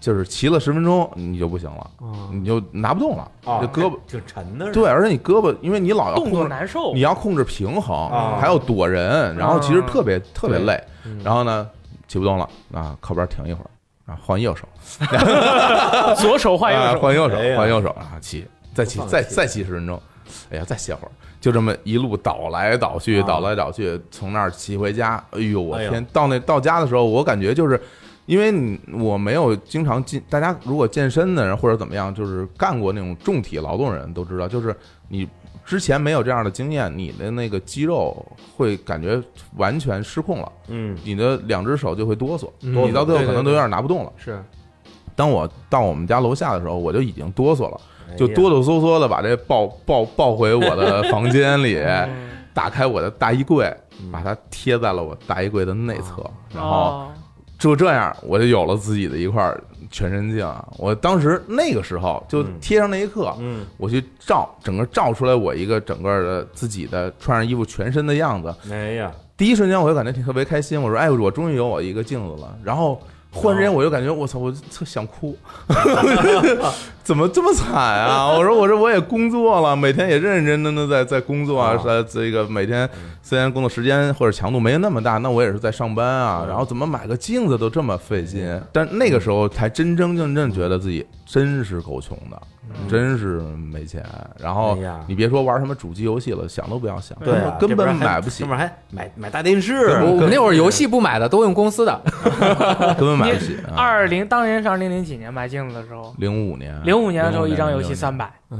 [SPEAKER 2] 就是骑了十分钟你就不行了，
[SPEAKER 4] 嗯，
[SPEAKER 2] 你就拿不动了，
[SPEAKER 1] 哦
[SPEAKER 2] 这胳膊
[SPEAKER 1] 挺沉的，
[SPEAKER 2] 对，，而且你胳膊因为你老要
[SPEAKER 3] 动
[SPEAKER 2] 控
[SPEAKER 3] 作
[SPEAKER 2] 制，
[SPEAKER 3] 难受
[SPEAKER 2] 你。要控制平衡
[SPEAKER 1] 啊，
[SPEAKER 2] 还要躲人，然后其实
[SPEAKER 3] 啊
[SPEAKER 2] 特别特别
[SPEAKER 4] 对
[SPEAKER 2] 累。
[SPEAKER 4] 嗯
[SPEAKER 2] 然后呢，骑不动了啊，靠边停一会儿啊，换右手，
[SPEAKER 3] 左手换右
[SPEAKER 2] 啊
[SPEAKER 3] 手， *laughs*
[SPEAKER 2] 换右手
[SPEAKER 1] 哎呀，
[SPEAKER 2] 换右手啊，骑，再骑
[SPEAKER 4] 不放
[SPEAKER 2] 再
[SPEAKER 4] 弃
[SPEAKER 2] 再骑十分钟，哎呀，再歇会儿，就这么一路倒来倒去，
[SPEAKER 1] 啊
[SPEAKER 2] 倒来倒去，从那儿骑回家。哎呦，我
[SPEAKER 1] 哎呦
[SPEAKER 2] 天！到那到家的时候，我感觉就是。因为你我没有经常进，大家如果健身的人或者怎么样，就是干过那种重体劳动人都知道，就是你之前没有这样的经验，你的那个肌肉会感觉完全失控了，
[SPEAKER 1] 嗯
[SPEAKER 2] 你的两只手就会哆嗦，
[SPEAKER 4] 嗯
[SPEAKER 2] 你到最后可能都有点拿不动了。
[SPEAKER 4] 是
[SPEAKER 2] 当我到我们家楼下的时候，我就已经哆嗦了，就
[SPEAKER 1] 哎呀
[SPEAKER 2] 哆哆嗦嗦的把这抱抱抱回我的房间
[SPEAKER 1] *laughs*
[SPEAKER 2] 里，
[SPEAKER 3] 哎
[SPEAKER 1] 嗯
[SPEAKER 3] 嗯
[SPEAKER 2] 打开我的大衣柜，把它贴在了我大衣柜的内侧，然后
[SPEAKER 3] 哦
[SPEAKER 2] 就这样，我就有了自己的一块全身镜啊。我当时那个时候就
[SPEAKER 1] 嗯
[SPEAKER 2] 贴上那一刻，
[SPEAKER 1] 嗯
[SPEAKER 2] 我去照，整个照出来我一个整个的自己的穿上衣服全身的样子，
[SPEAKER 1] 哎呀，
[SPEAKER 2] 第一瞬间我就感觉挺特别开心，我说哎，我终于有我一个镜子了。然后忽然之间我就感觉我操，我特想哭， *laughs* 怎么这么惨啊？我说我说我也工作了，每天也认认真真的在在工作啊
[SPEAKER 1] 啊，
[SPEAKER 2] 在这个每天虽然工作时间或者强度没那么大，那我也是在上班啊。
[SPEAKER 1] 嗯
[SPEAKER 2] 然后怎么买个镜子都这么费劲？但那个时候才真真正正觉得自己真是够穷的，真是没钱。然后
[SPEAKER 1] 嗯哎呀
[SPEAKER 2] 你别说玩什么主机游戏了，想都不要想，
[SPEAKER 1] 对啊，
[SPEAKER 2] 根
[SPEAKER 1] 这
[SPEAKER 2] 本
[SPEAKER 1] 边还
[SPEAKER 2] 买不起
[SPEAKER 1] 这。边还买买大电视，
[SPEAKER 4] 我我们那会儿游戏不买的，都用公司的。
[SPEAKER 2] *laughs* 根本买不
[SPEAKER 3] 你
[SPEAKER 2] 起。啊
[SPEAKER 3] 二零当年上零零几年买镜子的时候，
[SPEAKER 2] 零五年，
[SPEAKER 3] 嗯零五年的时候一张游戏
[SPEAKER 2] 05
[SPEAKER 3] 三百，
[SPEAKER 4] 嗯，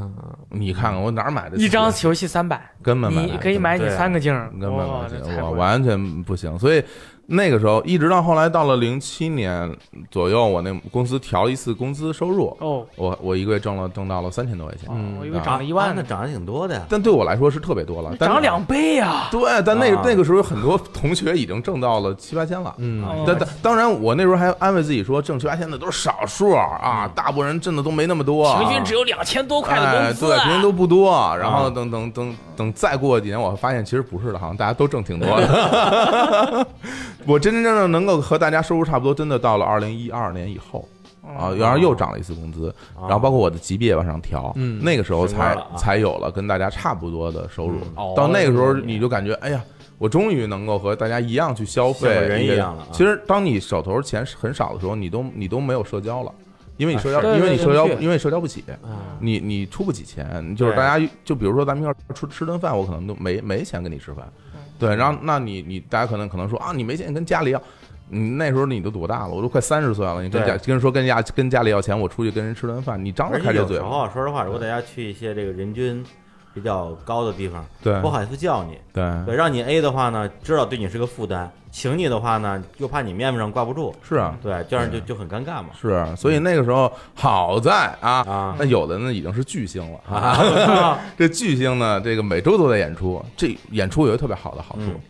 [SPEAKER 2] 年，你看看我哪儿买的？
[SPEAKER 3] 一张游戏三百，
[SPEAKER 2] 根本买不
[SPEAKER 3] 你
[SPEAKER 2] 起
[SPEAKER 3] 可以买你
[SPEAKER 1] 对
[SPEAKER 3] 三个镜儿，
[SPEAKER 2] 根本买
[SPEAKER 3] 哇，
[SPEAKER 2] 不
[SPEAKER 3] 这
[SPEAKER 2] 起，
[SPEAKER 3] 太
[SPEAKER 2] 我
[SPEAKER 3] 贵了
[SPEAKER 2] 完全不行。所以那个时候，一直到后来到了零七年左右，我那公司调一次工资收入，
[SPEAKER 3] 哦，
[SPEAKER 2] 我我一个月挣了挣到了三千多块钱，
[SPEAKER 4] 嗯
[SPEAKER 3] 我以为
[SPEAKER 2] 啊
[SPEAKER 3] 涨了一万
[SPEAKER 1] 啊那
[SPEAKER 3] 呢，
[SPEAKER 1] 涨得挺多的呀。
[SPEAKER 2] 但对我来说是特别多了，但
[SPEAKER 3] 涨了。两倍啊！
[SPEAKER 2] 对，但那
[SPEAKER 1] 啊
[SPEAKER 2] 那个时候很多同学已经挣到了七八千了，
[SPEAKER 4] 嗯
[SPEAKER 3] 哦
[SPEAKER 2] 但但当然，我那时候还安慰自己说，挣七八千的都是少数啊，大部分人挣的都没那么多啊，
[SPEAKER 3] 嗯平均只有两千多块的
[SPEAKER 2] 哎，
[SPEAKER 3] 工资
[SPEAKER 2] 对，
[SPEAKER 3] 啊，
[SPEAKER 2] 平均都不多。然后
[SPEAKER 1] 啊
[SPEAKER 2] 等等等等，再过几年，我发现其实不是的，好像大家都挣挺多的。
[SPEAKER 1] *laughs*
[SPEAKER 2] 我真真正正能够和大家收入差不多，真的到了二零一二年以后
[SPEAKER 3] 嗯
[SPEAKER 1] 哦
[SPEAKER 2] 啊，然后又涨了一次工资，然后
[SPEAKER 1] 啊
[SPEAKER 2] 包括我的级别也往上调，
[SPEAKER 4] 嗯
[SPEAKER 2] 那个时候
[SPEAKER 1] 升官
[SPEAKER 2] 才
[SPEAKER 1] 了啊
[SPEAKER 2] 才有了跟大家差不多的收入
[SPEAKER 1] 嗯
[SPEAKER 4] 哦。
[SPEAKER 2] 到那个时候，你就感觉哎呀。我终于能够和大家一样去消费，
[SPEAKER 1] 像个人
[SPEAKER 2] 一个
[SPEAKER 1] 一样了啊
[SPEAKER 2] 其实，当你手头钱很少的时候，你都你都没有社交了，因为你
[SPEAKER 1] 啊
[SPEAKER 2] 社交，
[SPEAKER 3] 是对
[SPEAKER 2] 因为你
[SPEAKER 3] 对
[SPEAKER 2] 社交
[SPEAKER 4] 的，确
[SPEAKER 2] 因为社交不起。
[SPEAKER 3] 嗯
[SPEAKER 4] 啊，
[SPEAKER 2] 你你出不起钱，就是
[SPEAKER 1] 对
[SPEAKER 2] 大家就比如说咱们一块儿出吃顿饭，我可能都没没钱跟你吃饭，对，然后那你你大家可能可能说啊，你没钱跟家里要，你那时候你都多大了？我都快三十岁了，你跟
[SPEAKER 1] 对
[SPEAKER 2] 家跟人说跟家跟家里要钱，我出去跟人吃顿饭，你张着
[SPEAKER 1] 而
[SPEAKER 2] 开
[SPEAKER 1] 且
[SPEAKER 2] 这
[SPEAKER 1] 有
[SPEAKER 2] 嘴
[SPEAKER 1] 时
[SPEAKER 2] 吗，
[SPEAKER 1] 候啊说实话，如果大家去一些这个人均比较高的地方，
[SPEAKER 2] 对嗯
[SPEAKER 1] 不好意思叫你，
[SPEAKER 2] 对，
[SPEAKER 1] 对，让你 A 的话呢，知道对你是个负担；请你的话呢，又怕你面子上挂不住，
[SPEAKER 2] 是啊
[SPEAKER 1] 对，这样就就很尴尬嘛。
[SPEAKER 2] 是啊，所以那个时候好在啊。
[SPEAKER 1] 啊
[SPEAKER 2] 那有的呢已经是巨星 *laughs* 了啊！
[SPEAKER 1] 啊， *laughs*
[SPEAKER 2] 这巨星呢，这个每周都在演出，这演出有一个特别好的好处，
[SPEAKER 1] 嗯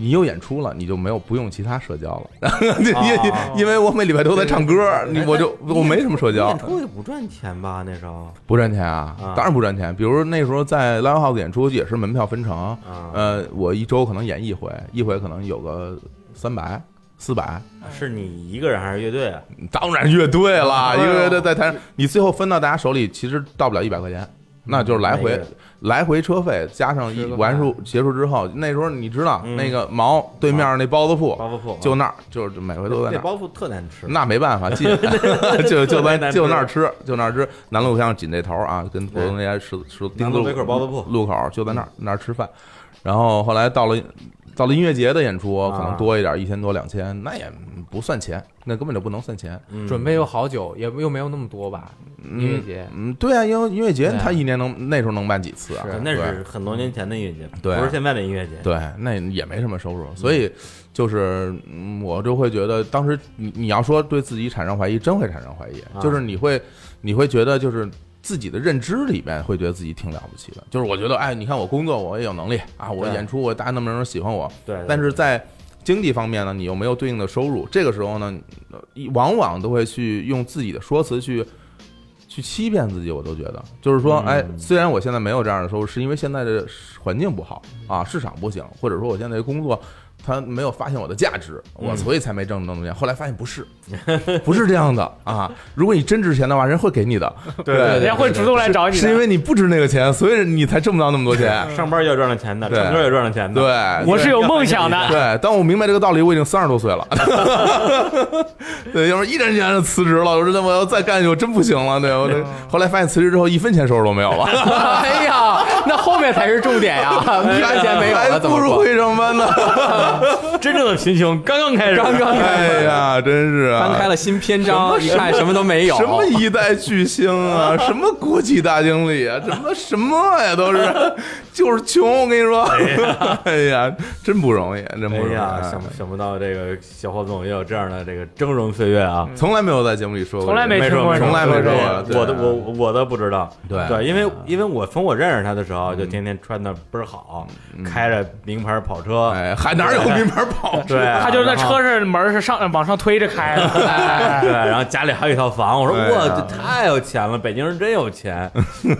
[SPEAKER 2] 你有演出了，你就没有不用其他社交了， *laughs* 因
[SPEAKER 1] 哦
[SPEAKER 2] 因因为我每礼拜都在唱歌，你我就我没什么社交
[SPEAKER 1] 演，出也不赚钱吧？那时候
[SPEAKER 2] 不赚钱啊
[SPEAKER 1] 啊，
[SPEAKER 2] 当然不赚钱。比如那时候在 Live House 演出也是门票分成，
[SPEAKER 1] 啊
[SPEAKER 2] 呃，我一周可能演一回，一回可能有个三百。四百，
[SPEAKER 1] 是你一个人还是乐队啊？
[SPEAKER 2] 当然乐队了，
[SPEAKER 3] 哎
[SPEAKER 2] 一
[SPEAKER 3] 呦
[SPEAKER 2] 个乐队在台上，你最后分到大家手里，其实到不了一百块钱，那就是来
[SPEAKER 1] 嗯那
[SPEAKER 2] 回
[SPEAKER 1] 个
[SPEAKER 2] 来回车费加上一
[SPEAKER 4] 吃个饭
[SPEAKER 2] 完数结束之后，那时候你知道
[SPEAKER 1] 嗯啊
[SPEAKER 2] 那个毛对面那包子铺
[SPEAKER 1] 包袱铺
[SPEAKER 2] 就那儿，就是每回都在那
[SPEAKER 1] 那
[SPEAKER 2] 儿。
[SPEAKER 1] 包袱特难吃，
[SPEAKER 2] 那没办法，进 *laughs* 就就
[SPEAKER 1] 太
[SPEAKER 2] 在
[SPEAKER 1] 难
[SPEAKER 2] 就
[SPEAKER 1] 吃
[SPEAKER 2] 那
[SPEAKER 1] 了
[SPEAKER 2] 儿吃，就那儿吃。南路巷紧这头啊，跟浦东那家石石
[SPEAKER 1] 南
[SPEAKER 2] 丁字
[SPEAKER 1] 路
[SPEAKER 2] 路
[SPEAKER 1] 北口包子铺
[SPEAKER 2] 路口就在那儿那儿吃饭。然后后来到了到了音乐节的演出，可
[SPEAKER 1] 啊
[SPEAKER 2] 能多一点，一千多两千，那也不算钱，那根本就不能算钱。
[SPEAKER 1] 嗯
[SPEAKER 4] 准备又好久，也又没有那么
[SPEAKER 2] *laughs*
[SPEAKER 4] 多吧？音乐节
[SPEAKER 2] 嗯，对啊，因为音乐节
[SPEAKER 4] 对啊
[SPEAKER 2] 他一年能那时候能办几次啊？
[SPEAKER 4] 是
[SPEAKER 1] 那
[SPEAKER 2] 对
[SPEAKER 1] 是很多年前的音乐节，
[SPEAKER 2] 对啊
[SPEAKER 1] 不是现在的音乐节。
[SPEAKER 2] 对，那也没什么收入，所以就是嗯我就会觉得，当时你你要说对自己产生怀疑，真会产生怀疑，
[SPEAKER 1] 啊
[SPEAKER 2] 就是你会你会觉得就是。自己的认知里面会觉得自己挺了不起的，就是我觉得，哎，你看我工作我也有能力啊，我
[SPEAKER 1] 对
[SPEAKER 2] 演出我大家那么多人喜欢我，
[SPEAKER 1] 对对，
[SPEAKER 2] 但是在经济方面呢，你又没有对应的收入，这个时候呢，呃往往都会去用自己的说辞去去欺骗自己，我都觉得，就是说，
[SPEAKER 1] 嗯
[SPEAKER 2] 哎，虽然我现在没有这样的收入，是因为现在的环境不好啊，市场不行，或者说我现在的工作。他没有发现我的价值，我
[SPEAKER 1] 嗯
[SPEAKER 2] 所以才没挣那么多钱。后来发现不是，不是这样的啊！如果你真值钱的话，人会给你的，
[SPEAKER 1] 对
[SPEAKER 3] 人家会主动来找你的，
[SPEAKER 2] 是因为你不值那个钱，所以你才挣不到那么多钱。
[SPEAKER 1] 上班也赚了钱的，
[SPEAKER 2] 对
[SPEAKER 1] 唱歌也赚了
[SPEAKER 3] 嗯
[SPEAKER 1] 钱的。
[SPEAKER 2] 对，
[SPEAKER 3] 我
[SPEAKER 2] 对
[SPEAKER 3] 是有梦想 *laughs* 的，
[SPEAKER 2] 对，当我明白这个道理，我已经三十多岁了。 *laughs* 对，要不然毅然决然的辞职了。我说那我
[SPEAKER 4] 嗯
[SPEAKER 2] 要再干，我真不行了。对，我这后来发现辞职之后一分钱收入都没有了。
[SPEAKER 4] 哎呀，那后面才是重点
[SPEAKER 2] *laughs*
[SPEAKER 4] 呀！ *laughs* 一分钱没有
[SPEAKER 2] 还
[SPEAKER 4] 了怎
[SPEAKER 2] 不
[SPEAKER 4] 么
[SPEAKER 2] 如
[SPEAKER 4] 过？
[SPEAKER 2] 回上班呢。 *laughs*
[SPEAKER 1] 真正的贫穷刚刚开始，
[SPEAKER 4] 刚刚
[SPEAKER 2] 哎呀，真是啊，
[SPEAKER 4] 翻开了新篇章，一看什么都没有。
[SPEAKER 2] 什么一代巨星
[SPEAKER 4] *laughs*
[SPEAKER 2] 啊，什么国际大经理啊，什么什么呀，都是就是穷。我跟你说， *laughs* 哎呀，真不容易，真不
[SPEAKER 1] 哎
[SPEAKER 2] 容易
[SPEAKER 1] 呀，
[SPEAKER 2] 啊
[SPEAKER 1] 想。想不到这个小霍总也有这样的这个峥嵘岁月啊！
[SPEAKER 2] 从来没有在节目里说过这个，
[SPEAKER 3] 从来没
[SPEAKER 1] 没
[SPEAKER 3] 听
[SPEAKER 1] 说
[SPEAKER 3] 过
[SPEAKER 1] 没
[SPEAKER 2] 从嗯来没说过
[SPEAKER 1] 我的
[SPEAKER 2] 对
[SPEAKER 1] 我我都不知道，
[SPEAKER 4] 对
[SPEAKER 1] 对，因为因为我从我认识他的时候，就天天穿的倍儿好，开着名牌跑车，
[SPEAKER 2] 哎，还哪有名牌跑车？
[SPEAKER 1] 对，
[SPEAKER 3] 他
[SPEAKER 2] 啊
[SPEAKER 3] 就是那车是门是上往上推着
[SPEAKER 2] *laughs*
[SPEAKER 3] 开的，哎
[SPEAKER 1] 对，然后家里还有一套房，我说
[SPEAKER 2] 哎呀
[SPEAKER 1] 哇，这太有钱了，北京人真有钱，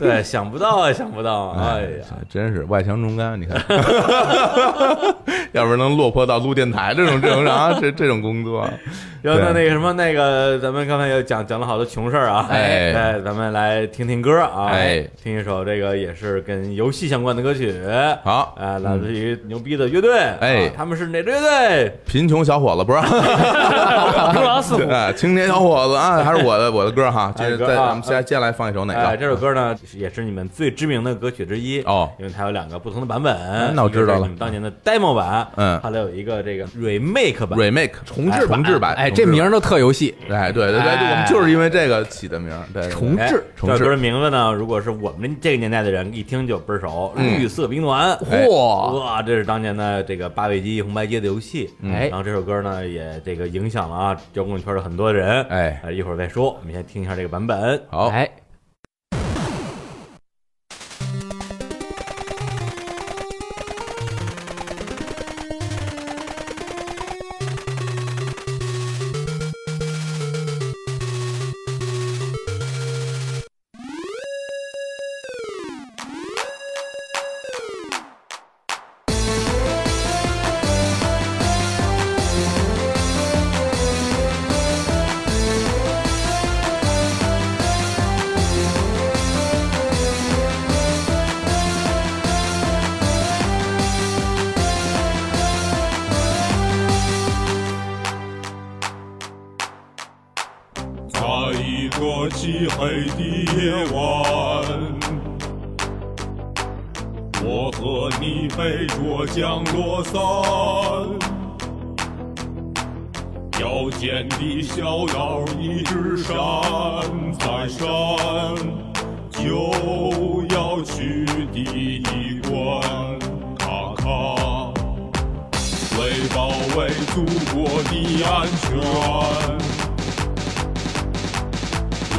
[SPEAKER 1] 对，想不到啊，想不到啊，哎呀，
[SPEAKER 2] 真是外强中干，你看， *laughs* 要不然能落魄到录电台这种这种啊，这这种工作，
[SPEAKER 1] 然后那那个什么那个，咱们刚才也讲讲了好多穷事儿啊，
[SPEAKER 2] 哎
[SPEAKER 1] 哎，咱们来听听歌啊，
[SPEAKER 2] 哎
[SPEAKER 1] 听一首这个也是跟游戏相关的歌曲，
[SPEAKER 2] 好嗯
[SPEAKER 1] 啊，来自于牛逼的乐队，
[SPEAKER 2] 哎
[SPEAKER 1] 啊他们是哪支乐队？
[SPEAKER 2] 贫穷小伙子不是？
[SPEAKER 3] 如狼 *laughs* 似虎。
[SPEAKER 2] 哎，青年小伙子啊，还是我的我的歌哈，接
[SPEAKER 1] 哎
[SPEAKER 2] 着
[SPEAKER 1] 歌
[SPEAKER 2] 再
[SPEAKER 1] 啊
[SPEAKER 2] 咱们接接下来放一首哪
[SPEAKER 1] 哎，
[SPEAKER 2] 个？
[SPEAKER 1] 这首歌呢也是你们最知名的歌曲之一
[SPEAKER 2] 哦
[SPEAKER 1] 因为它有两个不同的版本，
[SPEAKER 2] 那我知道
[SPEAKER 1] 一
[SPEAKER 2] 了
[SPEAKER 1] 个是你们当年的 demo 版，
[SPEAKER 2] 嗯
[SPEAKER 1] 后来有一个这个 remake 版，
[SPEAKER 2] remake 重
[SPEAKER 4] 哎
[SPEAKER 2] 重制版，
[SPEAKER 4] 哎，
[SPEAKER 2] 重
[SPEAKER 4] 这
[SPEAKER 2] 制
[SPEAKER 4] 名儿都特游戏。
[SPEAKER 2] 哎，对对对，
[SPEAKER 4] 哎
[SPEAKER 2] 我们就是因为这个起的名儿，对，对对
[SPEAKER 4] 重
[SPEAKER 1] 哎
[SPEAKER 4] 置
[SPEAKER 2] 重
[SPEAKER 1] 这
[SPEAKER 2] 置
[SPEAKER 1] 歌的名字呢，如果是我们这个年代的人一听就倍儿熟，
[SPEAKER 2] 嗯
[SPEAKER 1] 绿色兵团》
[SPEAKER 2] 哎
[SPEAKER 4] 嚯！
[SPEAKER 1] 哇，这是当年的这个八位机红白机的游戏。
[SPEAKER 4] 哎
[SPEAKER 1] 然，后这首歌呢，也这个影响了啊摇滚圈的很多人。
[SPEAKER 2] 哎
[SPEAKER 1] 呃，一会儿再说，我们先听一下这个版本。
[SPEAKER 2] 好，
[SPEAKER 4] 哎，
[SPEAKER 5] 在一个漆黑的夜晚，我和你背着降落伞，腰间的小岛一直闪再闪，就要去第一关，咔咔，为保卫祖国的安全。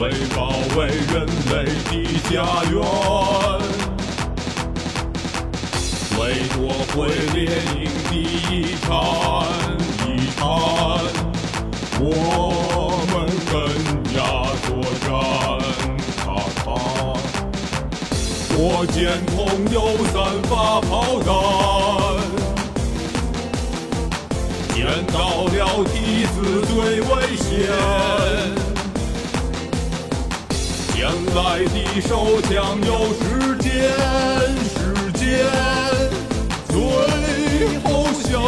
[SPEAKER 5] 为保卫人类的家园，为夺回猎鹰的遗产，遗产，我们跟呀作战，咔咔。我见空有三发炮弹。见到了敌子最危险，将来的手枪有时间，时间，最后像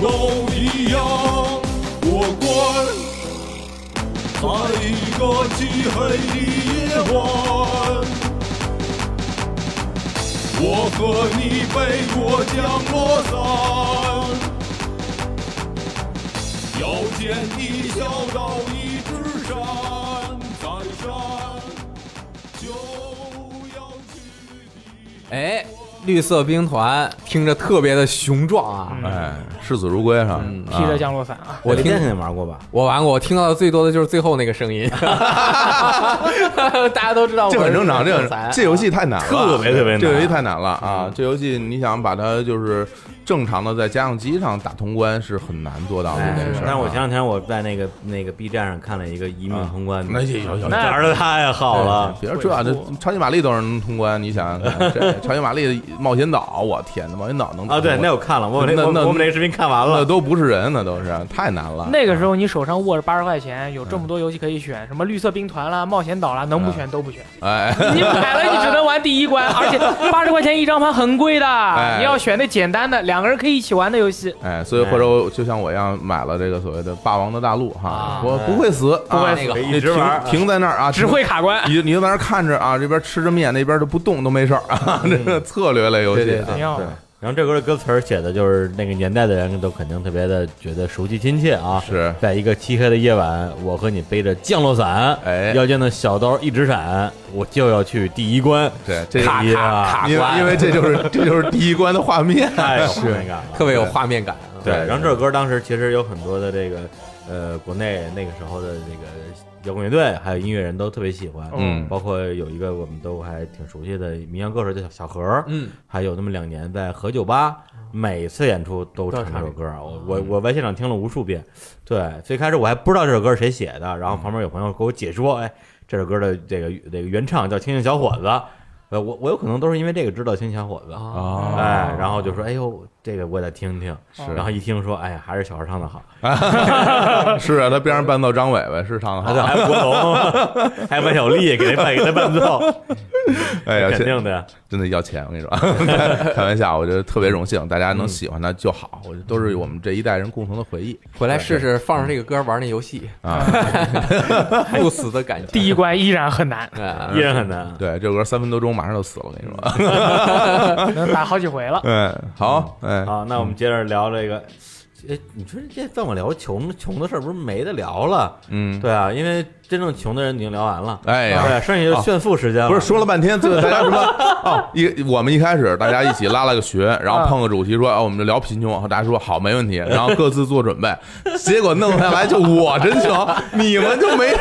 [SPEAKER 5] 狗一样过关，在一个漆黑的夜晚，我和你背过降落伞，腰间的小岛一直闪，再闪。就要去地
[SPEAKER 4] 哎，绿色兵团听着特别的雄壮啊！
[SPEAKER 2] 哎，视死如归是吧？
[SPEAKER 3] 披着降落伞啊，
[SPEAKER 2] 哎
[SPEAKER 4] 我听
[SPEAKER 1] 天肯定玩过吧？
[SPEAKER 4] 我玩过，我听到的最多的就是最后那个声音， *laughs* 大家都知道我
[SPEAKER 2] 这很正常，这
[SPEAKER 4] 是小
[SPEAKER 2] 哦很啊
[SPEAKER 4] 残
[SPEAKER 2] 这游戏太难了，
[SPEAKER 1] 特别特别难嗯
[SPEAKER 2] 这游戏太难了啊！这游戏你想把它就是正常的在家用机上打通关是很难做到的一件事儿啊。
[SPEAKER 1] 但是哎我前两天我在那个那个 B 站上看了一个一命通关的，
[SPEAKER 2] 那也有有
[SPEAKER 1] 这玩的太好
[SPEAKER 2] 哎
[SPEAKER 1] 了，
[SPEAKER 2] *laughs* 别说这，这超级玛丽都是能通关，你想想看，这超级玛丽冒险岛，我天他妈毛云岛能
[SPEAKER 1] 啊，对，那我看了，我把那
[SPEAKER 2] 那
[SPEAKER 1] 我
[SPEAKER 2] 那
[SPEAKER 1] 我们那个视频看完
[SPEAKER 2] 那
[SPEAKER 1] 了，
[SPEAKER 2] 都不是人，那都是太难了。
[SPEAKER 3] 那个时候你手上握着八十块钱，有
[SPEAKER 2] 嗯
[SPEAKER 3] 这么多游戏可以选，什么绿色兵团啦、冒险岛啦，能不选都
[SPEAKER 2] *laughs*
[SPEAKER 3] 不选。
[SPEAKER 2] 哎，
[SPEAKER 3] 你买了，你只能玩第一关，而且八十块钱一张盘很贵的，你要选那简单的，两个人可以一起玩的游戏。
[SPEAKER 2] 哎，所以或者我就像我一样买了这个所谓的《霸王的大陆》哈
[SPEAKER 4] 啊，
[SPEAKER 2] 我不会死，
[SPEAKER 1] 哎
[SPEAKER 2] 不
[SPEAKER 4] 会死
[SPEAKER 1] 一直玩
[SPEAKER 2] 停停在那儿啊，
[SPEAKER 3] 只会卡
[SPEAKER 2] *laughs*
[SPEAKER 3] 关。
[SPEAKER 2] 你就你就在那儿看着啊，这边吃着面，那边就不动都没事儿啊，这个策略类游
[SPEAKER 6] 对
[SPEAKER 2] 戏
[SPEAKER 6] 对
[SPEAKER 2] 啊，
[SPEAKER 6] 对
[SPEAKER 3] 挺好的
[SPEAKER 6] 然后这歌的歌词儿写的就是那个年代的人都肯定特别的觉得熟悉亲切啊。
[SPEAKER 2] 是
[SPEAKER 6] 在一个漆黑的夜晚，我和你背着降落伞，
[SPEAKER 2] 哎
[SPEAKER 6] 腰间的小刀一直闪，我就要去第一关。
[SPEAKER 2] 对，这
[SPEAKER 6] 卡
[SPEAKER 2] 因为
[SPEAKER 6] 卡卡
[SPEAKER 2] 因为
[SPEAKER 6] 关
[SPEAKER 2] 因为这就是这就是第一关的画面，
[SPEAKER 1] 太有画面感了。
[SPEAKER 4] 特别有画面感啊。
[SPEAKER 1] 对，
[SPEAKER 2] 对
[SPEAKER 1] 然后这首歌当时其实有很多的这个呃，国内那个时候的这个摇滚乐队还有音乐人都特别喜欢，
[SPEAKER 2] 嗯
[SPEAKER 1] 包括有一个我们都还挺熟悉的民谣歌手叫小小何，嗯，还有那么两年在何酒吧。每次演出嗯都唱这首嗯歌，我我我在现场听了无数遍。对，最开始我还不知道这首歌是谁写的，然后旁边有朋友给我解说，哎，这首歌的这个这个原唱叫《青青小伙子》，呃，我我有可能都是因为这个知道《青青小伙子》啊
[SPEAKER 2] 哦
[SPEAKER 1] 哎，然后就说：“哎呦，这个我得听听。”
[SPEAKER 2] 是
[SPEAKER 1] 然后一听说：“哎呀，还是小孩唱的好，
[SPEAKER 2] 是啊，他边上伴奏张伟伟是啊唱的
[SPEAKER 1] 还
[SPEAKER 2] 好
[SPEAKER 1] 有，还有国龙， *laughs* 还有万晓利给他伴给他伴奏，
[SPEAKER 2] 哎呀，
[SPEAKER 1] 肯
[SPEAKER 2] 这
[SPEAKER 1] 定的呀。
[SPEAKER 2] 真的要钱，我跟你说， *laughs* 开玩笑，我觉得特别荣幸，大家能喜欢它就好，我觉得都是我们这一代人共同的回忆
[SPEAKER 4] 回来试试放上这个歌玩那游戏，
[SPEAKER 2] 啊。
[SPEAKER 4] *laughs* 不死的感觉。
[SPEAKER 2] *laughs*
[SPEAKER 3] 第一关依然很难，
[SPEAKER 4] 哎
[SPEAKER 1] 依然很难。
[SPEAKER 2] 对，这首歌三分多钟马上就死了，我跟你说。 *laughs*
[SPEAKER 3] 能打好几回了。
[SPEAKER 2] 嗯，好，哎，
[SPEAKER 1] 好，那我们接着聊这个。哎，你说这这么聊穷穷的事儿，不是没得聊了？
[SPEAKER 2] 嗯，
[SPEAKER 1] 对啊，因为真正穷的人已经聊完了，
[SPEAKER 2] 哎呀
[SPEAKER 1] 对，啊剩下就是炫富时间了。
[SPEAKER 2] 不是说了半天，最后大家什
[SPEAKER 3] *laughs*
[SPEAKER 2] 么？哦，一我们一开始大家一起拉了个群，然
[SPEAKER 3] 嗯
[SPEAKER 2] 后碰个主题说，哦，我们就聊贫穷，然后大家说好，没问题，然后各自做准备，结果弄下来就我真穷，你们就没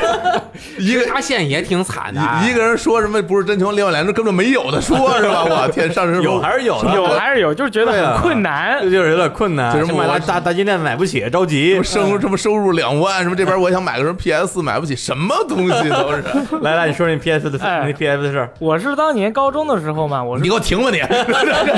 [SPEAKER 2] 一
[SPEAKER 3] *laughs*
[SPEAKER 2] 个。
[SPEAKER 4] 发现也挺惨的
[SPEAKER 3] 哎
[SPEAKER 4] 啊，
[SPEAKER 2] 一一个人说什么不是真穷，另外两个人根本没有的说是吧？我天，上升
[SPEAKER 1] 有还是有的，
[SPEAKER 3] *laughs* 有还是有，就是觉得很困难
[SPEAKER 1] 这。就是有点困难。
[SPEAKER 2] 就是
[SPEAKER 1] 先买
[SPEAKER 2] 我
[SPEAKER 1] 大大大金链子买不起，着急
[SPEAKER 2] 什么。收什么收入两万，什么这边我想买个什么 PS 四买不起，什么东西都
[SPEAKER 3] *laughs*
[SPEAKER 2] 是。
[SPEAKER 1] 来来，你说你 PS 的
[SPEAKER 3] 哎
[SPEAKER 1] 那 PS 的事儿，
[SPEAKER 3] 我是当年高中的时候嘛，我
[SPEAKER 2] 你
[SPEAKER 3] 是
[SPEAKER 2] 给我停吧你！ *laughs*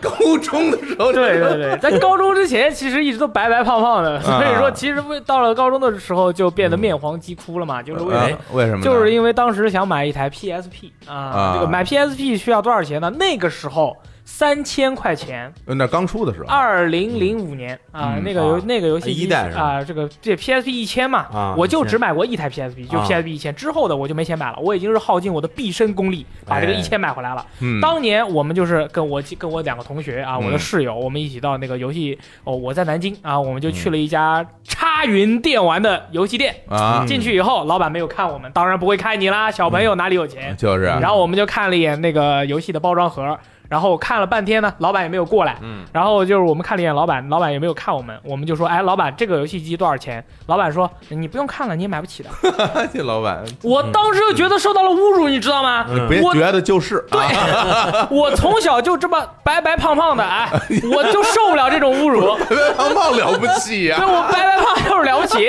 [SPEAKER 2] 高中的时候，
[SPEAKER 3] 对对对，在高中之前其实一直都白白胖胖的， *laughs* 所以说其实为到了高中的时候就变得面黄肌枯了嘛，就是为了
[SPEAKER 2] 啊，为什么呢？
[SPEAKER 3] 就是因为当时想买一台 PSP
[SPEAKER 2] 啊
[SPEAKER 3] 啊，这个买 PSP 需要多少钱呢？那个时候三千块钱，
[SPEAKER 2] 那刚出的时候，
[SPEAKER 3] 二零零五年啊，
[SPEAKER 2] 嗯
[SPEAKER 3] 那个游
[SPEAKER 1] 啊
[SPEAKER 3] 那个游戏
[SPEAKER 1] 一代是吧
[SPEAKER 3] 啊，这个这 PSP 一千
[SPEAKER 1] 啊
[SPEAKER 3] 嘛，我就
[SPEAKER 1] 1000
[SPEAKER 3] 只买过一台 PSP，就
[SPEAKER 1] 啊
[SPEAKER 3] PSP 一千之后的我就没钱买了，我已经是耗尽我的毕生功力把这个
[SPEAKER 1] 哎
[SPEAKER 3] 一千买回来了。
[SPEAKER 2] 嗯，
[SPEAKER 3] 当年我们就是跟我跟我两个同学啊，
[SPEAKER 2] 嗯
[SPEAKER 3] 我的室友，我们一起到那个游戏哦，我在南京啊，我们就
[SPEAKER 1] 嗯
[SPEAKER 3] 去了一家插云电玩的游戏店。
[SPEAKER 2] 啊，
[SPEAKER 3] 进去以后，老板没有看我们，当然不会看你啦，小朋
[SPEAKER 1] 嗯
[SPEAKER 3] 友哪里有钱？
[SPEAKER 2] 啊就是，
[SPEAKER 3] 然后我们就看了一眼那个游戏的包装盒，然后看了半天呢，老板也没有过来。嗯，然后就是我们看了一眼老板，老板也没有看我们，我们就说，哎，老板，这个游戏机多少钱？老板说，你不用看了，你也买
[SPEAKER 2] *laughs*
[SPEAKER 3] 不起的。
[SPEAKER 2] *laughs* 这老板，
[SPEAKER 3] 我当时就觉得受到了侮辱，你知道吗？
[SPEAKER 2] 你别
[SPEAKER 3] 我
[SPEAKER 2] 嗯觉得就是啊，
[SPEAKER 3] 我从小就这么白白胖胖的，哎，我就受不了这种
[SPEAKER 2] *laughs*
[SPEAKER 3] 侮辱。
[SPEAKER 2] 别胖胖了不起
[SPEAKER 3] *laughs*
[SPEAKER 2] 呀，
[SPEAKER 3] 对我白白胖胖就是了不起，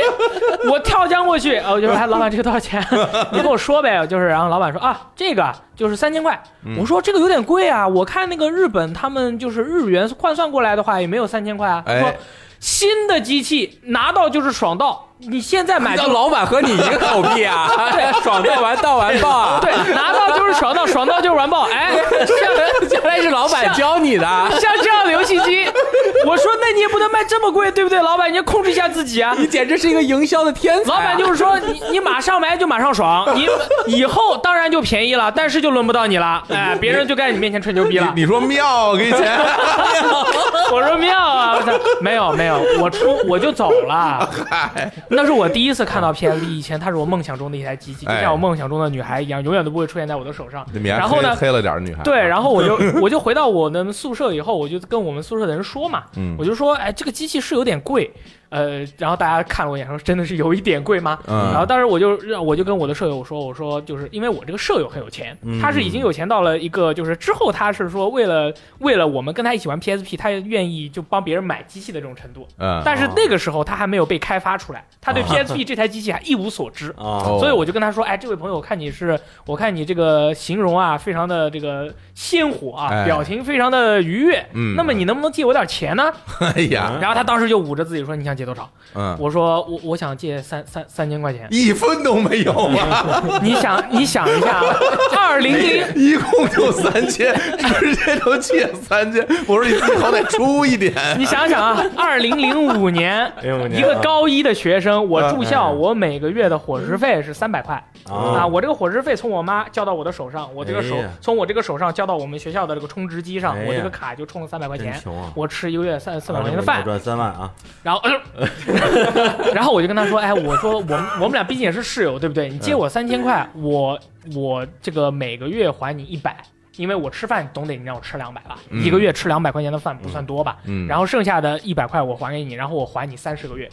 [SPEAKER 3] 我跳江过去， *laughs* 呃我就说哎，老板这个多少钱？ *laughs* 你跟我说呗。就是，然后老板说啊，这个就是三千块。我说这个有点贵啊，我看那个日本他们就是日元换算过来的话也没有三千块啊。他说
[SPEAKER 2] 哎
[SPEAKER 3] 新的机器拿到就是爽到，你现在买就
[SPEAKER 4] 让老板和你一个口币
[SPEAKER 2] *laughs*
[SPEAKER 4] 啊，爽到完到完爆啊！
[SPEAKER 3] 对，拿到就是爽到，爽到就是完爆。哎，像
[SPEAKER 4] 原来是老板教
[SPEAKER 2] *laughs*
[SPEAKER 4] 你的，啊
[SPEAKER 3] 像这样的游戏机，我说那你也不能卖这么贵，对不对？老板，你要控制一下自己啊。
[SPEAKER 4] 你简直是一个营销的天才
[SPEAKER 3] 老
[SPEAKER 4] 啊。
[SPEAKER 3] 板就是说，你你马上买就马上 *laughs* 爽，你以后当然就便宜了，但是就轮不到你了，哎，别人就该在你面前吹牛逼了。
[SPEAKER 2] 你说妙，我给你
[SPEAKER 3] *laughs*
[SPEAKER 2] 钱，
[SPEAKER 3] 我说妙啊，我操，没有没有，我出我就走了。那是我第一次看到 PSP 一千，它是我梦想中的一台机器，就
[SPEAKER 2] 哎
[SPEAKER 3] 像我梦想中的女孩一样，永远都不会出现在我的手上。
[SPEAKER 2] 这米娅
[SPEAKER 3] 然后呢
[SPEAKER 2] 黑，黑了点儿女孩，啊
[SPEAKER 3] 对，然后
[SPEAKER 2] *laughs*
[SPEAKER 3] 我就我就回到我的宿舍以后，我就跟我们宿舍的人说嘛，
[SPEAKER 2] 嗯
[SPEAKER 3] 我就说，哎，这个机器是有点贵，呃，然后大家看了我一眼说，真的是有一点贵吗？
[SPEAKER 2] 嗯
[SPEAKER 3] 然后当时我就让我就跟我的舍友说，我说就是因为我这个舍友很有钱，
[SPEAKER 1] 嗯
[SPEAKER 3] 他是已经有钱到了一个就是之后他是说为了为了我们跟他一起玩 PSP，他愿意就帮别人买机器的这种程度。
[SPEAKER 2] 嗯，
[SPEAKER 3] 但是那个时候他还没有被开发出来，他对
[SPEAKER 2] 啊
[SPEAKER 3] PSP 这台机器还一无所知。
[SPEAKER 1] 啊，
[SPEAKER 2] 哦
[SPEAKER 3] 所以我就跟他说，哎，这位朋友，我看你是，我看你这个形容啊，非常的这个鲜活
[SPEAKER 2] 哎
[SPEAKER 3] 啊，表情非常的愉悦。
[SPEAKER 2] 嗯
[SPEAKER 3] 那么你能不能借我点
[SPEAKER 2] *laughs*
[SPEAKER 3] 钱呢？
[SPEAKER 2] 哎呀，
[SPEAKER 3] 然后他当时就捂着自己说，你想借多
[SPEAKER 2] *laughs*
[SPEAKER 3] 少？
[SPEAKER 2] 嗯，
[SPEAKER 3] 我说我我想借三三三千块
[SPEAKER 2] *laughs*
[SPEAKER 3] 钱。
[SPEAKER 2] 一分都没有啊，
[SPEAKER 3] 你想你想一下，啊二零
[SPEAKER 2] *laughs*
[SPEAKER 3] 零
[SPEAKER 2] 一共就三千，直接就借三千。我说你自己好歹出一点，
[SPEAKER 3] 你想想啊，二零零
[SPEAKER 2] *laughs*
[SPEAKER 3] 五年，
[SPEAKER 2] 哎
[SPEAKER 1] 05年
[SPEAKER 3] 一个高一的学生，我
[SPEAKER 2] 嗯
[SPEAKER 3] 住校，
[SPEAKER 1] 嗯
[SPEAKER 3] 我每个月的伙食费是三百块
[SPEAKER 1] 哦
[SPEAKER 3] 啊，我这个伙食费从我妈交到我的手上，我这个手
[SPEAKER 1] 哎呀
[SPEAKER 3] 从我这个手上交到我们学校的这个充值机上
[SPEAKER 1] 哎呀，
[SPEAKER 3] 我这个卡就充了三百块
[SPEAKER 1] 真
[SPEAKER 3] 钱。
[SPEAKER 1] 穷啊！
[SPEAKER 3] 我吃一个月三四百块钱的
[SPEAKER 1] 我
[SPEAKER 3] 饭，
[SPEAKER 1] 赚三万啊！
[SPEAKER 3] 然后，呃然后我就跟他说，哎，我说我们我们俩毕竟也是室友，对不对？你借我三千块，
[SPEAKER 2] 嗯
[SPEAKER 3] 我我这个每个月还你一百，因为我吃饭总得你让我吃两百吧，
[SPEAKER 2] 嗯
[SPEAKER 3] 一个月吃两百块钱的饭不算多吧？
[SPEAKER 2] 嗯
[SPEAKER 3] 然后剩下的一百块我还给你，然后我还你三十个月。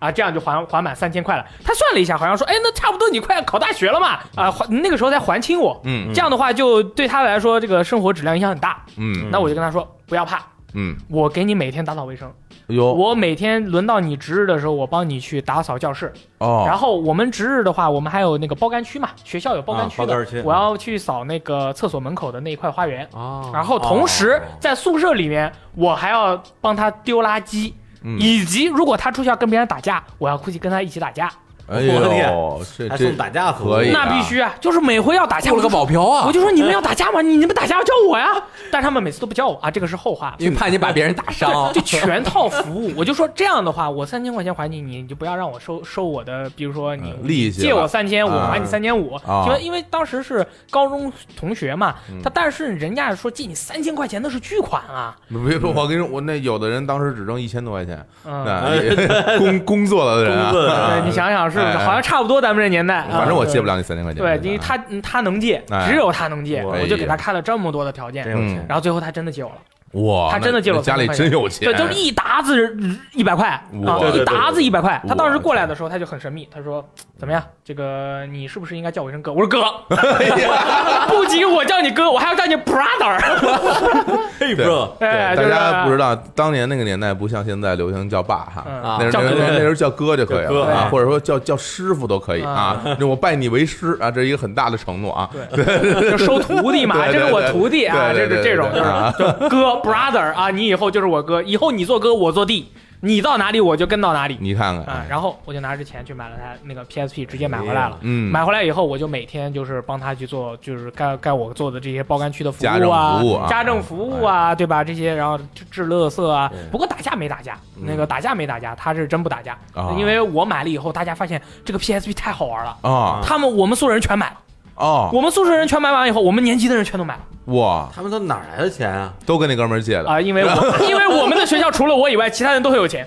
[SPEAKER 3] 啊，这样就还还满三千块了。他算了一下，好像说，哎，那差不多你快要考大学了嘛，啊，还那个时候才还清我。
[SPEAKER 2] 嗯
[SPEAKER 3] 这样的话就对他来说，这个生活质量影响很大。
[SPEAKER 2] 嗯
[SPEAKER 3] 那我就跟他说，不要怕，
[SPEAKER 2] 嗯，
[SPEAKER 3] 我给你每天打扫卫生，
[SPEAKER 1] 哦
[SPEAKER 2] 有
[SPEAKER 3] 我每天轮到你值日的时候，我帮你去打扫教室。然
[SPEAKER 2] 哦，
[SPEAKER 3] 后我们值日的话，我们还有那个包干区嘛，学校有包干
[SPEAKER 1] 啊
[SPEAKER 3] 区
[SPEAKER 1] 包
[SPEAKER 3] 的，
[SPEAKER 1] 干区
[SPEAKER 3] 我要去扫那个厕所门口的那一块花园。
[SPEAKER 4] 哦，
[SPEAKER 3] 然后同时
[SPEAKER 1] 哦
[SPEAKER 3] 在宿舍里面，我还要帮他丢垃圾，
[SPEAKER 2] 嗯
[SPEAKER 3] 以及如果他出去要跟别人打架，我要出去跟他一起打架。
[SPEAKER 2] 哎
[SPEAKER 1] 我的
[SPEAKER 2] 呦
[SPEAKER 1] 天，
[SPEAKER 2] 这
[SPEAKER 1] 还
[SPEAKER 2] 这
[SPEAKER 1] 送打架服务
[SPEAKER 2] 可以啊
[SPEAKER 3] 那必须啊，就是每回要打架，
[SPEAKER 4] 做了个
[SPEAKER 3] 我就
[SPEAKER 4] 保镖啊，
[SPEAKER 3] 我就说你们要打架吗？你你们打架要叫我呀！但是他们每次都不叫我啊，这个是后话。
[SPEAKER 4] 因为怕你把别人打伤 *laughs*
[SPEAKER 3] 对，就。 *laughs* 全套服务。我就说这样的话，我三千块钱还你，你你就不要让我收收我的，比如说你
[SPEAKER 2] 嗯利息
[SPEAKER 3] 借我
[SPEAKER 2] 了
[SPEAKER 3] 三千，我
[SPEAKER 2] 啊
[SPEAKER 3] 还你三千五。
[SPEAKER 2] 啊嗯
[SPEAKER 3] 因为因为当时是高中同学嘛，他但是人家说借你三千块钱那是巨款啊，
[SPEAKER 2] 别说，我跟你说，我那有的人当时只挣一千多块钱，
[SPEAKER 3] 嗯。
[SPEAKER 2] 那 *laughs* 也工哎工作了的人
[SPEAKER 1] 工作的
[SPEAKER 2] 啊，
[SPEAKER 3] 对，你想想是
[SPEAKER 2] 哎
[SPEAKER 3] 不是？
[SPEAKER 2] 哎
[SPEAKER 3] 好像差不多，咱们这年代。啊
[SPEAKER 2] 反正我借不。了你三千块钱。啊
[SPEAKER 3] 对，因为他他能借，只有他能借，
[SPEAKER 1] 哎
[SPEAKER 3] 我就给他开了这么多的条件
[SPEAKER 1] 真，有
[SPEAKER 2] 嗯
[SPEAKER 1] 钱，
[SPEAKER 3] 然后最后他真的借我了。
[SPEAKER 2] 哇，
[SPEAKER 3] 他真的借了
[SPEAKER 2] 那家里真有钱，
[SPEAKER 3] 对，都是一沓子一百块啊
[SPEAKER 2] 哎哇，
[SPEAKER 3] 一沓子一百块。
[SPEAKER 2] 对
[SPEAKER 3] 他当时过来的时候，他就很神秘，他说：“怎么样，这个你是不是应该叫我一声哥？”我说：“哥，
[SPEAKER 2] 哎
[SPEAKER 3] *laughs* 不仅我叫你哥，我还要叫你 brother。
[SPEAKER 1] 嘿
[SPEAKER 2] 对
[SPEAKER 1] bro，”
[SPEAKER 3] 哎，
[SPEAKER 2] 对，大
[SPEAKER 3] 就是
[SPEAKER 2] 家不知道，当年那个年代不像现在流行叫爸哈，
[SPEAKER 3] 嗯
[SPEAKER 2] 那时
[SPEAKER 3] 叫
[SPEAKER 2] 候那时
[SPEAKER 3] 哥哎
[SPEAKER 2] 候那时候叫哥就可以
[SPEAKER 1] 叫哥
[SPEAKER 2] 了啊，
[SPEAKER 3] 对
[SPEAKER 2] 或者说叫叫师傅都可以啊，就我拜你为师啊，这是一个很大的承诺啊。
[SPEAKER 3] 对，就收徒弟嘛，
[SPEAKER 2] *laughs* 对
[SPEAKER 3] 这
[SPEAKER 2] 对
[SPEAKER 3] 是我
[SPEAKER 2] 对
[SPEAKER 3] 徒弟啊，
[SPEAKER 2] 对
[SPEAKER 3] 这
[SPEAKER 2] 对
[SPEAKER 3] 是
[SPEAKER 2] 对
[SPEAKER 3] 这种
[SPEAKER 2] 对
[SPEAKER 3] 就
[SPEAKER 2] 啊
[SPEAKER 3] 是就 *laughs* 哥 brother 啊，你以后就是我哥，以后你做哥，我做弟，你到哪里我就跟到哪里
[SPEAKER 2] 你看看，
[SPEAKER 3] 啊。然后我就拿着钱去买了台那个 PSP，直接买回来了。
[SPEAKER 2] 嗯，
[SPEAKER 3] 买回来以后，我就每天就是帮他去做，就是该该我做的这些包干区的服
[SPEAKER 2] 家
[SPEAKER 3] 务
[SPEAKER 2] 政
[SPEAKER 3] 啊，
[SPEAKER 2] 服务啊哎
[SPEAKER 3] 家政服务啊，对吧？这些，然后治治垃圾啊。
[SPEAKER 2] 嗯
[SPEAKER 3] 不过打架没打架，那个打架没打架，他是真不打架
[SPEAKER 2] 啊，
[SPEAKER 3] 因为我买了以后，大家发现这个 PSP 太好玩了，
[SPEAKER 2] 啊
[SPEAKER 3] 他们我们宿舍人全买了，
[SPEAKER 2] 哦
[SPEAKER 3] 我们宿舍人全买完以后，我们年级的人全都买了
[SPEAKER 2] 哇，
[SPEAKER 1] 他们都哪儿来的钱啊？
[SPEAKER 2] 都跟那哥们儿借的，
[SPEAKER 3] 啊，因为我 *laughs* 因为我们的学校除了我以外，其他人都很有钱，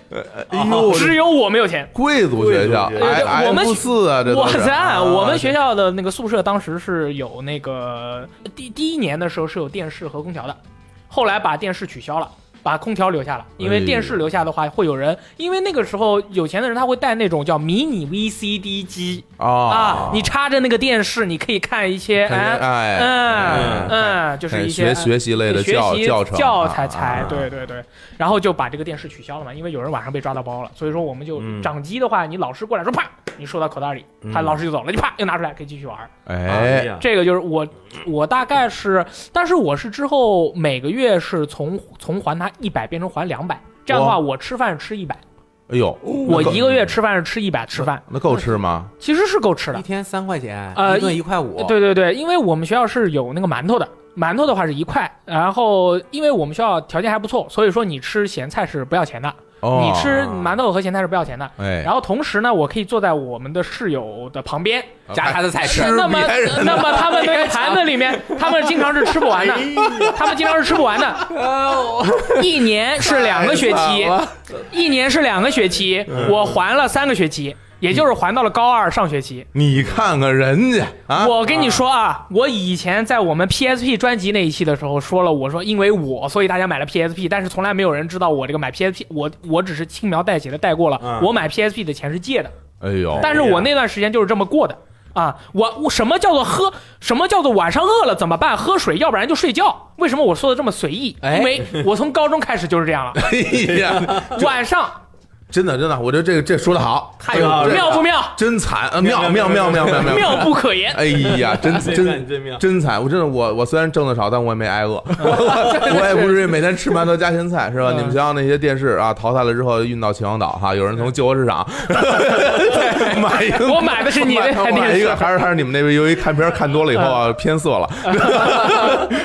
[SPEAKER 2] 哎呦，
[SPEAKER 3] 只有我没有钱。
[SPEAKER 2] 贵族学校，
[SPEAKER 1] 贵
[SPEAKER 3] 族学校
[SPEAKER 2] 哎
[SPEAKER 3] 我们
[SPEAKER 2] F 四啊，这都
[SPEAKER 3] 哇
[SPEAKER 2] 是
[SPEAKER 3] 塞！
[SPEAKER 2] 啊
[SPEAKER 3] 我们学校的那个宿舍当时是有那个第第一年的时候是有电视和空调的，后来把电视取消了。把空调留下了，因为电视留下的话，会有人，因为那个时候有钱的人他会带那种叫迷你 VCD 机啊
[SPEAKER 2] 啊，，
[SPEAKER 3] 你插着那个电视，你可以看一些，
[SPEAKER 2] 看
[SPEAKER 3] 哎，
[SPEAKER 2] 哎
[SPEAKER 3] 嗯
[SPEAKER 2] 哎
[SPEAKER 3] 嗯，就是一些
[SPEAKER 2] 学学习类的
[SPEAKER 3] 学
[SPEAKER 2] 教
[SPEAKER 3] 习
[SPEAKER 2] 教程
[SPEAKER 3] 教
[SPEAKER 2] 啊
[SPEAKER 3] 材材
[SPEAKER 2] 啊，
[SPEAKER 3] 对对对，然后就把这个电视取消了嘛，因为有人晚上被抓到包了，所以说我们就
[SPEAKER 1] 嗯
[SPEAKER 3] 掌机的话，你老师过来说啪，你收到口袋里，他
[SPEAKER 1] 嗯
[SPEAKER 3] 老师就走了，你啪又拿出来可以继续玩儿。
[SPEAKER 1] 哎
[SPEAKER 2] 哎
[SPEAKER 1] 呀，
[SPEAKER 3] 这个就是我，我大概是，但是我是之后每个月是从从还他一百变成还两百，这样的话
[SPEAKER 2] 哇
[SPEAKER 3] 我吃饭是吃一百，
[SPEAKER 2] 哎呦，
[SPEAKER 3] 我一个
[SPEAKER 2] 月
[SPEAKER 3] 月吃饭是吃一百吃饭，
[SPEAKER 2] 那够吃吗？
[SPEAKER 3] 其实是够吃的
[SPEAKER 4] 一。天三块钱，
[SPEAKER 3] 呃
[SPEAKER 4] 一顿一块五，
[SPEAKER 3] 对对对，因为我们学校是有那个馒头的，馒头的话是一块，然后因为我们学校条件还不错，所以说你吃咸菜是不要钱的，
[SPEAKER 2] 哦，
[SPEAKER 3] 你吃馒头和咸菜是不要钱的。
[SPEAKER 2] 哎，
[SPEAKER 3] 然后同时呢，我可以坐在我们的室友的旁边，
[SPEAKER 4] 夹他的菜吃
[SPEAKER 2] 吃，
[SPEAKER 3] 呃那么
[SPEAKER 4] *laughs*
[SPEAKER 2] 别人的哎
[SPEAKER 3] 那么他们那个盘子
[SPEAKER 2] *laughs*
[SPEAKER 3] 里面，他们经常是吃不完的，他们经常是吃不完的。一年是两个学期
[SPEAKER 2] 哦太惨了，嗯
[SPEAKER 3] 一年是两个学期，我还了三个学期。也就是还到了高二上学期。
[SPEAKER 2] 你看看人家啊，
[SPEAKER 3] 我跟你说啊，我以前在我们 PSP 专辑那一期的时候说了，我说因为我，所以大家买了 PSP，但是从来没有人知道我这个买 PSP，我我只是轻描淡写的带过了，
[SPEAKER 1] 嗯
[SPEAKER 3] 我买 PSP 的钱是借的，
[SPEAKER 2] 哎
[SPEAKER 3] *laughs*
[SPEAKER 2] 呦，
[SPEAKER 3] 但是我那段时间就是这么过的啊。我我什么叫做喝？什么叫做晚上饿了怎么办？喝水，要不然就睡觉。为什么我说的这么随意？
[SPEAKER 4] 哎
[SPEAKER 3] 因为我从高中开始就是这样了，
[SPEAKER 2] 哎呀，
[SPEAKER 3] 晚上
[SPEAKER 2] 真的真的，我觉得这个这说的好，
[SPEAKER 1] 太好了
[SPEAKER 2] 哎呦
[SPEAKER 3] 妙不妙？
[SPEAKER 2] 真惨，呃妙
[SPEAKER 1] 妙
[SPEAKER 2] 妙妙妙妙
[SPEAKER 3] 妙不可言。
[SPEAKER 2] 哎呀，
[SPEAKER 3] *laughs*
[SPEAKER 2] 真真
[SPEAKER 1] 真妙，
[SPEAKER 2] 真惨！我真的我我虽然挣的少，但我也没
[SPEAKER 3] *laughs*
[SPEAKER 2] 挨饿，我也不至于每天吃馒头加咸菜，是吧？
[SPEAKER 3] 嗯
[SPEAKER 2] 你们想想那些电视啊，淘汰了之后运到秦皇岛哈，有人从旧货市
[SPEAKER 3] *laughs*
[SPEAKER 2] 场买一个，
[SPEAKER 3] 我买的是你那
[SPEAKER 2] 买
[SPEAKER 3] 台电
[SPEAKER 2] 一
[SPEAKER 3] 视嗯
[SPEAKER 2] 个，，还是还是你们那边由于看片看多了以后啊 *laughs* 偏色
[SPEAKER 3] *laughs*
[SPEAKER 2] 了，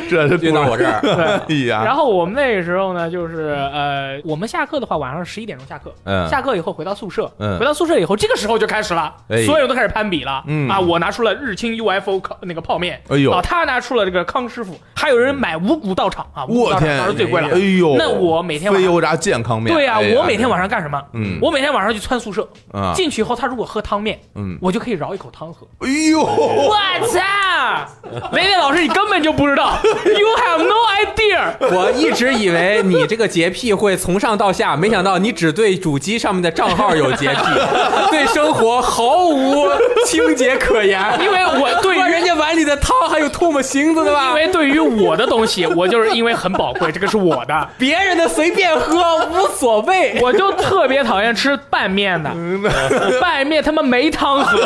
[SPEAKER 2] 这是
[SPEAKER 4] 运到我这 *laughs* 儿，
[SPEAKER 2] *laughs* 哎呀，
[SPEAKER 3] 然后我们那个时候呢，就是呃，我们下课的话，晚上十一点钟下课，
[SPEAKER 2] 嗯
[SPEAKER 3] 下课以后回到宿舍，
[SPEAKER 2] 嗯
[SPEAKER 3] 回到宿舍以后，这个时候就开始了，
[SPEAKER 2] 哎
[SPEAKER 3] 所有人都开始攀比了，
[SPEAKER 2] 嗯
[SPEAKER 3] 啊，我拿出了日清 UFO 烤那个泡面，
[SPEAKER 2] 哎呦
[SPEAKER 3] 啊，他拿出了这个康师傅，还有人买五谷道场啊，五谷
[SPEAKER 2] 我
[SPEAKER 3] 道场
[SPEAKER 2] 天
[SPEAKER 3] 当时最贵了，
[SPEAKER 2] 哎呦，
[SPEAKER 3] 那我每天晚
[SPEAKER 2] 非
[SPEAKER 3] 上。
[SPEAKER 2] 油炸健康面，
[SPEAKER 3] 对呀、
[SPEAKER 2] 哎呀
[SPEAKER 3] 我每天晚上干什么？
[SPEAKER 2] 嗯
[SPEAKER 3] 我每天晚上去窜宿舍，
[SPEAKER 2] 啊，
[SPEAKER 3] 进去以后，他如果喝汤面，
[SPEAKER 2] 嗯，
[SPEAKER 3] 我就可以饶一口汤喝。
[SPEAKER 2] 哎
[SPEAKER 3] *laughs*
[SPEAKER 2] 呦。
[SPEAKER 3] 我操！
[SPEAKER 2] *laughs*
[SPEAKER 3] 雷雷老师，你根本就不知道，You have no idea。
[SPEAKER 4] 我一直以为你这个洁癖会从上到下，没想到你只对主机上面的账号有洁癖， *laughs* 对生活毫无清洁可言。
[SPEAKER 3] *laughs* 因为
[SPEAKER 4] *laughs*
[SPEAKER 3] 我对
[SPEAKER 4] 哇，
[SPEAKER 3] 于
[SPEAKER 4] 人家碗里的汤还有唾沫星子的吧
[SPEAKER 3] 因？为对于我的东西，我就是因为很宝贵，这个是我
[SPEAKER 2] *laughs*
[SPEAKER 3] 的，
[SPEAKER 4] 别人的随便喝无所谓。
[SPEAKER 3] 我就特别讨厌吃拌面的，
[SPEAKER 2] 嗯
[SPEAKER 3] 拌面他妈没汤
[SPEAKER 2] *laughs*
[SPEAKER 3] 喝，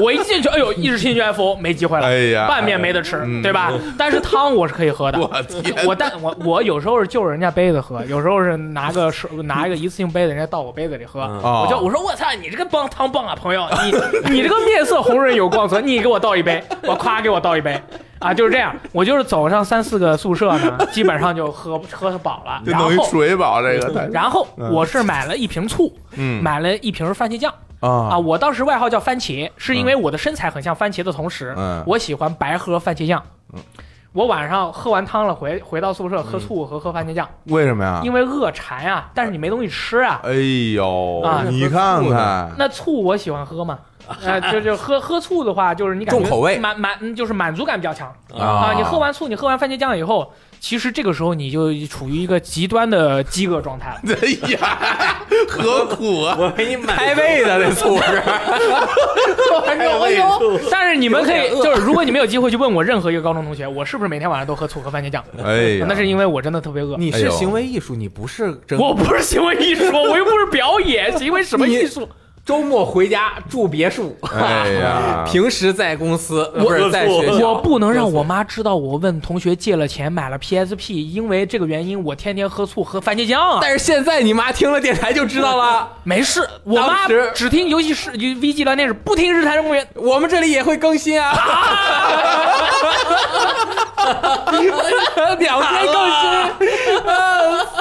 [SPEAKER 3] 我一进去，哎呦，一直进去 F O 没机会了，
[SPEAKER 2] 哎呀嗯
[SPEAKER 3] 拌面没得吃，对吧？但是汤我是可以喝的，
[SPEAKER 2] 我天
[SPEAKER 3] 我但我我有时候是就着人家杯子喝，有时候是拿个手拿一个一次性杯子，人家倒我杯子里喝，
[SPEAKER 2] 哦
[SPEAKER 3] 我就我说我操，你这个棒汤棒啊，朋友，
[SPEAKER 2] *laughs*
[SPEAKER 3] 你你这个面色红润有光泽，你给我倒一杯，我夸给我倒一杯。啊，就是这样，我就是走上三四个宿舍呢，
[SPEAKER 2] *laughs*
[SPEAKER 3] 基本上就喝喝饱了，
[SPEAKER 2] 这
[SPEAKER 3] 然
[SPEAKER 2] 等于
[SPEAKER 3] 后嗯
[SPEAKER 2] 水饱这个太
[SPEAKER 3] 然后我是买了一瓶醋，
[SPEAKER 2] 嗯
[SPEAKER 3] 买了一瓶番茄酱啊。
[SPEAKER 2] 啊
[SPEAKER 3] 我当时外号叫番茄，是因为我的身材很像番茄的同时，
[SPEAKER 2] 嗯
[SPEAKER 3] 我喜欢白喝番茄酱。我晚上喝完汤了，回回到宿
[SPEAKER 2] 嗯
[SPEAKER 3] 舍喝醋和喝番茄酱，
[SPEAKER 2] 为什么呀？
[SPEAKER 3] 因为饿馋啊，但是你没东西吃啊。
[SPEAKER 2] 哎呦，
[SPEAKER 3] 啊
[SPEAKER 2] 你看看，
[SPEAKER 3] 那醋我喜欢喝嘛，呃，就就喝喝醋的话，就是你感觉
[SPEAKER 4] 重口味
[SPEAKER 3] 满满嗯就是满足感比较强
[SPEAKER 2] 啊
[SPEAKER 3] 啊。你喝完醋，你喝完番茄酱以后，其实这个时候你就处于一个极端的饥饿状态了。
[SPEAKER 2] 哎
[SPEAKER 3] *laughs*
[SPEAKER 2] 呀，何苦啊？
[SPEAKER 1] 我给你买
[SPEAKER 4] 开胃的那醋是，
[SPEAKER 1] 开胃醋，
[SPEAKER 3] 但是你们可以，就是如果你们有机会去问我任何一个高中同学，我是不是每天晚上都喝醋和番茄酱？
[SPEAKER 2] 哎呀，
[SPEAKER 3] 那是因为我真的特别饿。
[SPEAKER 4] 你
[SPEAKER 2] 哎
[SPEAKER 4] 是
[SPEAKER 2] 呦
[SPEAKER 4] 行为艺术，你不是真。
[SPEAKER 3] 我不是行为艺术，我又不是表演，行为什么艺术？
[SPEAKER 4] 周末回家住别墅，，
[SPEAKER 2] 哎呀
[SPEAKER 4] 平时在公司，呃不是在学
[SPEAKER 3] 我
[SPEAKER 4] 校。
[SPEAKER 3] 不能让我妈知道我问同学借了钱买了 PSP，因为这个原因我天天喝醋喝番茄酱啊。
[SPEAKER 4] *laughs* 但是现在你妈听了电台就知道 *laughs* 了，
[SPEAKER 3] 没事，我妈
[SPEAKER 4] 当时
[SPEAKER 3] 只听游戏室 V G 聊天室，不听日坛公
[SPEAKER 4] *laughs*
[SPEAKER 3] 园。
[SPEAKER 4] 我们这里也会更新 *laughs* 啊，两天更新，啊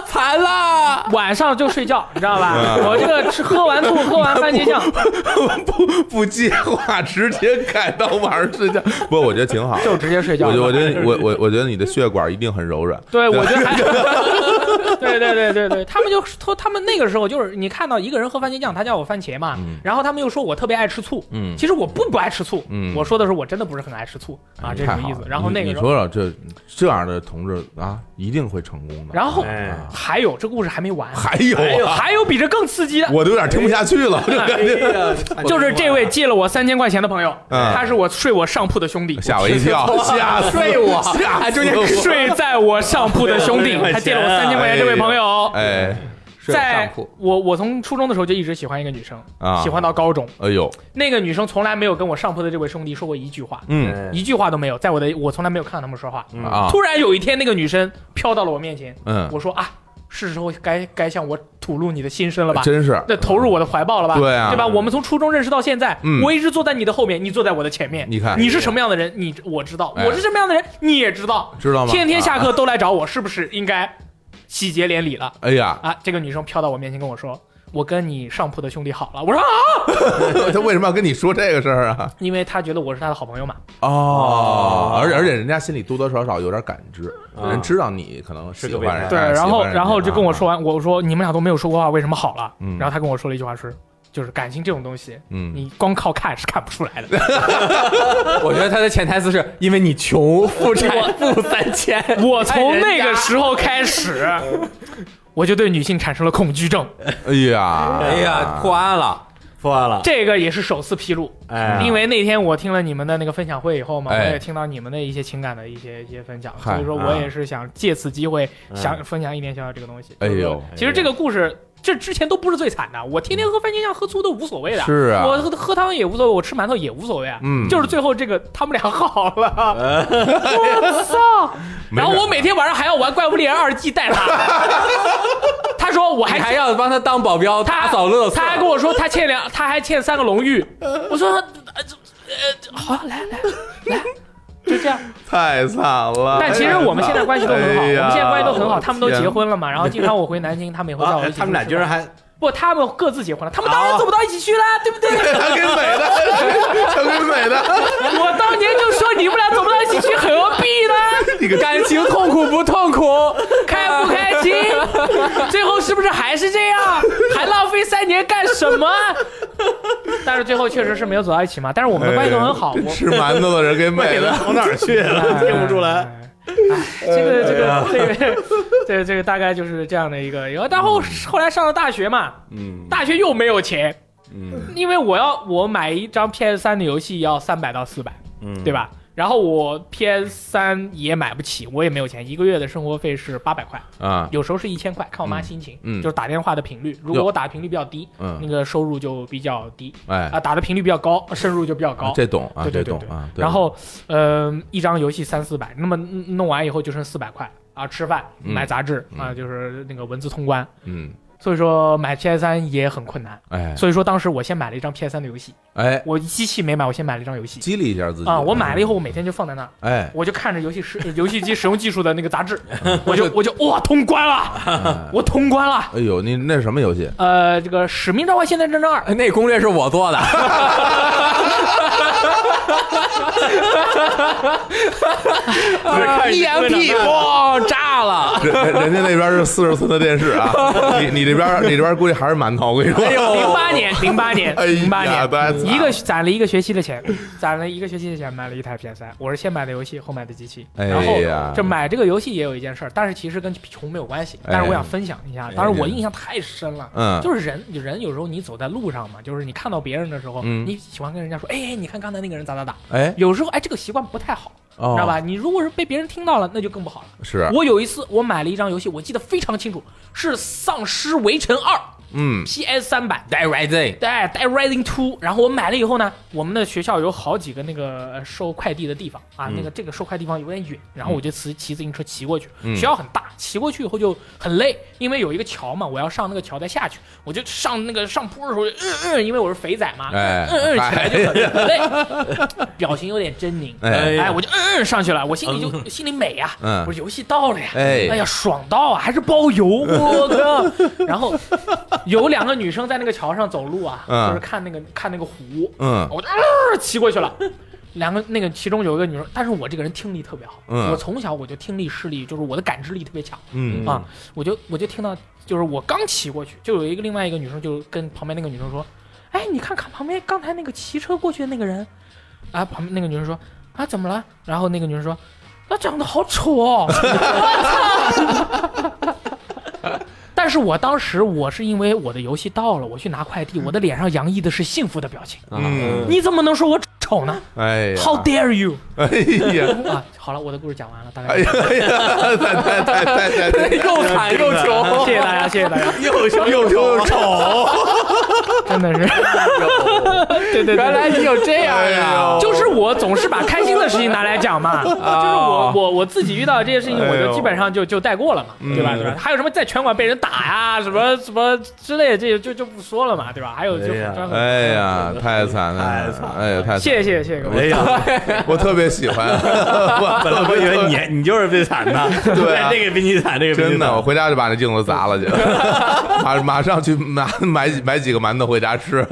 [SPEAKER 4] 惨啦！
[SPEAKER 3] *laughs* 晚上就睡觉，你知道吧？
[SPEAKER 2] 嗯
[SPEAKER 3] 我这个吃喝完醋喝完番茄
[SPEAKER 2] *laughs*
[SPEAKER 3] 酱，
[SPEAKER 2] 不不接话，直接改到晚上睡觉。不，我觉得挺好。
[SPEAKER 3] 就直接睡觉
[SPEAKER 2] 我
[SPEAKER 3] 了。
[SPEAKER 2] 觉得我觉得我我我觉得你的血管一定很柔软。
[SPEAKER 3] 对，我
[SPEAKER 2] *laughs*
[SPEAKER 3] 觉得还， *laughs* 对对对对对，他们就说他们那个时候就是你看到一个人喝番茄酱，他叫我番茄嘛，然后他们又说我特别爱吃醋，
[SPEAKER 2] 嗯
[SPEAKER 3] 其实我不不爱吃醋，
[SPEAKER 2] 嗯
[SPEAKER 3] 我说的是我真的不是很爱吃醋啊，这
[SPEAKER 2] 太
[SPEAKER 3] 是
[SPEAKER 2] 好
[SPEAKER 3] 意思
[SPEAKER 2] 了。
[SPEAKER 3] 然后那
[SPEAKER 2] 你
[SPEAKER 3] 个
[SPEAKER 2] 你
[SPEAKER 3] 时候，
[SPEAKER 2] 说说这这样的同志啊，一定会成功的。
[SPEAKER 3] 然后
[SPEAKER 1] 哎，
[SPEAKER 3] 还有这故事还没完，
[SPEAKER 2] 还有啊，
[SPEAKER 3] 还有比这更刺激的，
[SPEAKER 2] 我都有点听不下去了，我就感觉
[SPEAKER 3] *laughs* 就是这位借了我三千块钱的朋友，
[SPEAKER 2] 嗯
[SPEAKER 3] 他是我睡我上铺的兄弟，
[SPEAKER 2] 吓我一
[SPEAKER 3] *laughs*
[SPEAKER 2] 跳，吓死
[SPEAKER 4] 睡我
[SPEAKER 2] 吓死 *laughs*
[SPEAKER 4] 还中间
[SPEAKER 2] 我
[SPEAKER 3] 睡在我上铺的
[SPEAKER 2] *laughs*
[SPEAKER 3] 兄弟，他借了我三千块钱。这位朋友，
[SPEAKER 2] 哎
[SPEAKER 4] 睡我上
[SPEAKER 3] 在
[SPEAKER 4] 铺
[SPEAKER 3] 我我从初中的时候就一直喜欢一个女生，
[SPEAKER 2] 啊
[SPEAKER 3] 喜欢到高中。
[SPEAKER 2] 哎呦，
[SPEAKER 3] 那个女生从来没有跟我上铺的这位兄弟说过一句话，
[SPEAKER 2] 嗯
[SPEAKER 3] 一句话都没有，在我的我从来没有看到他们说话。
[SPEAKER 2] 啊，
[SPEAKER 3] 突然有一天，那个女生飘到了我面前，
[SPEAKER 2] 嗯
[SPEAKER 3] 我说啊，是时候该该向我吐露你的心声了吧？
[SPEAKER 2] 真是
[SPEAKER 3] 那投入我的怀抱了吧？
[SPEAKER 2] 对啊
[SPEAKER 3] 吧？我们从初中认识到现在，
[SPEAKER 2] 嗯
[SPEAKER 3] 我一直坐在你的后面，你坐在我的前面。
[SPEAKER 2] 你看
[SPEAKER 3] 你是什么样的人，你我知道；
[SPEAKER 2] 哎
[SPEAKER 3] 我是什么样的人，你也知道。
[SPEAKER 2] 知道吗？
[SPEAKER 3] 天天下
[SPEAKER 2] 啊，
[SPEAKER 3] 课都来找我，是不是应该喜结连理了？
[SPEAKER 2] 哎
[SPEAKER 3] *laughs*
[SPEAKER 2] 呀，
[SPEAKER 3] 啊，这个女生飘到我面前跟我说：“我跟你上铺的兄弟好了。”我说啊，
[SPEAKER 2] 他为什么要跟你说这个事儿啊？
[SPEAKER 3] 因为她觉得我是她的好朋友嘛。
[SPEAKER 2] 哦，而且而且人家心里多多少少有点感知，
[SPEAKER 3] 嗯
[SPEAKER 2] 人知道你可能喜欢人，
[SPEAKER 3] 对，
[SPEAKER 2] 哎
[SPEAKER 3] 然后然后就跟我，
[SPEAKER 2] 喜欢人
[SPEAKER 3] 说完，我说你们俩都没有说过话，为什么好了？
[SPEAKER 2] 嗯
[SPEAKER 3] 然后她跟我说了一句话是：“就是感情这种东西，
[SPEAKER 2] 嗯
[SPEAKER 3] 你光靠看是看不出来的。
[SPEAKER 4] 我觉得他的潜台词是因为你穷，负产负三千。
[SPEAKER 3] *laughs* 我从那个时候开
[SPEAKER 2] *laughs*
[SPEAKER 3] 始，我就对女性产生了恐惧症，
[SPEAKER 2] 哎呀，
[SPEAKER 4] 哎呀，破案了！
[SPEAKER 1] 破案了，
[SPEAKER 3] 这个也是首次披露。
[SPEAKER 1] 哎，
[SPEAKER 3] 因为那天我听了你们的那个分享会以后嘛，
[SPEAKER 2] 哎
[SPEAKER 3] 我也听到你们的一些情感的一些一些分享，
[SPEAKER 2] 嗨啊
[SPEAKER 3] 所以说我也是想借此机会想分享一点小小这个东西。
[SPEAKER 2] 哎
[SPEAKER 3] 就是
[SPEAKER 2] 呦
[SPEAKER 3] 说，其实这个故事。这之前都不是最惨的，我天天喝番茄酱喝醋都无所谓的，
[SPEAKER 2] 是啊
[SPEAKER 3] 我喝喝汤也无所谓，我吃馒头也无所谓啊，
[SPEAKER 2] 嗯
[SPEAKER 3] 就是最后这个他们俩好了，我操！然后我每天晚上还要玩《怪物猎人二 G》带他，他说我还
[SPEAKER 4] 你还要帮他当保镖，
[SPEAKER 3] 他
[SPEAKER 4] 打扫垃圾，
[SPEAKER 3] 他还跟我说他欠两，他还欠三个龙玉。我说他呃这呃这好来来来，就这样。
[SPEAKER 2] 太惨了！
[SPEAKER 3] 但其实我们现在关系都很好，
[SPEAKER 2] 哎呀
[SPEAKER 3] 我们现在关系都很好，他们都结
[SPEAKER 2] 天
[SPEAKER 3] 婚了嘛。然后经常我回南京，他们也会带我
[SPEAKER 1] 啊
[SPEAKER 3] 一起出去吃
[SPEAKER 1] 他
[SPEAKER 3] 饭。
[SPEAKER 1] 们俩居然还
[SPEAKER 3] 不，他们各自结婚了，他们当然走不到一起去了，对不对？
[SPEAKER 2] 他给美的，哎他
[SPEAKER 3] *laughs*
[SPEAKER 2] 给美的，
[SPEAKER 3] 我当年就说你们俩走不到一起去，何必呢？
[SPEAKER 2] 你个
[SPEAKER 4] 感 *laughs* 情痛苦不痛苦？
[SPEAKER 3] 开不开心？最后是不是还是这样？还浪费三年干什么？但是最后确实是没有走到一起嘛。但是我们的关系都很好，我
[SPEAKER 2] 吃馒头的人给美
[SPEAKER 1] 美的
[SPEAKER 2] 的，
[SPEAKER 1] 跑哪儿去了？哎听不出来。
[SPEAKER 3] 哎
[SPEAKER 1] 哎
[SPEAKER 3] 这个这个这个这个这个大概就是这样的一个。然后但后后来上了大学嘛，
[SPEAKER 1] 嗯
[SPEAKER 3] 大学又没有钱，
[SPEAKER 1] 嗯
[SPEAKER 3] 因为我要我买一张 PS 三的游戏要三百到四百，
[SPEAKER 1] 嗯，
[SPEAKER 3] 对？吧？然后我 PS 三也买不起，我也没有钱，一个月的生活费是八百块，
[SPEAKER 2] 啊，
[SPEAKER 3] 有时候是一千块，看我妈心情，
[SPEAKER 2] 嗯嗯
[SPEAKER 3] 就是打电话的频率。如果我打的频率比较低，
[SPEAKER 2] 嗯
[SPEAKER 3] 那个收入就比较低
[SPEAKER 2] 哎
[SPEAKER 3] 啊、，打的频率比较高，收入就比较高。
[SPEAKER 2] 这懂啊，
[SPEAKER 3] 对对
[SPEAKER 2] 这
[SPEAKER 3] 对
[SPEAKER 2] 懂
[SPEAKER 3] 对
[SPEAKER 2] 啊。对
[SPEAKER 3] 然后，呃，一张游戏三四百，那么嗯弄完以后就剩四百块啊，吃饭、
[SPEAKER 2] 嗯
[SPEAKER 3] 买杂志啊，就是那个文字通关。
[SPEAKER 2] 嗯，
[SPEAKER 3] 所以说买 PS 三也很困难。
[SPEAKER 2] 哎
[SPEAKER 3] 所以说当时我先买了一张 PS 三的游戏，
[SPEAKER 2] 哎，
[SPEAKER 3] 我机器没买，我先买了一张游戏
[SPEAKER 2] 激励一下自己
[SPEAKER 3] 啊。我买了以后，我每天就放在那儿，
[SPEAKER 2] 哎，
[SPEAKER 3] 我就看着游戏使 *laughs* 游戏机使用技术的那个杂志，我就我就哇通关了，我通关了。
[SPEAKER 2] 哎呦，你那是什么游戏？ *laughs*
[SPEAKER 3] 呃，这个《使命召唤：现代战争二》
[SPEAKER 4] *laughs* 那攻略是我 *laughs* 做的，啊
[SPEAKER 3] ，EMP 哇炸了。
[SPEAKER 2] 人人家那边是四十寸的电视
[SPEAKER 3] *laughs*
[SPEAKER 2] 啊，你你这边你这边估计还是馒头，我跟你说。
[SPEAKER 3] 哎零八年，零八年，
[SPEAKER 2] 哎呀
[SPEAKER 3] 零八
[SPEAKER 2] 太惨
[SPEAKER 3] 年，一个攒了一个学期的钱，攒了一个学期的钱买了一台 PS 三。我是先买的游戏，后买的机器。
[SPEAKER 2] 哎
[SPEAKER 3] 然
[SPEAKER 2] 呀
[SPEAKER 3] 后这买这个游戏也有一件事儿，但是其实跟穷没有关系。
[SPEAKER 2] 哎
[SPEAKER 3] 但是我想分享一下，当时我印象太深了。
[SPEAKER 2] 嗯
[SPEAKER 3] 就是人人有时候你走在路上嘛，就是你看到别人的时候，
[SPEAKER 2] 嗯
[SPEAKER 3] 你喜欢跟人家说，哎，你看刚才那个人咋咋咋。
[SPEAKER 2] 哎，
[SPEAKER 3] 有时候哎，这个习惯不太好，
[SPEAKER 2] 哦
[SPEAKER 3] 知道吧？你如果是被别人听到了，那就更不好了。
[SPEAKER 2] 是，啊
[SPEAKER 3] 我有一次我买了一张游戏，我记得非常清楚，是《丧尸围城二》
[SPEAKER 2] 嗯
[SPEAKER 3] PS 三版。
[SPEAKER 4] d i r e c i n
[SPEAKER 3] 对，带 Rising Two，然后我买了以后呢，我们的学校有好几个那个呃收快递的地方啊，那个
[SPEAKER 2] 嗯
[SPEAKER 3] 这个收快递地方有点远，然后我就骑骑自行车骑过去，
[SPEAKER 2] 嗯
[SPEAKER 3] 学校很大，骑过去以后就很累，因为有一个桥嘛，我要上那个桥再下去，我就上那个上坡的时候，嗯嗯，因为我是肥仔嘛，
[SPEAKER 2] 哎
[SPEAKER 3] 嗯嗯起来就很很累， *laughs* 表情有点狰狞，
[SPEAKER 2] *laughs* 哎
[SPEAKER 3] 哎，我就嗯嗯上去了，我心里就心里美呀，
[SPEAKER 2] 嗯
[SPEAKER 3] 我说游戏到了呀，
[SPEAKER 2] 哎
[SPEAKER 3] 呀爽到啊，还是包邮，我
[SPEAKER 2] *laughs*
[SPEAKER 3] 靠，然后有两个女生在那个桥上走路啊，
[SPEAKER 2] 嗯
[SPEAKER 3] 就是看那个看那个湖，
[SPEAKER 2] 嗯
[SPEAKER 3] 我就、呃、骑过去了。两个那个其中有一个女生，但是我这个人听力特别好，
[SPEAKER 2] 嗯
[SPEAKER 3] 我从小我就听力视力就是我的感知力特别强，
[SPEAKER 2] 嗯
[SPEAKER 3] 啊，我就我就听到就是我刚骑过去，就有一个另外一个女生就跟旁边那个女生说，哎，你看看旁边刚才那个骑车过去的那个人，啊，旁边那个女生说啊怎么了？然后那个女生说，他长得好丑哦， *laughs* 但是我当时我是因为我的游戏到了，我去拿快递，我的脸上洋溢的是幸福的表情。
[SPEAKER 1] 啊
[SPEAKER 2] 嗯，
[SPEAKER 3] 你怎么能说我丑呢
[SPEAKER 2] 哎呀，
[SPEAKER 3] ？How dare you！
[SPEAKER 2] 哎呀， *laughs*
[SPEAKER 3] 啊，好了，我的故事讲完了，大概
[SPEAKER 2] 哎呀，哎呀， *laughs* 太太太太
[SPEAKER 3] *laughs*
[SPEAKER 2] 太，
[SPEAKER 4] 又哎
[SPEAKER 1] *laughs*
[SPEAKER 4] 惨又穷，
[SPEAKER 3] 谢谢大家，谢谢大家，
[SPEAKER 2] 又穷又穷又丑，
[SPEAKER 3] 真的是，对对对。
[SPEAKER 4] 原来你有这样呀！
[SPEAKER 3] 就是我总是把开心的事情拿来讲嘛，就是我我我自己遇到的这些事情，我就基本上就就带过了嘛，对吧？对吧？还有什么在拳馆被人打呀，什么什么之类的，这些就就不说了嘛，对吧？还有就
[SPEAKER 1] 哎呀 *laughs*
[SPEAKER 3] 专门
[SPEAKER 2] 哎呀，太惨了，
[SPEAKER 1] 太惨了
[SPEAKER 2] 哎呀，太惨
[SPEAKER 3] 谢谢谢谢谢各
[SPEAKER 1] 哎 *laughs*
[SPEAKER 3] 位，
[SPEAKER 1] 呀，
[SPEAKER 2] 了，我特别
[SPEAKER 1] *laughs*
[SPEAKER 2] 喜欢，
[SPEAKER 1] *laughs*
[SPEAKER 2] 我
[SPEAKER 1] 本来我以为你你就是最惨的，
[SPEAKER 2] 对啊
[SPEAKER 1] 这个比你惨，这个比你
[SPEAKER 2] 真的，我
[SPEAKER 1] 惨。
[SPEAKER 2] 回家就把那镜子砸
[SPEAKER 1] *laughs*
[SPEAKER 2] 了去，马马上去拿买
[SPEAKER 1] *laughs*
[SPEAKER 2] 买几个馒头回家吃，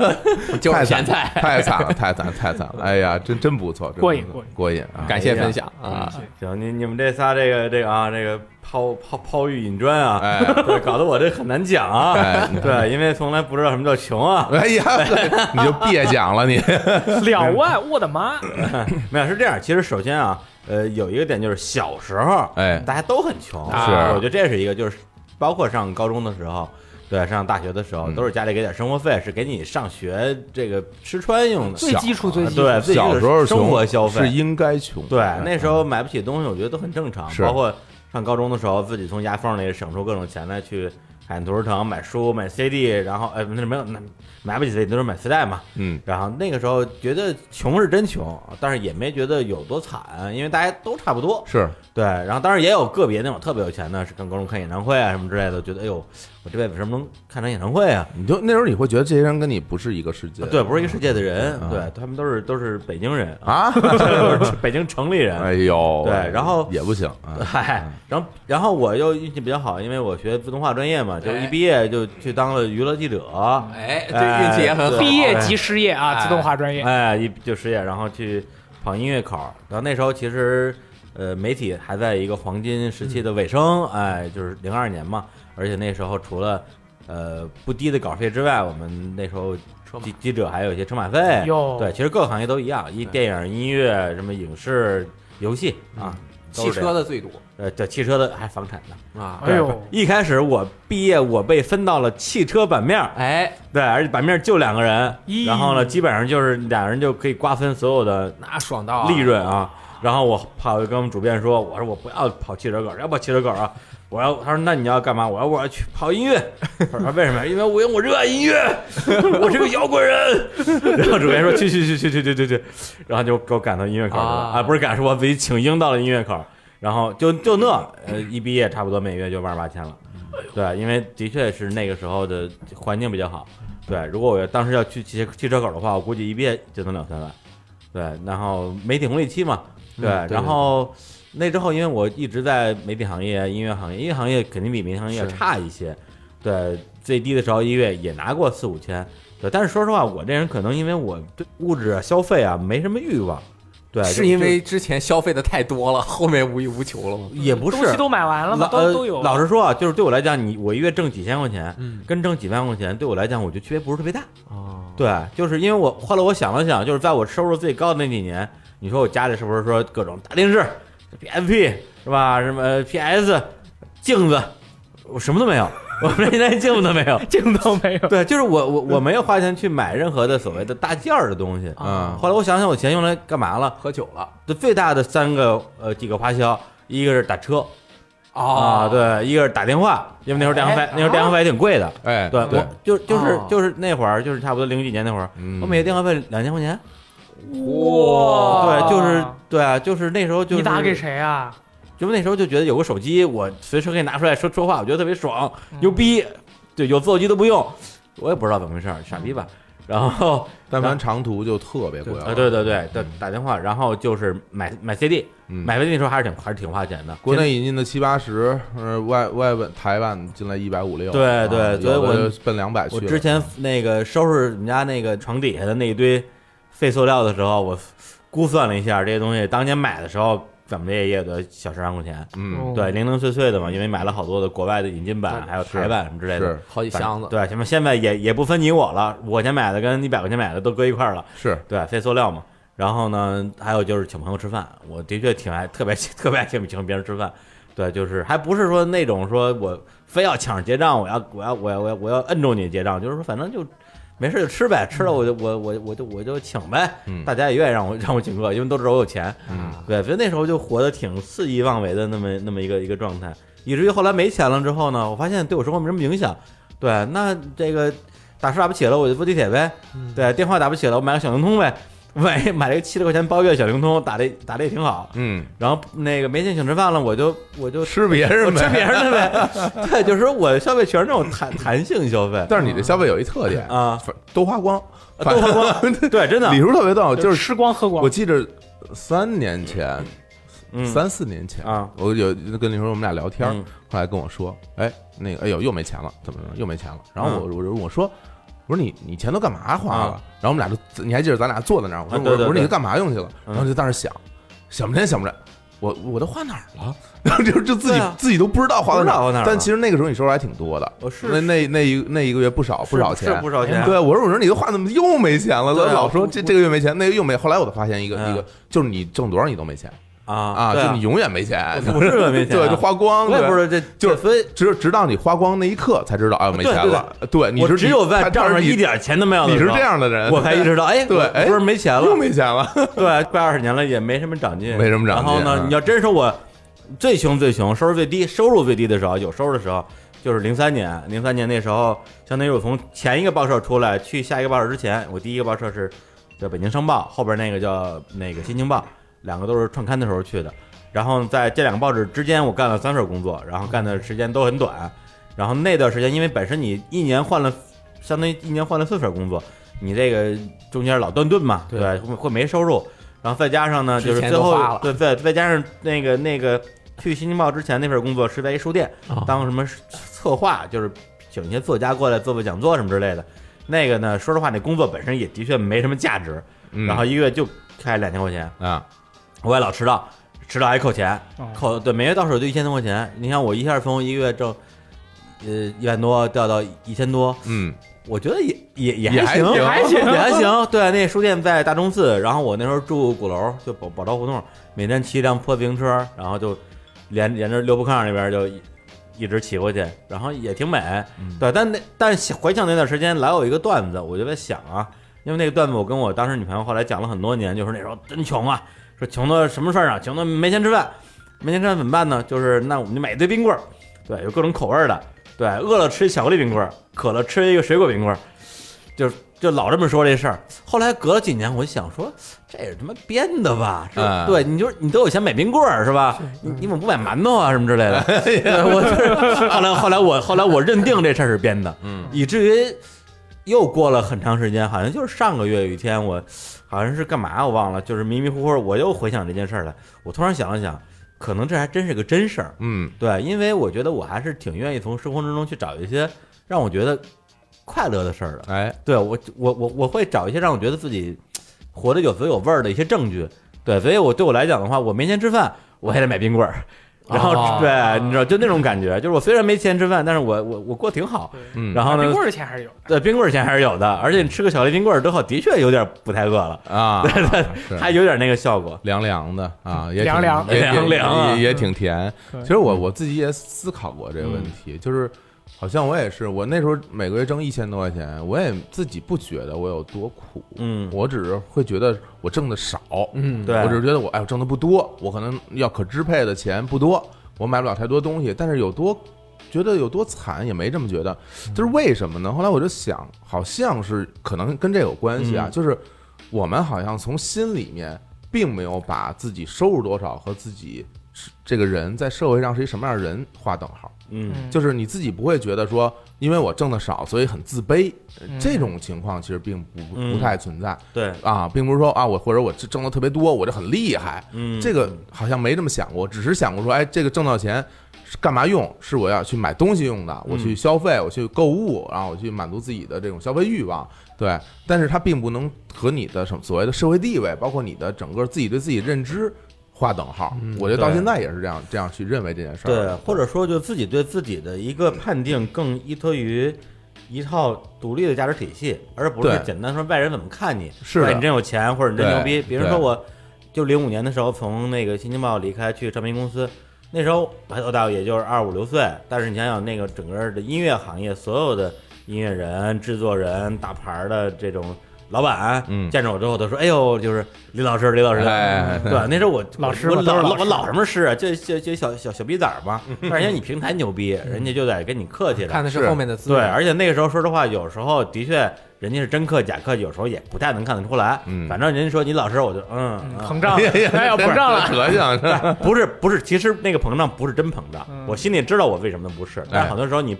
[SPEAKER 4] 就是
[SPEAKER 2] 太惨
[SPEAKER 4] 咸菜
[SPEAKER 2] 太惨了，太惨了，太惨了！哎呀，真真不错，真
[SPEAKER 3] 过瘾
[SPEAKER 2] 不
[SPEAKER 3] 过
[SPEAKER 2] 错
[SPEAKER 3] 瘾
[SPEAKER 2] 过瘾啊！
[SPEAKER 4] 感谢分享啊！
[SPEAKER 1] 行，你你们这仨这个这个啊，这个抛抛抛玉引砖啊，
[SPEAKER 2] 哎
[SPEAKER 1] 对，搞得我这很难讲啊。
[SPEAKER 2] 哎
[SPEAKER 1] 对，因为从来不知道什么叫穷啊。
[SPEAKER 2] 哎呀， *laughs* 你就别讲
[SPEAKER 1] *laughs*
[SPEAKER 2] 了你。
[SPEAKER 3] 两万，我的妈！
[SPEAKER 1] 没有是这样，其实首先啊，呃，有一个点就是小时候，
[SPEAKER 2] 哎
[SPEAKER 1] 大家都很穷，
[SPEAKER 2] 啊是
[SPEAKER 1] 我觉得这是一个，就是包括上高中的时候。对，上大学的时候
[SPEAKER 2] 嗯
[SPEAKER 1] 都是家里给点生活费，是给你上学这个吃穿用的。
[SPEAKER 3] 最基础最基础
[SPEAKER 1] 对，最基础
[SPEAKER 2] 小
[SPEAKER 1] 的
[SPEAKER 2] 时候
[SPEAKER 1] 生
[SPEAKER 2] 穷
[SPEAKER 1] 活消费
[SPEAKER 2] 是应该穷，嗯
[SPEAKER 1] 对，那时候买不起东西，我觉得都很正常。
[SPEAKER 2] 是
[SPEAKER 1] 包括上高中的时候，自己从牙缝里省出各种钱来去海淀图书城买书、买 CD，然后哎，那没有，那买不起 CD 都是买磁带嘛。
[SPEAKER 2] 嗯，
[SPEAKER 1] 然后那个时候觉得穷是真穷，但是也没觉得有多惨，因为大家都差不多。
[SPEAKER 2] 是
[SPEAKER 1] 对，然后当然也有个别那种特别有钱的，是跟高中看演唱会啊什么之类的，觉得哎呦，我这辈子为什么能看场演唱会啊？
[SPEAKER 2] 你就那时候你会觉得这些人跟你不是一个世界，
[SPEAKER 1] 对，不是一个世界的人，
[SPEAKER 2] 嗯
[SPEAKER 1] 对他们都是都是北京人，
[SPEAKER 2] 啊，
[SPEAKER 1] 都是北京城里人。
[SPEAKER 2] 哎呦，
[SPEAKER 1] 对然后嗯
[SPEAKER 2] 也不行啊，
[SPEAKER 1] 嗨，然后然后我又运气比较好，因为我学自动化专业嘛，就一毕业就去当了娱乐记者，
[SPEAKER 4] 哎，这运气也很好。
[SPEAKER 3] 毕业即失业啊，
[SPEAKER 4] 哎
[SPEAKER 3] 自动化专业。
[SPEAKER 1] 哎，一就失业，然后去跑音乐口。然后那时候其实呃，媒体还在一个黄金时期的尾声，哎，就是零二年嘛，而且那时候除了呃不低的稿费之外，我们那时候记记者还有一些车马费
[SPEAKER 3] 哟，
[SPEAKER 1] 对，其实各个行业都一样，一电影、音乐、什么影视、游戏啊，都
[SPEAKER 4] 汽
[SPEAKER 1] 是这
[SPEAKER 4] 车
[SPEAKER 1] 样
[SPEAKER 4] 的最多
[SPEAKER 1] 呃，对，汽车的还房产的。
[SPEAKER 4] 啊！
[SPEAKER 3] 哎呦，
[SPEAKER 1] 一开始我毕业，我被分到了汽车版面儿，
[SPEAKER 4] 哎，
[SPEAKER 1] 对，而且版面儿就两个人，
[SPEAKER 3] 咦
[SPEAKER 1] 然后呢，基本上就是俩人就可以瓜分所有的
[SPEAKER 4] 那爽到啊
[SPEAKER 1] 利润啊。然后我跑去跟我们主编说，我说我不要跑汽车稿，要不要汽车稿啊？我要，他说那你要干嘛？我要我要去跑音乐。我说为什么？因为我因为我热爱音乐，我是个摇滚人。然后主编说去去去去去去去去，然后就给我赶到音乐口去了
[SPEAKER 4] 啊
[SPEAKER 1] 啊，不是赶，是我自己请缨到了音乐口。然后就就那呃，一毕业差不多每月就万八千了，
[SPEAKER 4] 嗯
[SPEAKER 1] 对，因为的确是那个时候的环境比较好。对，如果我要当时要去汽车汽车口的话，我估计一毕业就能两三万。对，然后媒体红利期嘛，对，
[SPEAKER 4] 嗯对
[SPEAKER 1] 然后那之后，因为我一直在媒体行业、音乐行业，音乐行业肯定比媒体行业要
[SPEAKER 4] 是
[SPEAKER 1] 差一些。对，最低的时候一月也拿过四五千，对，但是说实话，我这人可能因为我对物质啊、消费啊没什么欲望，对，就是
[SPEAKER 4] 因为之前消费的太多了，后面无欲无求了吗？
[SPEAKER 1] 也不是
[SPEAKER 3] 东西都买完了
[SPEAKER 1] 老
[SPEAKER 3] 吗？都都有。
[SPEAKER 1] 呃。老实说啊，就是对我来讲，你我一月挣几千块钱，
[SPEAKER 4] 嗯
[SPEAKER 1] 跟挣几万块钱对我来讲，我觉得区别不是特别大。
[SPEAKER 4] 啊，
[SPEAKER 1] 对，就是因为我后来我想了想，就是在我收入最高的那几年，你说我家里是不是说各种大电视、PSP 是吧？什么 PS、镜子，我什么都没有，我们连镜子都没有。
[SPEAKER 3] 镜都没有，
[SPEAKER 1] 对，就是我我我没有花钱去买任何的所谓的大件儿的东西。
[SPEAKER 4] 啊
[SPEAKER 2] 哎
[SPEAKER 1] 后来我想想，我钱用来干嘛了？
[SPEAKER 4] 喝酒了
[SPEAKER 1] 这最大的三个呃几个花销，一个是打车啊，
[SPEAKER 4] 啊，
[SPEAKER 1] 对，一个是打电话，因为那时候电话费
[SPEAKER 4] 哎
[SPEAKER 1] 那时候电话费挺贵的。
[SPEAKER 2] 哎，
[SPEAKER 1] 对，
[SPEAKER 2] 对
[SPEAKER 1] 我，就就是
[SPEAKER 4] 哦
[SPEAKER 1] 就是那会儿，就是差不多零几年那会儿，
[SPEAKER 2] 嗯
[SPEAKER 1] 我每个电话费两千块钱。
[SPEAKER 3] 哇
[SPEAKER 1] 对，就是对啊，就是那时候就是
[SPEAKER 3] 哦你打给？谁啊？
[SPEAKER 1] 就那时候就觉得有个手机，我随时可以拿出来说说话，我觉得特别爽，牛逼。对，有座机都不用，我也不知道怎么回事儿，傻逼吧。 *laughs* 然后
[SPEAKER 2] 但凡长途就特别贵了
[SPEAKER 1] 啊，对对对，打打电话，然后就是买买 CD，
[SPEAKER 2] 嗯
[SPEAKER 1] 买 CD 那时候还是挺还是挺花钱的。
[SPEAKER 2] 国内引进的七八十，呃，外外本台湾进来一百五六，
[SPEAKER 1] 对
[SPEAKER 2] 啊
[SPEAKER 1] 对
[SPEAKER 2] 有
[SPEAKER 1] 所以我
[SPEAKER 2] 的就奔两百去
[SPEAKER 1] 我
[SPEAKER 2] 了。嗯
[SPEAKER 1] 之前那个收拾我们家那个床底下的那一堆废塑料的时候，我估算了一下这些东西，当年买的时候怎么着也得小十万块钱。
[SPEAKER 2] 嗯
[SPEAKER 3] 哦
[SPEAKER 1] 对，零零碎碎的嘛，因为买了好多的国外的引进版，还有台版什么之类的
[SPEAKER 2] 是，
[SPEAKER 4] 好几箱子，
[SPEAKER 1] 对，什么现在也也不分你我了，五块钱买的跟一百块钱买的都搁一块儿了。
[SPEAKER 2] 是
[SPEAKER 1] 对，非塑料嘛。然后呢，还有就是请朋友吃饭，我的确挺爱，特别 *laughs* 特别爱请请别人吃饭。对，就是还不是说那种说我非要抢着结账，我要我要我要我要我要摁住你结账，就是说反正就没事就吃呗，吃了我就我我我就我就请呗，
[SPEAKER 2] 嗯
[SPEAKER 1] 大家也愿意让我让我请客，因为都知道我有钱。
[SPEAKER 4] 啊
[SPEAKER 1] 对，所以那时候就活得挺肆意妄为的那么那么一个一个状态，以至于后来没钱了之后呢，我发现对我生活没什么影响。对，那这个打车打不起了，我就坐地铁呗；
[SPEAKER 4] 嗯
[SPEAKER 1] 对，电话打不起了，我买个小灵通呗。买买了个七十块钱包月小灵通，打的打的也挺好。
[SPEAKER 2] 嗯，
[SPEAKER 1] 然后那个没钱请吃饭了，我就我就
[SPEAKER 2] 吃别人
[SPEAKER 1] 我吃
[SPEAKER 2] 呗。
[SPEAKER 1] 别人的呗。 *laughs* 对，就是说我消费全是那种弹弹性消 *laughs* 费
[SPEAKER 2] 但是你这消费有一特点，
[SPEAKER 1] 啊，
[SPEAKER 2] 反都花光，
[SPEAKER 1] 都啊花
[SPEAKER 2] 光。
[SPEAKER 1] 对，真
[SPEAKER 2] *laughs*
[SPEAKER 1] 的啊
[SPEAKER 2] 李，叔特别逗，就是
[SPEAKER 3] 吃光喝光
[SPEAKER 2] 我。记着三年前，
[SPEAKER 1] 嗯
[SPEAKER 2] 三四年前
[SPEAKER 1] 啊，
[SPEAKER 2] 我有跟李叔我们俩聊天儿
[SPEAKER 1] 嗯，嗯
[SPEAKER 2] 后来跟我说，哎，那个，哎呦，又没钱了，怎么着，又没钱了？然后我我我说，我说你你钱都干嘛花了？
[SPEAKER 1] 啊
[SPEAKER 2] 然后我们俩就你还记得咱俩坐在那儿，我说、
[SPEAKER 1] 啊对对
[SPEAKER 2] 我说
[SPEAKER 1] 对
[SPEAKER 2] 你干嘛用去了？
[SPEAKER 1] 嗯
[SPEAKER 2] 然后就在那儿想，想不着想不着，我我都花哪儿了？然后 *laughs* 就就自己、
[SPEAKER 1] 啊对啊
[SPEAKER 2] 自己都不知道花到
[SPEAKER 1] 不知道花哪儿了
[SPEAKER 2] 但其实那个时候你收入还挺多的，
[SPEAKER 1] 哦我是
[SPEAKER 2] 那那那一那一个月不少不少钱，
[SPEAKER 1] 是不少钱。啊
[SPEAKER 2] 对，啊我说我说你都花怎么又没钱了？
[SPEAKER 1] 对啊
[SPEAKER 2] 老说这这个月没钱，那个又没。后来我才发现一个
[SPEAKER 1] 嗯
[SPEAKER 2] 一个，就是你挣多少你都没钱
[SPEAKER 1] 啊
[SPEAKER 2] 啊，
[SPEAKER 1] 对
[SPEAKER 2] 就你永远没钱，
[SPEAKER 1] 不是没钱啊
[SPEAKER 2] *laughs* 对，就花光。
[SPEAKER 1] 我也
[SPEAKER 2] 对
[SPEAKER 1] 不知道这
[SPEAKER 2] 就
[SPEAKER 1] 这
[SPEAKER 2] 是
[SPEAKER 1] 分，
[SPEAKER 2] 直直到你花光那一刻才知道，哎，我没
[SPEAKER 1] 对
[SPEAKER 2] 钱
[SPEAKER 1] 对
[SPEAKER 2] 了。对，你
[SPEAKER 1] 我
[SPEAKER 2] 是
[SPEAKER 1] 只有在
[SPEAKER 2] 他
[SPEAKER 1] 账
[SPEAKER 2] 他
[SPEAKER 1] 上
[SPEAKER 2] 是
[SPEAKER 1] 一点钱都没有的
[SPEAKER 2] 你是
[SPEAKER 1] 时候
[SPEAKER 2] 这，样的人，
[SPEAKER 1] 我才意识到，哎，
[SPEAKER 2] 对哎
[SPEAKER 1] 我不是没钱
[SPEAKER 2] *laughs* 又
[SPEAKER 1] 了，
[SPEAKER 2] 没钱了。
[SPEAKER 1] 对，快二十年了也没什么长进，
[SPEAKER 2] 没什么长
[SPEAKER 1] 然
[SPEAKER 2] 进
[SPEAKER 1] 后呢，
[SPEAKER 2] 嗯
[SPEAKER 1] 你要真说我最穷最穷，收入最低，收入最低的时候，有收入的时候。就是零三年，零三年那时候，相当于我从前一个报社出来，去下一个报社之前，我第一个报社是叫《北京商报》，后边那个叫那个《新京报》，两个都是创刊的时候去的。然后在这两个报纸之间，我干了三份工作，然后干的时间都很短。然后那段时间，因为本身你一年换了，相当于一年换了四份工作，你这个中间老断顿嘛，对
[SPEAKER 4] 对
[SPEAKER 1] 吧，会会没收入。然后再加上呢，就是
[SPEAKER 4] 之前
[SPEAKER 1] 最
[SPEAKER 4] 都
[SPEAKER 1] 后
[SPEAKER 4] 花了
[SPEAKER 1] 对对，再加上那个那个去《新京报》之前那份工作是在一书店
[SPEAKER 4] 啊
[SPEAKER 1] 当什么策划，就是请一些作家过来做做讲座什么之类的。那个呢，说实话，那工作本身也的确没什么价值，
[SPEAKER 2] 嗯
[SPEAKER 1] *laughs* 然后一个月就开两千块钱，
[SPEAKER 2] 啊，
[SPEAKER 1] 我也老迟到，迟到还扣钱，
[SPEAKER 3] 哦
[SPEAKER 1] 扣对每月到手就一千多块钱。你看我一下从一个月挣，呃一万多掉到一千多，
[SPEAKER 2] 嗯，
[SPEAKER 1] 我觉得也也也
[SPEAKER 2] 也还
[SPEAKER 1] 行，
[SPEAKER 2] 行
[SPEAKER 3] 还行
[SPEAKER 1] 也还行。对，那书店在大钟寺，然后我那时候住鼓楼，就宝宝钞胡同，每天骑一辆破自行车，然后就连连着六步炕那边就一一直骑过去，然后也挺美。对，但那但是回想那段时间，老有一个段子，我就在想啊，因为那个段子我跟我当时女朋友后来讲了很多年，就是那时候真穷啊，说穷到什么事儿啊，穷到没钱吃饭，没钱吃饭怎么办呢？就是那我们就买一堆冰棍儿，对，有各种口味儿的，对，饿了吃巧克力冰棍儿，渴了吃一个水果冰棍儿，就就老这么说这事儿。后来隔了几年，我就想说，这是他妈编的吧？是吧
[SPEAKER 2] 嗯
[SPEAKER 1] 对，你就是你都有钱买冰棍儿是吧？你你怎么不买馒头啊什么之类 *laughs* 的？对我就是 *laughs* 后来后来我后来我认定这事儿是编的，
[SPEAKER 2] 嗯，
[SPEAKER 1] 以至于又过了很长时间，好像就是上个月有一天我好像是干嘛我忘了，就是迷迷糊糊我又回想这件事儿来，我突然想了想，可能这还真是个真事儿。
[SPEAKER 2] 嗯，
[SPEAKER 1] 对，因为我觉得我还是挺愿意从生活之中去找一些让我觉得快乐的事儿的。
[SPEAKER 2] 哎，
[SPEAKER 1] 对我我我我会找一些让我觉得自己活得有滋有味儿的一些证据。对，所以我对我来讲的话，我没钱吃饭，我还得买冰棍儿。然后、
[SPEAKER 4] 哦
[SPEAKER 1] 对，你知道，就那种感觉，就是我虽然没钱吃饭，但是我我我过得挺好。
[SPEAKER 2] 嗯，
[SPEAKER 1] 然后
[SPEAKER 3] 冰
[SPEAKER 1] 呢，
[SPEAKER 3] 棍儿的钱还是有，
[SPEAKER 1] 对冰棍儿钱还是有的，而且你吃个巧克力冰棍儿之后，的确有点不太饿了， *laughs*
[SPEAKER 2] 啊，是
[SPEAKER 1] 还有点那个效果。
[SPEAKER 2] 凉凉的啊，也挺
[SPEAKER 3] 凉凉
[SPEAKER 2] 也
[SPEAKER 1] 凉凉啊嗯
[SPEAKER 2] 也也也挺甜。
[SPEAKER 3] 对
[SPEAKER 2] 其实我我自己也思考过这个问题，就是好像我也是，我那时候每个月挣一千多块钱，我也自己不觉得我有多苦，
[SPEAKER 1] 嗯
[SPEAKER 2] 我只是会觉得我挣的少，
[SPEAKER 4] 嗯
[SPEAKER 1] 对
[SPEAKER 2] 我只是觉得我哎，我挣的不多，我可能要可支配的钱不多，我买不了太多东西，但是有多。觉得有多惨也没这么觉得，就是为什么呢？后来我就想，好像是可能跟这有关系啊，
[SPEAKER 1] 嗯
[SPEAKER 2] 就是我们好像从心里面并没有把自己收入多少和自己是这个人在社会上是一什么样的人划等号。
[SPEAKER 1] 嗯
[SPEAKER 3] 嗯
[SPEAKER 2] 就是你自己不会觉得说，因为我挣的少，所以很自卑，呃
[SPEAKER 3] 嗯
[SPEAKER 2] 这种情况其实并不
[SPEAKER 1] 嗯
[SPEAKER 2] 不太存在
[SPEAKER 1] 对，
[SPEAKER 2] 啊，并不是说啊我或者我挣的特别多，我就很厉害，
[SPEAKER 1] 嗯，
[SPEAKER 2] 这个好像没这么想过，只是想过说，哎，这个挣到钱是干嘛用？是我要去买东西用的，我
[SPEAKER 1] 嗯
[SPEAKER 2] 去消费，我去购物，然后我去满足自己的这种消费欲望。对，但是它并不能和你的什么所谓的社会地位，包括你的整个自己对自己认知划等号。我觉得到
[SPEAKER 1] 对
[SPEAKER 2] 现在也是这样这样去认为这件事儿。
[SPEAKER 1] 对，或
[SPEAKER 2] *laughs*
[SPEAKER 1] 者说就自己对自己的一个判定更依托于一套独立的价值体系，而不是
[SPEAKER 2] 对
[SPEAKER 1] 简单说外人怎么看你，
[SPEAKER 2] 是的
[SPEAKER 1] 哎你真有钱或者你真
[SPEAKER 2] 对
[SPEAKER 1] 牛逼。比如
[SPEAKER 2] 对
[SPEAKER 1] 说我，就零五年的时候从那个新京报离开去唱片公司，那时候白头大也就是二五六岁，但是你想想那个整个的音乐行业，所有的音乐人、制作人、大牌儿的这种老板，
[SPEAKER 2] 嗯
[SPEAKER 1] 见着我之后都说：“哎呦，就是李老师，李老师。”
[SPEAKER 2] 哎
[SPEAKER 1] 对，那时候我
[SPEAKER 3] 老师
[SPEAKER 1] 我
[SPEAKER 3] 嘛
[SPEAKER 1] 老
[SPEAKER 3] 都是老
[SPEAKER 1] 我
[SPEAKER 3] 师
[SPEAKER 1] 老什么师啊，就就就小小小逼崽儿嘛。但是人家你平台牛逼，人家就得跟你客气的。
[SPEAKER 4] 看的
[SPEAKER 2] 是
[SPEAKER 4] 是后面的资
[SPEAKER 1] 对，
[SPEAKER 4] 源，
[SPEAKER 1] 而且那个时候说实话，有时候的确人家是真客假客，有时候也不太能看得出来。
[SPEAKER 2] 嗯
[SPEAKER 1] 反正人家说你老师，我就嗯
[SPEAKER 3] 嗯
[SPEAKER 1] 嗯 *laughs*
[SPEAKER 3] 膨胀了，哎呀，膨胀了，
[SPEAKER 2] 德行是吧？
[SPEAKER 1] 不是不是，其实那个膨胀不是真膨胀，
[SPEAKER 3] 嗯
[SPEAKER 1] 我心里知道我为什么不是，但是很多时候你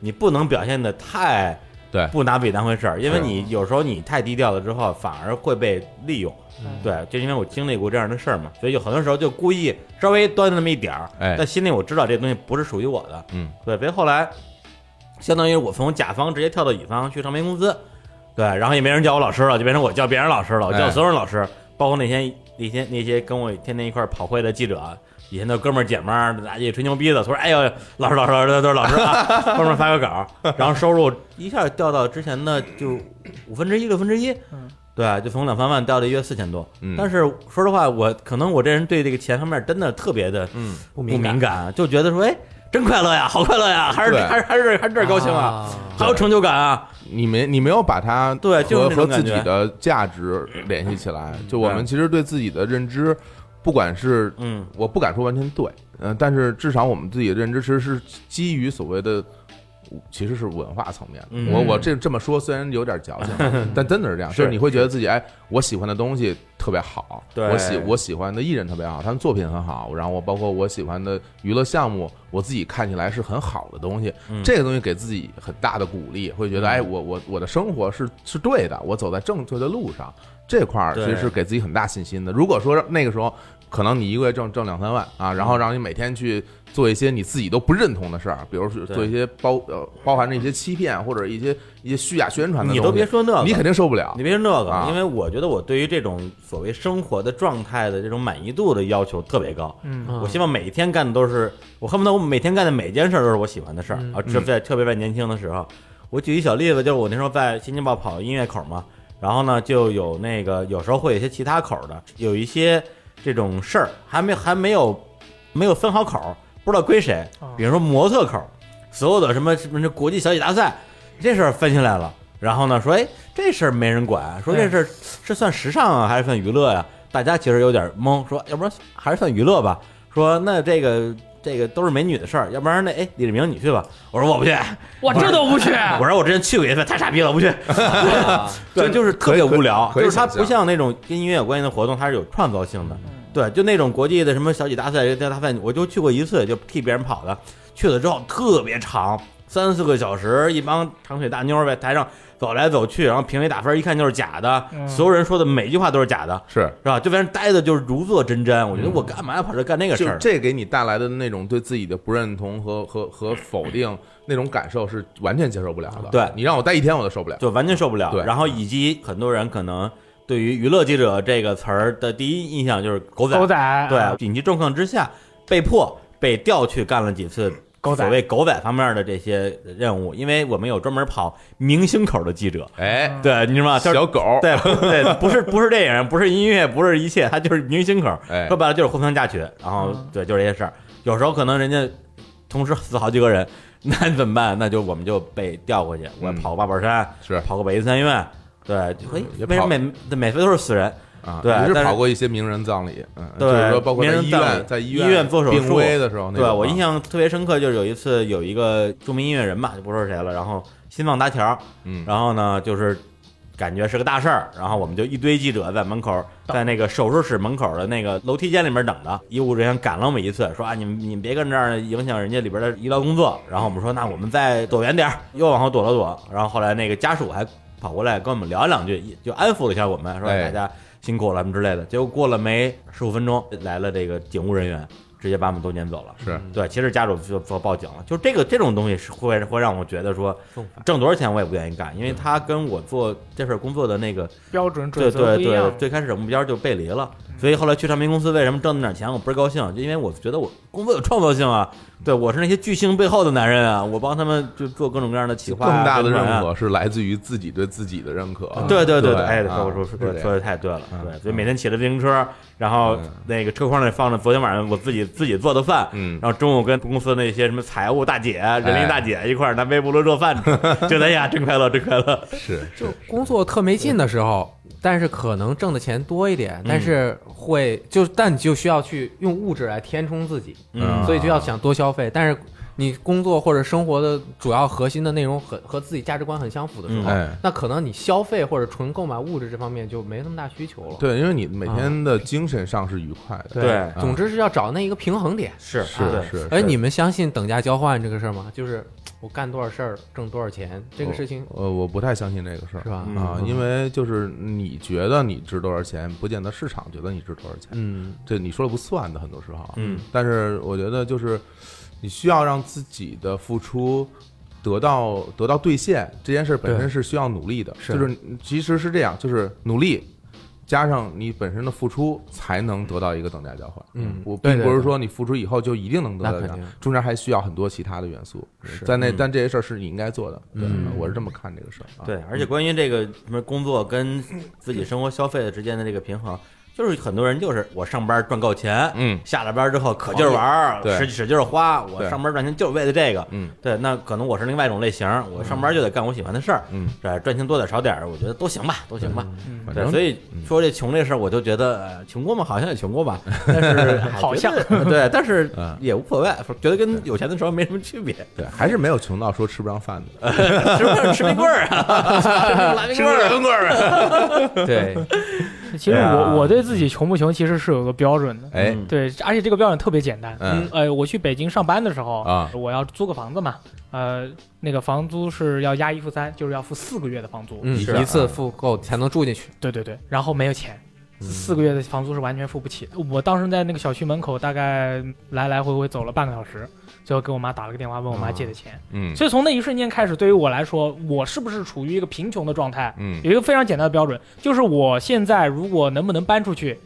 [SPEAKER 1] 你不能表现的太
[SPEAKER 2] 对
[SPEAKER 1] 不拿自己当回事儿，因为
[SPEAKER 2] 是
[SPEAKER 1] 你有时候你太低调了之后，反而会被利用。
[SPEAKER 3] 嗯
[SPEAKER 1] 对，就因为我经历过这样的事儿嘛，所以有很多时候就故意稍微端那么一点儿，
[SPEAKER 2] 哎
[SPEAKER 1] 但心里我知道这东西不是属于我的，
[SPEAKER 2] 嗯，
[SPEAKER 1] 对，所以后来相当于我从甲方直接跳到乙方去唱片公司，对，然后也没人叫我老师了，就变成我叫别人老师了，我叫
[SPEAKER 2] 哎
[SPEAKER 1] 所有人老师，包括那些那些那些跟我天天一块儿跑会的记者。以前的哥们儿姐们儿，大家也吹牛逼的，说：“哎呦，老师老师老师都是老师啊， *laughs* 帮忙发个稿。”然后收入一下掉到之前的就五分之一六分之一
[SPEAKER 3] 嗯，
[SPEAKER 1] 对，就从两三万掉到约四千多。
[SPEAKER 2] 嗯
[SPEAKER 1] 但是说实话，我可能我这人对这个钱方面真的特别的
[SPEAKER 2] 嗯，
[SPEAKER 1] 不
[SPEAKER 4] 敏感
[SPEAKER 1] 敏感，就觉得说，哎，真快乐呀， *laughs* 好快乐呀，还是
[SPEAKER 2] 对
[SPEAKER 1] 还是还是还是这儿高兴啊，
[SPEAKER 4] 啊
[SPEAKER 1] 好有成就感啊，
[SPEAKER 2] 你没你没有把它
[SPEAKER 1] 对就是
[SPEAKER 2] 和
[SPEAKER 1] 那种
[SPEAKER 2] 和自
[SPEAKER 1] 感
[SPEAKER 2] 己
[SPEAKER 1] 觉
[SPEAKER 2] 的价值联系起来。就我们
[SPEAKER 1] 嗯
[SPEAKER 2] 其实对自己的认知，不管是
[SPEAKER 1] 嗯，
[SPEAKER 2] 我不敢说完全对，嗯，但是至少我们自己的认知其实是基于所谓的。其实是文化层面的，
[SPEAKER 1] 嗯
[SPEAKER 2] 我我这这么说虽然有点矫情，啊
[SPEAKER 1] *laughs*
[SPEAKER 2] 但真的是这样，
[SPEAKER 1] 是
[SPEAKER 2] 就是你会觉得自己哎，我喜欢的东西特别好，
[SPEAKER 1] 对
[SPEAKER 2] 我喜我喜欢的艺人特别好，他们作品很好，然后我包括我喜欢的娱乐项目，我自己看起来是很好的东西，
[SPEAKER 1] 嗯
[SPEAKER 2] 这个东西给自己很大的鼓励，会觉得哎，我我我的生活是是对的，我走在正确的路上，这块儿其
[SPEAKER 1] 对
[SPEAKER 2] 实是给自己很大信心的。如果说那个时候可能你一个月挣挣两三万啊，
[SPEAKER 1] 嗯
[SPEAKER 2] 然后让你每天去做一些你自己都不认同的事儿，比如是
[SPEAKER 1] 对
[SPEAKER 2] 做一些包呃包含着一些欺骗或者一些一些虚假宣传的东西，
[SPEAKER 1] 嗯你都别说那个，
[SPEAKER 2] 你肯定受不了
[SPEAKER 1] 你。别说那
[SPEAKER 2] 啊
[SPEAKER 1] 个，因为我觉得我对于这种所谓生活的状态的这种满意度的要求特别高，
[SPEAKER 3] 嗯，
[SPEAKER 1] 我希望每一天干的都是，我恨不得我每天干的每件事儿都是我喜欢的事儿
[SPEAKER 4] 嗯
[SPEAKER 1] 啊，这在特别在年轻的时候，我举一小例子，就是我那时候在新京报跑音乐口嘛，然后呢就有那个有时候会有一些其他口的，有一些这种事儿还没还没有没有分好口，不知道归谁
[SPEAKER 3] 哦，
[SPEAKER 1] 比如说模特口，所有的什么什么这国际小姐大赛这事儿分下来了，然后呢说哎这事儿没人管，说这事儿是算时尚啊还是算娱乐呀、大家其实有点懵，说要不然还是算娱乐吧。说那这个这个都是美女的事儿，要不然那哎李志明你去吧。我说我不去，
[SPEAKER 3] 我这都不去，
[SPEAKER 1] 我说我之前去过一次，太傻逼了，我不去。 *laughs* 对，就是特别无聊，
[SPEAKER 2] 可以
[SPEAKER 1] 就是它
[SPEAKER 2] 可以想
[SPEAKER 1] 不
[SPEAKER 2] 象
[SPEAKER 1] 像那种跟音乐有关系的活动，它是有创造性的。对，就那种国际的什么小姐大赛、这大赛，我就去过一次，就替别人跑的。去了之后特别长，三四个小时，一帮长腿大妞儿在台上走来走去，然后评委打分一看就是假的，
[SPEAKER 3] 嗯
[SPEAKER 1] 所有人说的每句话都是假的，
[SPEAKER 2] 是，
[SPEAKER 1] 是吧？就反正待的就是如坐针毡。
[SPEAKER 2] 嗯
[SPEAKER 1] 我觉得我干嘛要跑这干那个事
[SPEAKER 2] 就
[SPEAKER 1] 儿？
[SPEAKER 2] 这给你带来的那种对自己的不认同和和和否定那种感受是完全接受不了的。
[SPEAKER 1] 对
[SPEAKER 2] 你让我待一天我都受不了。
[SPEAKER 1] 就完全受不了。
[SPEAKER 2] 对
[SPEAKER 1] 然后以及很多人可能对于娱乐记者这个词儿的第一印象就是狗仔，
[SPEAKER 3] 狗仔，啊
[SPEAKER 1] 对，紧急状况之下被迫被调去干了几次。
[SPEAKER 3] 狗仔
[SPEAKER 1] 所谓狗仔方面的这些任务，因为我们有专门跑明星口的记者，
[SPEAKER 2] 哎，
[SPEAKER 1] 对，你知道吗？就是
[SPEAKER 2] 小狗，
[SPEAKER 1] 对 *laughs* 不对，不是不是电影，不是音乐，不是一切，他就是明星口儿。
[SPEAKER 2] 哎
[SPEAKER 1] 说白了就是婚丧嫁娶，然后
[SPEAKER 3] 嗯
[SPEAKER 1] 对，就是这些事儿。有时候可能人家同时死好几个人， *laughs* 那怎么办？那就我们就被调过去，我
[SPEAKER 2] 嗯
[SPEAKER 1] 跑八宝山，
[SPEAKER 2] 是
[SPEAKER 1] 跑过北京三院，对，就哎
[SPEAKER 2] 嗯也
[SPEAKER 1] 为什
[SPEAKER 2] 跑
[SPEAKER 1] 么每每次都是死人？
[SPEAKER 2] 啊，
[SPEAKER 1] 对
[SPEAKER 2] 也是
[SPEAKER 1] 但是
[SPEAKER 2] 跑过一些名人葬礼，嗯，
[SPEAKER 1] 对
[SPEAKER 2] 就是说包括在医
[SPEAKER 1] 名人葬
[SPEAKER 2] 院，
[SPEAKER 1] 礼
[SPEAKER 2] 在医
[SPEAKER 1] 医院做手术
[SPEAKER 2] 病危的时候，那
[SPEAKER 1] 对
[SPEAKER 2] 种
[SPEAKER 1] 我
[SPEAKER 2] 啊
[SPEAKER 1] 印象特别深刻，就是有一次有一个著名音乐人吧，就不说是谁了，然后心脏搭桥，
[SPEAKER 2] 嗯，
[SPEAKER 1] 然后呢就是感觉是个大事儿，然后我们就一堆记者在门口，在那个手术室门口的那个楼梯间里面等着，医务人员赶了我们一次，说啊你们你们别跟这儿影响人家里边的医疗工作，然后我们说那我们再躲远点儿，又往后躲了躲，然后后来那个家属还跑过来跟我们聊两句，就安抚了一下我们，说大
[SPEAKER 2] 哎
[SPEAKER 1] 家辛苦了什么之类的，结果过了没十五分钟来了这个警务人员，直接把我们都撵走了。
[SPEAKER 2] 是
[SPEAKER 1] 对，其实家属就就报警了。就这个这种东西是会会让我觉得说
[SPEAKER 4] 重罚，
[SPEAKER 1] 挣多少钱我也不愿意干，因为他跟我做这份工作的那个
[SPEAKER 3] 标准
[SPEAKER 1] 对
[SPEAKER 3] 准
[SPEAKER 1] 对
[SPEAKER 3] 则不一
[SPEAKER 1] 对
[SPEAKER 3] 样，，
[SPEAKER 1] 最开始的目标就背离了。所以后来去唱片公司，为什么挣那点钱我倍儿高兴？就因为我觉得我工作有创造性啊，对我是那些巨星背后的男人啊，我帮他们就做各种各样的企划、
[SPEAKER 2] 更
[SPEAKER 1] 啊、
[SPEAKER 2] 大的
[SPEAKER 1] 宣传
[SPEAKER 2] 认
[SPEAKER 1] 啊。
[SPEAKER 2] 可是来自于自己对自己的认可，
[SPEAKER 1] 对对
[SPEAKER 2] 对
[SPEAKER 1] 对，哎，
[SPEAKER 2] 啊
[SPEAKER 1] 说说
[SPEAKER 2] 是
[SPEAKER 1] 说
[SPEAKER 2] 这样
[SPEAKER 1] 说的太对了，
[SPEAKER 2] 嗯
[SPEAKER 1] 对，所以每天骑着自行车，然后
[SPEAKER 2] 嗯
[SPEAKER 1] 那个车筐里放着昨天晚上我自己自己做的饭，
[SPEAKER 2] 嗯
[SPEAKER 1] 然后中午跟公司那些什么财务大姐、人力大姐一块儿南北部落热 *laughs* 饭吃，觉得哎呀真快乐，真快乐，
[SPEAKER 2] 是
[SPEAKER 4] 就工作特没劲的时候，但是可能挣的钱多一
[SPEAKER 1] 嗯
[SPEAKER 4] 点，但是会就但你就需要去用物质来填充自己，
[SPEAKER 2] 啊
[SPEAKER 1] 嗯
[SPEAKER 4] 所以就要想多消费。但是你工作或者生活的主要核心的内容很和自己价值观很相符的时候，
[SPEAKER 1] 嗯
[SPEAKER 2] 哎。
[SPEAKER 4] 那可能你消费或者纯购买物质这方面就没那么大需求了。
[SPEAKER 2] 对，因为你每天的精神上是愉快的，
[SPEAKER 1] 嗯对
[SPEAKER 2] 啊
[SPEAKER 4] 总之是要找那一个平衡点。
[SPEAKER 1] 是
[SPEAKER 2] 是
[SPEAKER 1] 对
[SPEAKER 2] 是，
[SPEAKER 4] 哎，
[SPEAKER 2] 是
[SPEAKER 4] 你们相信等价交换这个事儿吗？就是我干多少事儿挣多少钱这个事情
[SPEAKER 2] 呃，我不太相信这个事儿，
[SPEAKER 4] 是吧？
[SPEAKER 1] 嗯
[SPEAKER 2] 啊，因为就是你觉得你值多少钱，不见得市场觉得你值多少钱，
[SPEAKER 4] 嗯，
[SPEAKER 2] 这你说了不算的，很多时候，啊
[SPEAKER 1] 嗯
[SPEAKER 2] 但是我觉得就是你需要让自己的付出得到得到兑现这件事本身
[SPEAKER 4] 对
[SPEAKER 2] 是需要努力的，
[SPEAKER 4] 是
[SPEAKER 2] 就是其实是这样，就是努力。加上你本身的付出，才能得到一个等价交换。
[SPEAKER 4] 嗯
[SPEAKER 2] 我
[SPEAKER 4] 对
[SPEAKER 2] 并
[SPEAKER 4] 对
[SPEAKER 2] 不是
[SPEAKER 4] 对
[SPEAKER 2] 说你付出以后就一定能得到
[SPEAKER 4] 那
[SPEAKER 2] 等
[SPEAKER 4] 肯
[SPEAKER 2] 价
[SPEAKER 4] 定，
[SPEAKER 2] 中间还需要很多其他的元素。
[SPEAKER 4] 是
[SPEAKER 2] 但那
[SPEAKER 1] 嗯
[SPEAKER 2] 但这些事儿是你应该做的。对
[SPEAKER 4] 嗯，
[SPEAKER 2] 我是这么看这个事儿啊。
[SPEAKER 1] *laughs* 对，而且关于这个什么工作跟自己生活消费的之间的这个平衡，就是很多人就是我上班赚够钱，
[SPEAKER 2] 嗯
[SPEAKER 1] 下了班之后可劲儿玩儿，
[SPEAKER 2] 对
[SPEAKER 1] 使使劲儿花，我
[SPEAKER 2] 对
[SPEAKER 1] 上班赚钱就是为了这个。
[SPEAKER 2] 嗯
[SPEAKER 1] 对，那可能我是另外一种类型，我上班就得干我喜欢的事儿，
[SPEAKER 2] 嗯，
[SPEAKER 1] 是吧赚钱多点儿少点儿，我觉得都行吧，都行吧。
[SPEAKER 3] 嗯
[SPEAKER 2] 反
[SPEAKER 1] 对，
[SPEAKER 2] 正
[SPEAKER 1] 所以说这穷这事儿，我就觉得呃穷过吗？好像也穷过吧，但
[SPEAKER 3] *laughs*
[SPEAKER 1] 是
[SPEAKER 3] 好
[SPEAKER 1] 像对，但
[SPEAKER 3] *laughs*
[SPEAKER 1] 是
[SPEAKER 2] 嗯
[SPEAKER 1] 也无所谓，觉得跟有钱的时候没什么区别，
[SPEAKER 2] 对，还是没有穷到说吃不上饭的。
[SPEAKER 1] 吃不吃冰棍儿
[SPEAKER 3] *laughs*
[SPEAKER 1] 啊，吃冰棍儿，冰棍儿，
[SPEAKER 4] 对， *laughs*
[SPEAKER 3] 其实
[SPEAKER 1] 对啊
[SPEAKER 3] 我我对自己穷不穷其实是有个标准的，
[SPEAKER 2] 哎，
[SPEAKER 1] 嗯
[SPEAKER 3] 对，而且这个标准特别简单。
[SPEAKER 2] 嗯
[SPEAKER 3] 呃，我去北京上班的时候
[SPEAKER 2] 啊
[SPEAKER 3] 我要租个房子嘛，呃，那个房租是要押一付三，就是要付四个月的房租。
[SPEAKER 4] 嗯，
[SPEAKER 2] 是啊
[SPEAKER 4] 一次复购才能住进去。
[SPEAKER 3] 对对对，然后没有钱，
[SPEAKER 2] 嗯
[SPEAKER 3] 四个月的房租是完全付不起的。我当时在那个小区门口，大概来来回回走了半个小时，最后给我妈打了个电话，问我妈借的钱。
[SPEAKER 2] 嗯
[SPEAKER 3] 所以从那一瞬间开始，对于我来说，我是不是处于一个贫穷的状态，
[SPEAKER 2] 嗯
[SPEAKER 3] 有一个非常简单的标准，就是我现在如果能不能搬出去，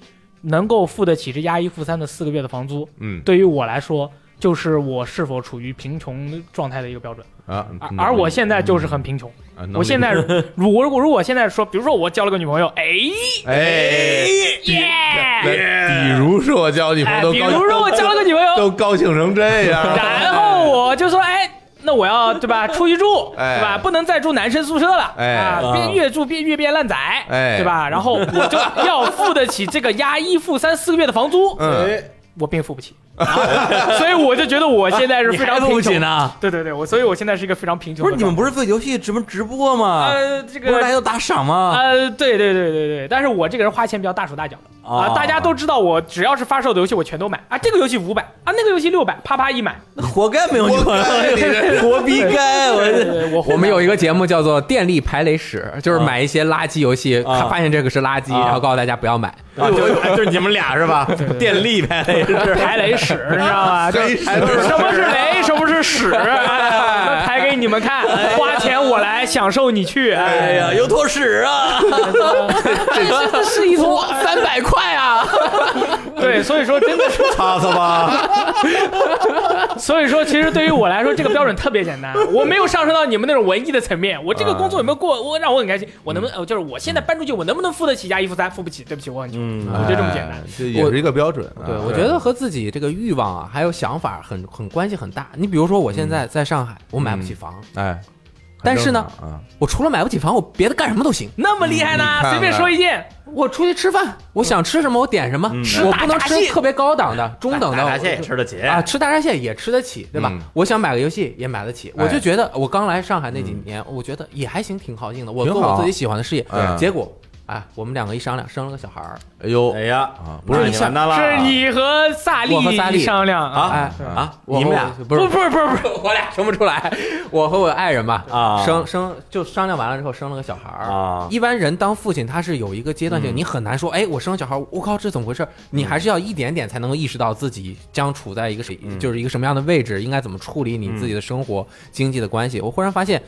[SPEAKER 3] 能够付得起这押一付三的四个月的房租，
[SPEAKER 2] 嗯
[SPEAKER 3] 对于我来说。就是我是否处于贫穷状态的一个标准，
[SPEAKER 2] 啊
[SPEAKER 3] 而
[SPEAKER 2] 嗯
[SPEAKER 3] 而我现在就是很贫穷。
[SPEAKER 2] 啊能
[SPEAKER 3] 我现在
[SPEAKER 2] 理
[SPEAKER 3] *laughs* 如果如果如果我现在说，比如说我交了个女朋友，哎
[SPEAKER 2] 解哎，
[SPEAKER 3] 耶，
[SPEAKER 2] 来比如说我交女朋
[SPEAKER 3] 哎
[SPEAKER 2] 友都
[SPEAKER 3] 比
[SPEAKER 2] 高
[SPEAKER 3] 如说我交了个女朋友，
[SPEAKER 2] 都高兴成这样，
[SPEAKER 3] 然后我就说，哎，那我要对吧，出去住，
[SPEAKER 2] *laughs* 哎
[SPEAKER 3] 对吧？不能再住男生宿舍了，
[SPEAKER 2] 哎
[SPEAKER 3] 啊，
[SPEAKER 1] 啊
[SPEAKER 3] 边越住边越变烂仔，
[SPEAKER 2] 哎
[SPEAKER 3] 对吧？然后我就要付得起这个押一付三四个月的房租，
[SPEAKER 2] 嗯，
[SPEAKER 3] 我并付不起， *laughs* 所以我就觉得我现在是非常贫穷
[SPEAKER 6] 呢。
[SPEAKER 3] 对对对，我所以我现在是一个非常贫穷
[SPEAKER 1] 不
[SPEAKER 3] 的
[SPEAKER 1] 是你们
[SPEAKER 3] 状态。
[SPEAKER 1] 不是做游戏直播直播吗？
[SPEAKER 3] 呃，这
[SPEAKER 1] 不是大家
[SPEAKER 3] 个。
[SPEAKER 1] 都打赏吗？
[SPEAKER 3] 呃，对对对对对，但是我这个人花钱比较大手大脚的啊、
[SPEAKER 1] 哦
[SPEAKER 3] 大家都知道我只要是发售的游戏我全都买啊，这个游戏五百啊，那个游戏六百，啪啪一买，
[SPEAKER 1] 活该没有女朋友， *laughs* 活逼该！
[SPEAKER 3] 对对
[SPEAKER 1] 我
[SPEAKER 3] 对，我
[SPEAKER 4] 我们
[SPEAKER 3] 有。
[SPEAKER 4] 有一个节目叫做《电力排雷史》，就是
[SPEAKER 1] 啊
[SPEAKER 4] 买一些垃圾游戏，
[SPEAKER 1] 啊
[SPEAKER 4] 他发现这个是垃圾，
[SPEAKER 1] 啊
[SPEAKER 4] 然后告诉大家不要买。
[SPEAKER 1] 啊就就是你们俩是吧？电力呗，
[SPEAKER 3] 排雷屎，你 *laughs* 知道吧？就
[SPEAKER 2] 真是
[SPEAKER 3] 什么是雷，什么是屎，哎我们排给你们看，花钱我来，享受你去。
[SPEAKER 1] 哎
[SPEAKER 3] 哎
[SPEAKER 1] 呀，有坨屎
[SPEAKER 3] *laughs*
[SPEAKER 1] 啊！
[SPEAKER 3] 这这是一坨
[SPEAKER 4] 三百块啊！
[SPEAKER 3] 对，所以说真的是，
[SPEAKER 1] 擦擦吧，
[SPEAKER 3] *laughs* 所以说其实对于我来说，这个标准特别简单，我没有上升到你们那种文艺的层面。我这个工作有没有过，我让我很开心。我能不能，呃就是我现在搬出去，我能不能付得起押一付三？付不起，对不起，我很穷。
[SPEAKER 1] 嗯
[SPEAKER 3] 我就这么简单
[SPEAKER 2] 哎，这也是一个标准。
[SPEAKER 4] 对，
[SPEAKER 2] 啊
[SPEAKER 4] 我觉得和自己这个欲望啊，还有想法很很关系很大。你比如说，我现在在上海，我买不起房，
[SPEAKER 2] 哎，很
[SPEAKER 4] 但是呢
[SPEAKER 2] 正常啊，
[SPEAKER 4] 我除了买不起房，我别的干什么都行。
[SPEAKER 3] 那么厉害呢
[SPEAKER 2] 嗯你看？看
[SPEAKER 3] 随便说一件，
[SPEAKER 4] 我出去吃饭，我想吃什么我点什么，我不能吃特别高档的、中等的。
[SPEAKER 1] 嗯大闸蟹也哎吃得起
[SPEAKER 4] 啊，吃大闸蟹也吃得起，对吧？
[SPEAKER 2] 嗯
[SPEAKER 4] 我想买个游戏也买得起，
[SPEAKER 2] 哎
[SPEAKER 4] 我就觉得我刚来上海那
[SPEAKER 1] 嗯
[SPEAKER 4] 几年，我觉得也还行，挺好劲的。我做
[SPEAKER 2] 挺好
[SPEAKER 4] 我自己喜欢的事业，
[SPEAKER 2] 嗯
[SPEAKER 4] 结果哎，我们两个一商量，生了个小孩儿，
[SPEAKER 2] 哎呦
[SPEAKER 1] 哎，呀
[SPEAKER 2] 啊
[SPEAKER 1] 不是你完蛋了，
[SPEAKER 3] 是你和萨
[SPEAKER 4] 我和萨
[SPEAKER 3] 利
[SPEAKER 4] 利
[SPEAKER 3] 商量啊？
[SPEAKER 4] 哎
[SPEAKER 2] 是
[SPEAKER 4] 啊，
[SPEAKER 1] 你们俩
[SPEAKER 4] 我
[SPEAKER 3] 不
[SPEAKER 4] 不
[SPEAKER 3] 是
[SPEAKER 4] 是
[SPEAKER 3] 不是不是不是，
[SPEAKER 2] 啊
[SPEAKER 4] 我俩生不出来，我和我爱人嘛，
[SPEAKER 1] 啊
[SPEAKER 4] 生生就商量完了之后生了个小孩儿
[SPEAKER 1] 啊
[SPEAKER 4] 一般人当父亲他是有一个阶段性，你很难说，哎，我生了小孩儿，我靠，这怎么回事儿？你还是要一点点才能够意识到自己将处在一个谁，就是一个什么样的位置，应该怎么处理你自己的生活、经济的关系。我忽然发现，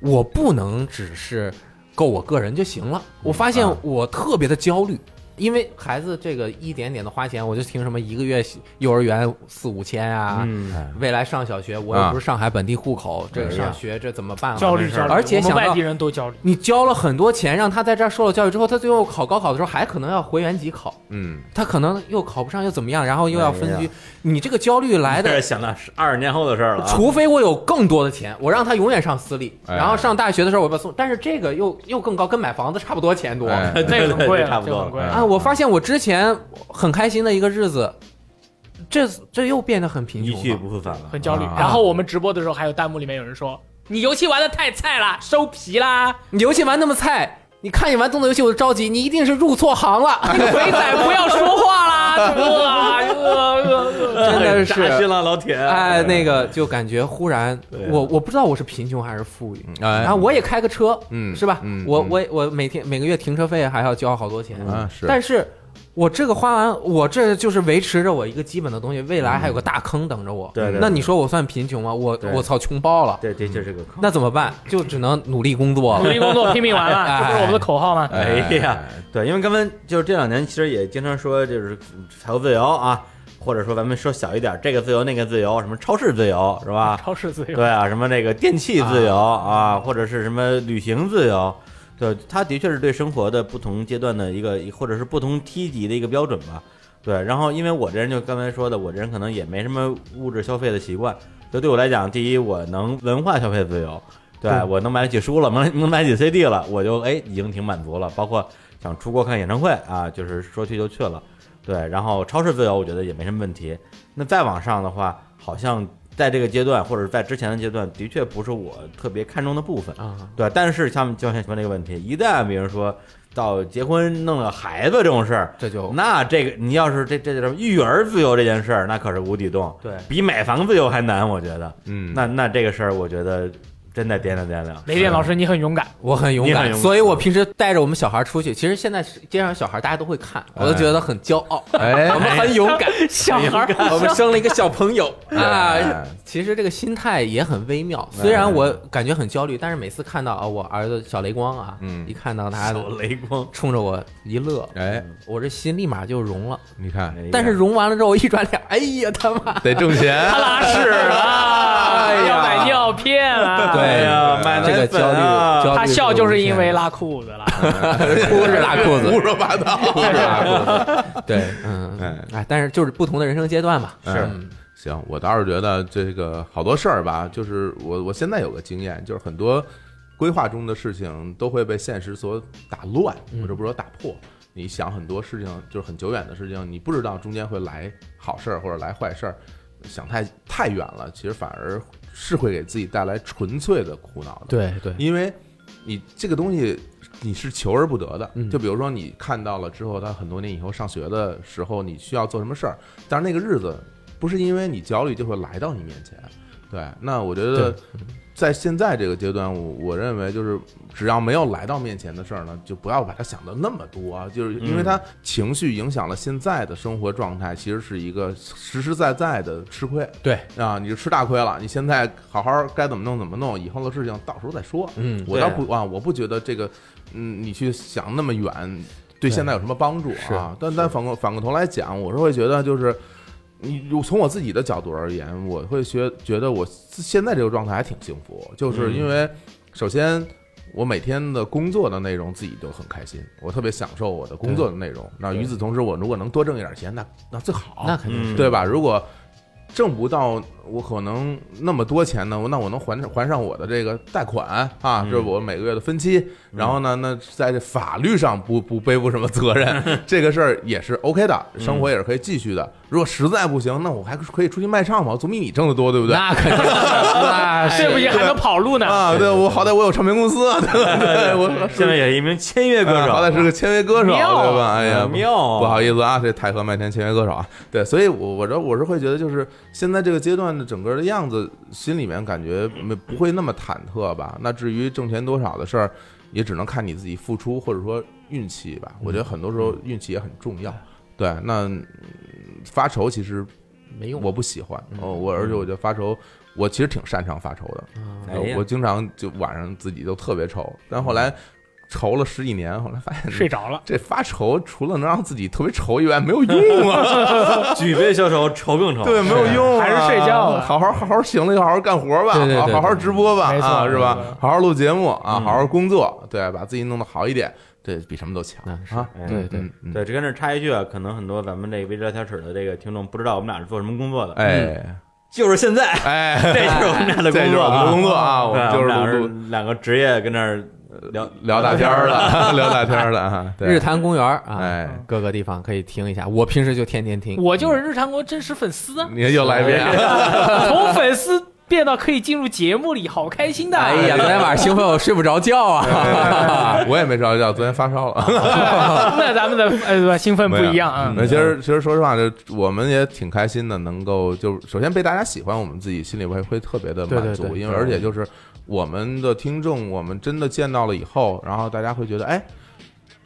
[SPEAKER 4] 我不能只是够我个人就行了。我发现我特别的焦虑。因为孩子这个一点点的花钱，我就听什么一个月幼儿园四五千啊，
[SPEAKER 1] 嗯
[SPEAKER 4] 未来上小学，我又不是上海本地户口，这个上学这怎么办、啊？
[SPEAKER 3] 焦虑焦虑，
[SPEAKER 4] 而且
[SPEAKER 3] 我们
[SPEAKER 4] 想到
[SPEAKER 3] 外地人都焦虑。
[SPEAKER 4] 你交了很多钱，让他在这儿受了教育之后，他最后考高考的时候还可能要回原籍考，
[SPEAKER 2] 嗯，
[SPEAKER 4] 他可能又考不上又怎么样，然后又要分
[SPEAKER 1] 哎
[SPEAKER 4] 居
[SPEAKER 1] 呀，
[SPEAKER 4] 你这个焦虑来
[SPEAKER 1] 哎 *laughs* 这是
[SPEAKER 4] 的。
[SPEAKER 1] 想到二十年后的事儿了啊。
[SPEAKER 4] 除非我有更多的钱，我让他永远上私立，
[SPEAKER 2] 哎
[SPEAKER 4] 然后上大学的时候我把他送，但是这个又又更高，跟买房子差不多钱多。
[SPEAKER 2] 哎
[SPEAKER 1] 对
[SPEAKER 3] 那
[SPEAKER 1] 对
[SPEAKER 3] 个很贵
[SPEAKER 1] 对，
[SPEAKER 3] 了，
[SPEAKER 1] 差不
[SPEAKER 3] 这个
[SPEAKER 1] 多
[SPEAKER 3] 很贵
[SPEAKER 1] 了。
[SPEAKER 3] 了。
[SPEAKER 4] 啊，我发现我之前很开心的一个日子，这这又变得很贫
[SPEAKER 1] 一
[SPEAKER 4] 穷
[SPEAKER 1] 去
[SPEAKER 4] 了。
[SPEAKER 1] 不复返了
[SPEAKER 3] 很。焦虑
[SPEAKER 2] 啊。
[SPEAKER 3] 然后我们直播的时候，还有弹幕里面有人说：“你游戏玩的太菜啦，收皮啦，
[SPEAKER 4] 你游戏玩那么菜，你看你玩动作游戏我就着急，你一定是入错行了。
[SPEAKER 3] 那个肥仔不要说话啦，呃呃呃。
[SPEAKER 4] 真的是
[SPEAKER 1] 扎心了，老铁。
[SPEAKER 4] *laughs* 哎，那个就感觉忽然，
[SPEAKER 1] 对嗯
[SPEAKER 4] 我我不知道我是贫穷还是富裕，
[SPEAKER 2] 哎
[SPEAKER 4] 然后啊我也开个车，
[SPEAKER 2] 嗯
[SPEAKER 4] 是吧
[SPEAKER 2] 嗯？
[SPEAKER 4] 我
[SPEAKER 2] 嗯
[SPEAKER 1] 嗯
[SPEAKER 4] 我我每天每个月停车费还要交好多钱
[SPEAKER 2] 啊是
[SPEAKER 4] 但是我这个花完，我这就是维持着我一个基本的东西，未来还有个大坑等着我。
[SPEAKER 1] 对对对
[SPEAKER 4] 那你说我算贫穷吗？我
[SPEAKER 1] 对
[SPEAKER 4] 我操，穷爆了。
[SPEAKER 1] 对，的确是个坑。
[SPEAKER 4] 那怎么办？就只能努力
[SPEAKER 1] *laughs*
[SPEAKER 4] 工作
[SPEAKER 3] 努
[SPEAKER 4] 了。
[SPEAKER 3] 力工作，拼命玩了，
[SPEAKER 4] 哎
[SPEAKER 3] 这不是我们的口号吗？
[SPEAKER 1] 哎呀，对，因为刚才就是这两年，其实也经常说，就是财务自由啊，或者说咱们说小一点，这个自由那个自由，什么超市自由是吧？
[SPEAKER 3] 超市自由，
[SPEAKER 1] 对啊，什么那个电器自由啊或者是什么旅行自由，对，它的确是对生活的不同阶段的一个，或者是不同梯级的一个标准吧。对，然后因为我这人就刚才说的，我这人可能也没什么物质消费的习惯，就对我来讲，第一我能文化消费自由，对我能买得起书了，能能买得起 CD 了，我就哎已经挺满足了。包括想出国看演唱会啊，就是说去就去了。对，然后超市自由我觉得也没什么问题。那再往上的话，好像在这个阶段或者在之前的阶段，的确不是我特别看重的部分。
[SPEAKER 4] 啊，
[SPEAKER 1] 对，但是像就像前面这个问题，一旦比如说到结婚弄了孩子这种事儿，
[SPEAKER 4] 这就
[SPEAKER 1] 那这个你要是这这叫什么育儿自由这件事儿，那可是无底洞，
[SPEAKER 4] 对
[SPEAKER 1] 比买房自由还难，我觉得。
[SPEAKER 2] 嗯，
[SPEAKER 1] 那那这个事儿，我觉得真得掂量掂 *laughs* 量。
[SPEAKER 3] 雷电老师，你很勇敢，
[SPEAKER 4] 我很勇
[SPEAKER 1] 你很
[SPEAKER 4] 敢，
[SPEAKER 1] 勇敢
[SPEAKER 4] 所以我平时带着我们小孩出去，其实现在是街上小孩大家都会看，
[SPEAKER 1] 哎
[SPEAKER 4] 我都觉得很骄傲。
[SPEAKER 2] 哎
[SPEAKER 4] 我们很勇敢，
[SPEAKER 3] 小孩儿
[SPEAKER 4] *laughs* 我们生了一个小朋友
[SPEAKER 2] *laughs*
[SPEAKER 4] 啊
[SPEAKER 2] 哎。
[SPEAKER 4] 其实这个心态也很微妙，虽然我感觉很焦虑，但是每次看到啊我儿子小雷光啊，
[SPEAKER 2] 嗯
[SPEAKER 4] 一看到他
[SPEAKER 1] 小雷光，
[SPEAKER 4] 冲着我一乐，
[SPEAKER 2] 哎，
[SPEAKER 4] 我这心立马就融了。
[SPEAKER 2] 你看
[SPEAKER 1] 哎
[SPEAKER 4] 但是融完了之后，我一转脸，哎呀他
[SPEAKER 2] *laughs*
[SPEAKER 4] 妈！
[SPEAKER 2] 得挣钱，
[SPEAKER 3] 他拉屎
[SPEAKER 4] 哎
[SPEAKER 3] 了，
[SPEAKER 4] 呀
[SPEAKER 3] 啊要买尿片了，
[SPEAKER 4] 对
[SPEAKER 1] 哎呀，买
[SPEAKER 4] 这个
[SPEAKER 1] 奶
[SPEAKER 4] 焦
[SPEAKER 1] 粉
[SPEAKER 4] 虑，
[SPEAKER 1] 啊
[SPEAKER 4] 焦虑
[SPEAKER 3] 他笑就是因为拉裤子了。
[SPEAKER 4] 哎哭是拉裤子
[SPEAKER 2] 胡，说八道，
[SPEAKER 4] 哭是拉
[SPEAKER 2] *laughs*
[SPEAKER 4] 裤子。对，
[SPEAKER 2] 哎
[SPEAKER 4] 嗯，哎，但是就是不同的人生阶段吧。
[SPEAKER 2] 是
[SPEAKER 4] 嗯
[SPEAKER 2] 行，我倒是觉得这个好多事儿吧，就是我我现在有个经验，就是很多规划中的事情都会被现实所打乱，或者不说打破。你想很多事情就是很久远的事情，你不知道中间会来好事儿或者来坏事儿，想太太远了，其实反而是会给自己带来纯粹的苦恼的。
[SPEAKER 4] 对对
[SPEAKER 2] 因为你这个东西你是求而不得的。
[SPEAKER 4] 嗯
[SPEAKER 2] 就比如说你看到了之后，他很多年以后上学的时候，你需要做什么事儿，但是那个日子不是因为你焦虑就会来到你面前。对，那我觉得
[SPEAKER 4] 对
[SPEAKER 2] 在现在这个阶段，我我认为就是只要没有来到面前的事儿呢，就不要把它想的那么多啊，就是
[SPEAKER 4] 嗯
[SPEAKER 2] 因为它情绪影响了现在的生活状态，其实是一个实实在在的吃亏。
[SPEAKER 4] 对，
[SPEAKER 2] 啊，你就吃大亏了。你现在好好该怎么弄怎么弄，以后的事情到时候再说。
[SPEAKER 4] 嗯
[SPEAKER 2] 我倒不啊，我不觉得这个，嗯，你去想那么远，对现在有什么帮助啊？但但反过反过头来讲，我是会觉得就是。你如从我自己的角度而言，我会觉觉得我现在这个状态还挺幸福，就是
[SPEAKER 4] 嗯
[SPEAKER 2] 因为首先我每天的工作的内容自己都很开心，我特别享受我的工作的内容。那与此同时，我如果能多挣一点钱，那那最好，
[SPEAKER 4] 那肯定
[SPEAKER 1] 嗯
[SPEAKER 4] 是
[SPEAKER 2] 对吧？如果挣不到我可能那么多钱呢，我那我能还还上我的这个贷款啊，这是我每个月的分期。然后呢，那在这法律上不不背负什么责任，这个事儿也是 OK 的，生活也是可以继续的。如果实在不行，那我还可以出去卖唱嘛，总比你挣得多，对不对？
[SPEAKER 4] 那肯定是，那哎是
[SPEAKER 3] 哎这不行，还能跑路呢。
[SPEAKER 2] 啊，对我好歹我有唱片公司啊，对吧？对我
[SPEAKER 1] 现在也是一名签约歌手，
[SPEAKER 2] 好歹是个签约歌手，
[SPEAKER 3] 妙啊
[SPEAKER 2] 对吧？哎呀，
[SPEAKER 1] 妙啊
[SPEAKER 2] 不好意思啊，这太和麦田签约歌
[SPEAKER 1] *laughs*
[SPEAKER 2] 手啊，对，所以我我这我是会觉得，就是现在这个阶段的整个的样子，心里面感觉没不会那么忐忑吧。那至于挣钱多少的事儿，也只能看你自己付出或者说运气吧。
[SPEAKER 1] 嗯
[SPEAKER 2] 我觉得很多时候运气也很重要。对，那嗯发愁其实
[SPEAKER 4] 没用。
[SPEAKER 2] 我不喜欢，
[SPEAKER 1] 嗯
[SPEAKER 2] 哦，我而且我觉得发愁，我其实挺擅长发愁的。
[SPEAKER 1] 哎
[SPEAKER 2] 我
[SPEAKER 1] 呀嗯
[SPEAKER 2] 我经常就晚上自己就特别愁，但后来愁了十几年，后来发现
[SPEAKER 3] 睡着了，
[SPEAKER 2] 这发愁除了能让自己特别愁以外，没有用
[SPEAKER 3] *laughs*
[SPEAKER 2] 啊，
[SPEAKER 1] 举杯消愁愁更 *laughs* 愁。
[SPEAKER 2] 对，没有用啊、
[SPEAKER 3] 还是睡觉吧
[SPEAKER 2] 好好好好行了，就好好干活吧，
[SPEAKER 4] 对对对嗯
[SPEAKER 2] 好好好直播吧，
[SPEAKER 3] 没错
[SPEAKER 2] 啊，
[SPEAKER 3] 没
[SPEAKER 2] 是吧
[SPEAKER 3] 错？
[SPEAKER 2] 好好录节目啊，好好工作，对，把自己弄得好一点，这比什么都强
[SPEAKER 4] 那是
[SPEAKER 2] 啊。
[SPEAKER 1] 哎
[SPEAKER 4] 对对
[SPEAKER 2] 嗯，嗯
[SPEAKER 1] 对，这跟这儿插一句啊，可能很多咱们这个微知聊天室的这个听众不知道我们俩是做什么工作的，
[SPEAKER 4] 嗯
[SPEAKER 2] 哎
[SPEAKER 1] 就是现在，
[SPEAKER 2] 哎，
[SPEAKER 1] 这
[SPEAKER 4] *laughs*
[SPEAKER 1] *laughs* 就是我们俩的
[SPEAKER 2] 这
[SPEAKER 1] 工
[SPEAKER 2] 就是
[SPEAKER 1] 作
[SPEAKER 2] 我们
[SPEAKER 1] 啊，
[SPEAKER 2] 的工作啊，
[SPEAKER 1] 对我
[SPEAKER 2] 我们就
[SPEAKER 1] 们俩
[SPEAKER 2] 是
[SPEAKER 1] 是
[SPEAKER 2] 录录
[SPEAKER 1] 两个职业跟那儿聊
[SPEAKER 2] 聊大天儿
[SPEAKER 4] *laughs*
[SPEAKER 2] 了，聊大天儿了啊，对
[SPEAKER 4] 日坛公园儿啊，
[SPEAKER 2] 哎，
[SPEAKER 4] 各个地方可以听一下。我平时就天天听。
[SPEAKER 3] 我就是日常国真实粉丝啊，
[SPEAKER 4] 嗯 *laughs*
[SPEAKER 2] 你又来一遍，
[SPEAKER 3] 从粉丝变到可以进入节目里，好开心的。
[SPEAKER 4] *laughs*
[SPEAKER 3] 啊
[SPEAKER 4] 哎呀，昨天晚上兴奋，我睡不着觉啊！
[SPEAKER 2] 我也没睡着觉，昨天发烧了。
[SPEAKER 3] *laughs* 那咱们的呃兴奋不一样啊。
[SPEAKER 2] 那其实
[SPEAKER 4] 嗯
[SPEAKER 2] 其实说实话，这我们也挺开心的，能够就首先被大家喜欢，我们自己心里会会特别的满
[SPEAKER 4] 对对
[SPEAKER 2] 足，
[SPEAKER 4] 对
[SPEAKER 2] 因为而且就是我们的听众，我们真的见到了以后，然后大家会觉得，哎，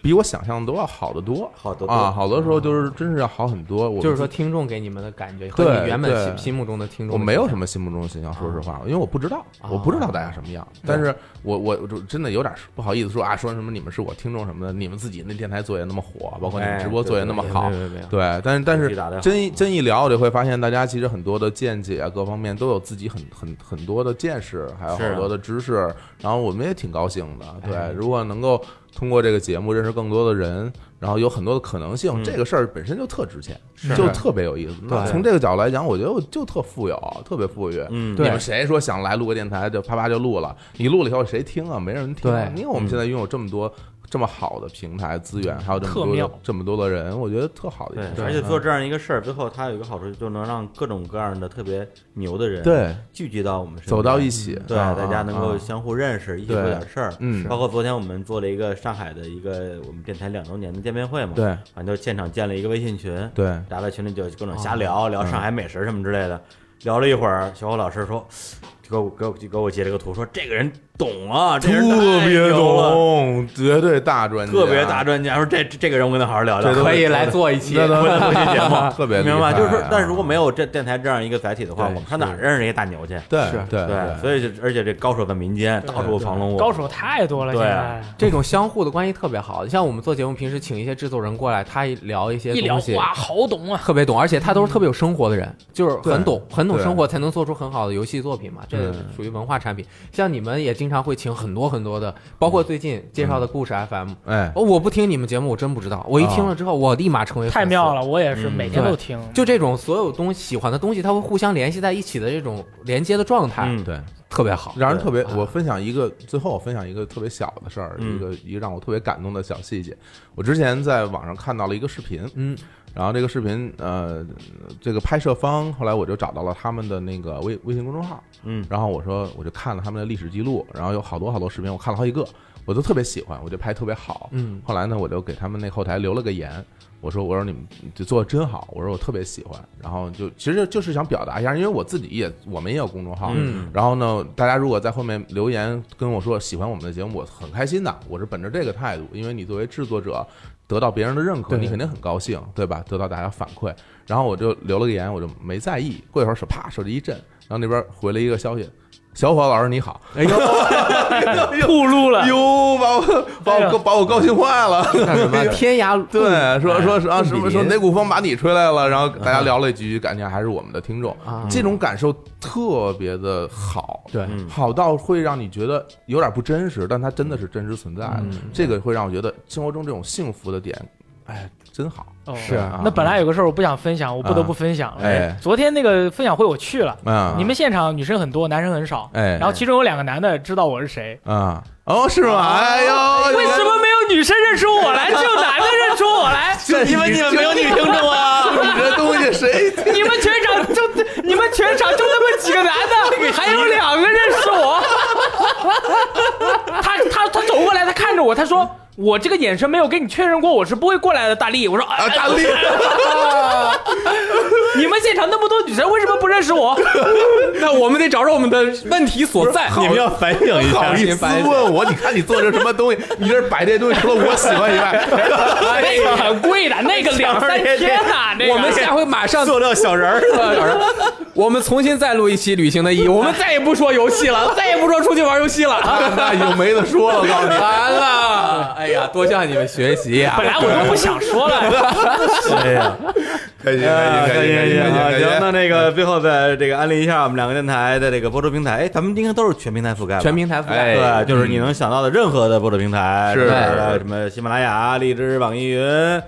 [SPEAKER 2] 比我想象的都要好得多，
[SPEAKER 1] 好得多
[SPEAKER 2] 啊，好多时候就是真是要好很多。
[SPEAKER 4] *laughs*
[SPEAKER 2] 我们
[SPEAKER 4] 嗯就是说，听众给你们的感觉和你
[SPEAKER 2] 对
[SPEAKER 4] 原本心
[SPEAKER 2] 对
[SPEAKER 4] 心目中的听众，
[SPEAKER 2] 我没有什么心目中的形象，说实话，因为我不知道，
[SPEAKER 4] 啊
[SPEAKER 2] 我不知道大家什么样。但是我我我就真的有点不好意思说啊，说什么你们是我听众什么的，你们自己那电台做也那么火，包括你们
[SPEAKER 1] 哎
[SPEAKER 2] 直播做也那么好
[SPEAKER 4] 没有没有没有，
[SPEAKER 2] 对。但是但
[SPEAKER 1] 自己打得
[SPEAKER 2] 是
[SPEAKER 1] 好
[SPEAKER 2] 真一真一聊，我就会发现大家其实很多的见解啊，各方面都有自己很很很多的见识，还有
[SPEAKER 1] 是啊哎
[SPEAKER 2] 好多的知识。然后我们也挺高兴的，对。如果能够通过这个节目认识更多的人，然后有很多的可能
[SPEAKER 1] 嗯
[SPEAKER 2] 性，这个事儿本身就特值钱，
[SPEAKER 1] 啊
[SPEAKER 2] 就特别有意思。那
[SPEAKER 4] 对
[SPEAKER 2] 从这个角度来讲，我觉得我就特富有，特别富裕。
[SPEAKER 1] 嗯
[SPEAKER 2] 你
[SPEAKER 4] 对
[SPEAKER 2] 们谁说想来录个电台就啪啪就录了？你录了以后谁听啊？没人听啊。
[SPEAKER 4] 对
[SPEAKER 2] 因为我们现在拥有这么多这么好的平台资源，还有这么
[SPEAKER 3] 特
[SPEAKER 2] 多
[SPEAKER 3] 妙
[SPEAKER 2] 的这么多的人，我觉得特好的一啊件事
[SPEAKER 1] 嗯对，
[SPEAKER 2] 儿。
[SPEAKER 1] 而且做这样一个事儿，最后它有一个好处，就能让各种各样的特别牛的人
[SPEAKER 2] 对
[SPEAKER 1] 聚集到我们身边
[SPEAKER 2] 走到一起，
[SPEAKER 1] 对，
[SPEAKER 2] 啊
[SPEAKER 1] 大家能
[SPEAKER 2] 啊
[SPEAKER 1] 够相互认识，一起做
[SPEAKER 2] 对
[SPEAKER 1] 点事儿。
[SPEAKER 2] 嗯
[SPEAKER 1] 包括昨天我们做了一个上海的一个我们电台两周年的见面会嘛，
[SPEAKER 2] 对，
[SPEAKER 1] 反正就现场建了一个微信群，
[SPEAKER 2] 对
[SPEAKER 1] 大家在群里就
[SPEAKER 2] 啊
[SPEAKER 1] 各种瞎聊，
[SPEAKER 2] 嗯
[SPEAKER 1] 聊上海美食什么之类的。聊了一会儿，小虎老师说，给我给我给我截了个图，说这个人懂啊，这个人
[SPEAKER 2] 特
[SPEAKER 1] 太
[SPEAKER 2] 别
[SPEAKER 1] 牛了，
[SPEAKER 2] 懂，绝对大专家，
[SPEAKER 1] 特别大专家。说这这个人我跟他好好聊聊，
[SPEAKER 2] 这都
[SPEAKER 4] 可以来做一期
[SPEAKER 2] 那都
[SPEAKER 1] 不
[SPEAKER 2] 特
[SPEAKER 1] 能节目
[SPEAKER 2] 特别厉害
[SPEAKER 1] 明白吗，就是说
[SPEAKER 2] 啊，
[SPEAKER 1] 但是如果没有这电台这样一个载体的话，
[SPEAKER 2] 对
[SPEAKER 1] 我们上哪儿认识这些大牛去？
[SPEAKER 2] 对
[SPEAKER 4] 是
[SPEAKER 2] 对
[SPEAKER 1] 对，所以就而且这高手在民间，到处藏龙卧
[SPEAKER 3] 高手太多了，
[SPEAKER 1] 对
[SPEAKER 3] 现在
[SPEAKER 4] 这种相互的关系特别好。像我们做节目，平时请一些制作人过来，他一聊一些
[SPEAKER 3] 一聊
[SPEAKER 4] 东西，
[SPEAKER 3] 哇，好懂啊！
[SPEAKER 4] 特别懂，而且他都是特别有生活的人，就是很懂，很懂
[SPEAKER 2] 对
[SPEAKER 4] 生活，才能做出很好的游戏作品嘛。这属于文化产品。像你们也经常会请很多很多的，包括最近介绍的故事 FM。
[SPEAKER 2] 哎，
[SPEAKER 4] 哦，我不听你们节目，我真不知道。我一听了之后，我立马成为
[SPEAKER 3] 太妙
[SPEAKER 4] 了。
[SPEAKER 3] 了，我也是每天
[SPEAKER 4] 对
[SPEAKER 3] 都听。
[SPEAKER 4] 就这种所有东西喜欢的东西，它会互相联系在一起的这种连接的状态，
[SPEAKER 1] 嗯
[SPEAKER 2] 对。
[SPEAKER 4] 特别好。
[SPEAKER 2] 让人特别，
[SPEAKER 4] 啊
[SPEAKER 2] 我分享一个，最后我分享一个特别小的事儿，
[SPEAKER 1] 嗯
[SPEAKER 2] 一个一个让我特别感动的小细节。我之前在网上看到了一个视频，
[SPEAKER 4] 嗯，
[SPEAKER 2] 然后这个视频，呃，这个拍摄方后来我就找到了他们的那个微微信公众号，
[SPEAKER 1] 嗯
[SPEAKER 2] 然后我说我就看了他们的历史记录，然后有好多好多视频，我看了好几个，我都特别喜欢，我觉得拍得特别好，
[SPEAKER 4] 嗯
[SPEAKER 2] 后来呢，我就给他们那后台留了个言，我说我说你们就做的真好，我说我特别喜欢，然后就其实就是想表达一下，因为我自己也我们也有公众号，
[SPEAKER 4] 嗯
[SPEAKER 2] 然后呢，大家如果在后面留言跟我说喜欢我们的节目，我很开心的，我是本着这个态度，因为你作为制作者得到别人的认可，
[SPEAKER 4] 对
[SPEAKER 2] 你肯定很高兴，对吧？得到大家反馈，然后我就留了个言，我就没在意，过一会儿手啪手机一震，然后那边回了一个消息。小伙老师你
[SPEAKER 4] *laughs*
[SPEAKER 2] 好，哎呦，
[SPEAKER 3] 吐露了，
[SPEAKER 2] 哟，把我把我把我高兴坏了，
[SPEAKER 4] 那什么天涯
[SPEAKER 2] 对，说说是啊，什么
[SPEAKER 4] 比
[SPEAKER 2] 说
[SPEAKER 4] 邻
[SPEAKER 2] 哪股风把你吹来了？然后大家聊了几句，感觉还是我们的听众
[SPEAKER 4] 啊，
[SPEAKER 2] 这种感受特别的好，
[SPEAKER 4] 对
[SPEAKER 1] 嗯
[SPEAKER 2] 好到会让你觉得有点不真实，但它真的是真实存在的
[SPEAKER 4] 嗯。
[SPEAKER 2] 这个会让我觉得生活中这种幸福的点，哎，真好，
[SPEAKER 3] 哦
[SPEAKER 4] 是啊
[SPEAKER 3] 那本来有个事儿我不想分享，我不得不分享了。
[SPEAKER 2] 哎
[SPEAKER 3] 昨天那个分享会我去了，
[SPEAKER 2] 啊，
[SPEAKER 3] 你们现场女生很多，男生很少。
[SPEAKER 2] 哎，
[SPEAKER 3] 然后其中有两个男的知道我是谁，
[SPEAKER 2] 啊，哦，是吗？哎呦，
[SPEAKER 3] 为什么没有女生认出我来，只有男的认出我来？ *laughs*
[SPEAKER 2] 这
[SPEAKER 1] 因为你们没有女听众啊，
[SPEAKER 2] 你这东西谁听？
[SPEAKER 3] 你们全场就你们全场就那么几个男的，还有两个认识我。 *laughs* 他他他走过来，他看着我，他说。我这个眼神没有跟你确认过，我是不会过来的，大力。我说，
[SPEAKER 2] 啊，
[SPEAKER 3] 哎、
[SPEAKER 2] 大力，
[SPEAKER 3] *laughs* 你们现场那么多女生，为什么不认识我？
[SPEAKER 4] 那我们得找找我们的问题所在。
[SPEAKER 1] *laughs* 你们要反省一
[SPEAKER 2] 不好
[SPEAKER 1] 下。
[SPEAKER 2] 意思问我，你看你做这什么东西？你这摆这东西，除了我喜欢以外，
[SPEAKER 3] 那个很哎贵的，那个两三天呐，那个
[SPEAKER 4] 我们下回马上，
[SPEAKER 1] 塑料小人儿，
[SPEAKER 4] 我们重新再录一期《旅行的意义》，我们再也不说游戏了，再也不说出去玩游戏了。
[SPEAKER 2] 那 *laughs* 你就没得说了。我告诉你，
[SPEAKER 4] 完了，哎呀，多向你们学习啊呀、
[SPEAKER 3] *laughs* 本来我都不想说了，
[SPEAKER 1] 哎呀，
[SPEAKER 2] 开心 *laughs*
[SPEAKER 1] 啊开心开心啊！
[SPEAKER 2] 开心
[SPEAKER 1] 行，那那个
[SPEAKER 2] 嗯
[SPEAKER 1] 最后再这个安利一下我们两个电台的这个播出平台，哎，咱们应该都是全平台覆盖吧，
[SPEAKER 4] 全平台覆盖。
[SPEAKER 2] 哎
[SPEAKER 1] 对，就是你能想到的任何的播客平台，
[SPEAKER 2] 是
[SPEAKER 1] 什么什么喜马拉雅、荔枝、网易云，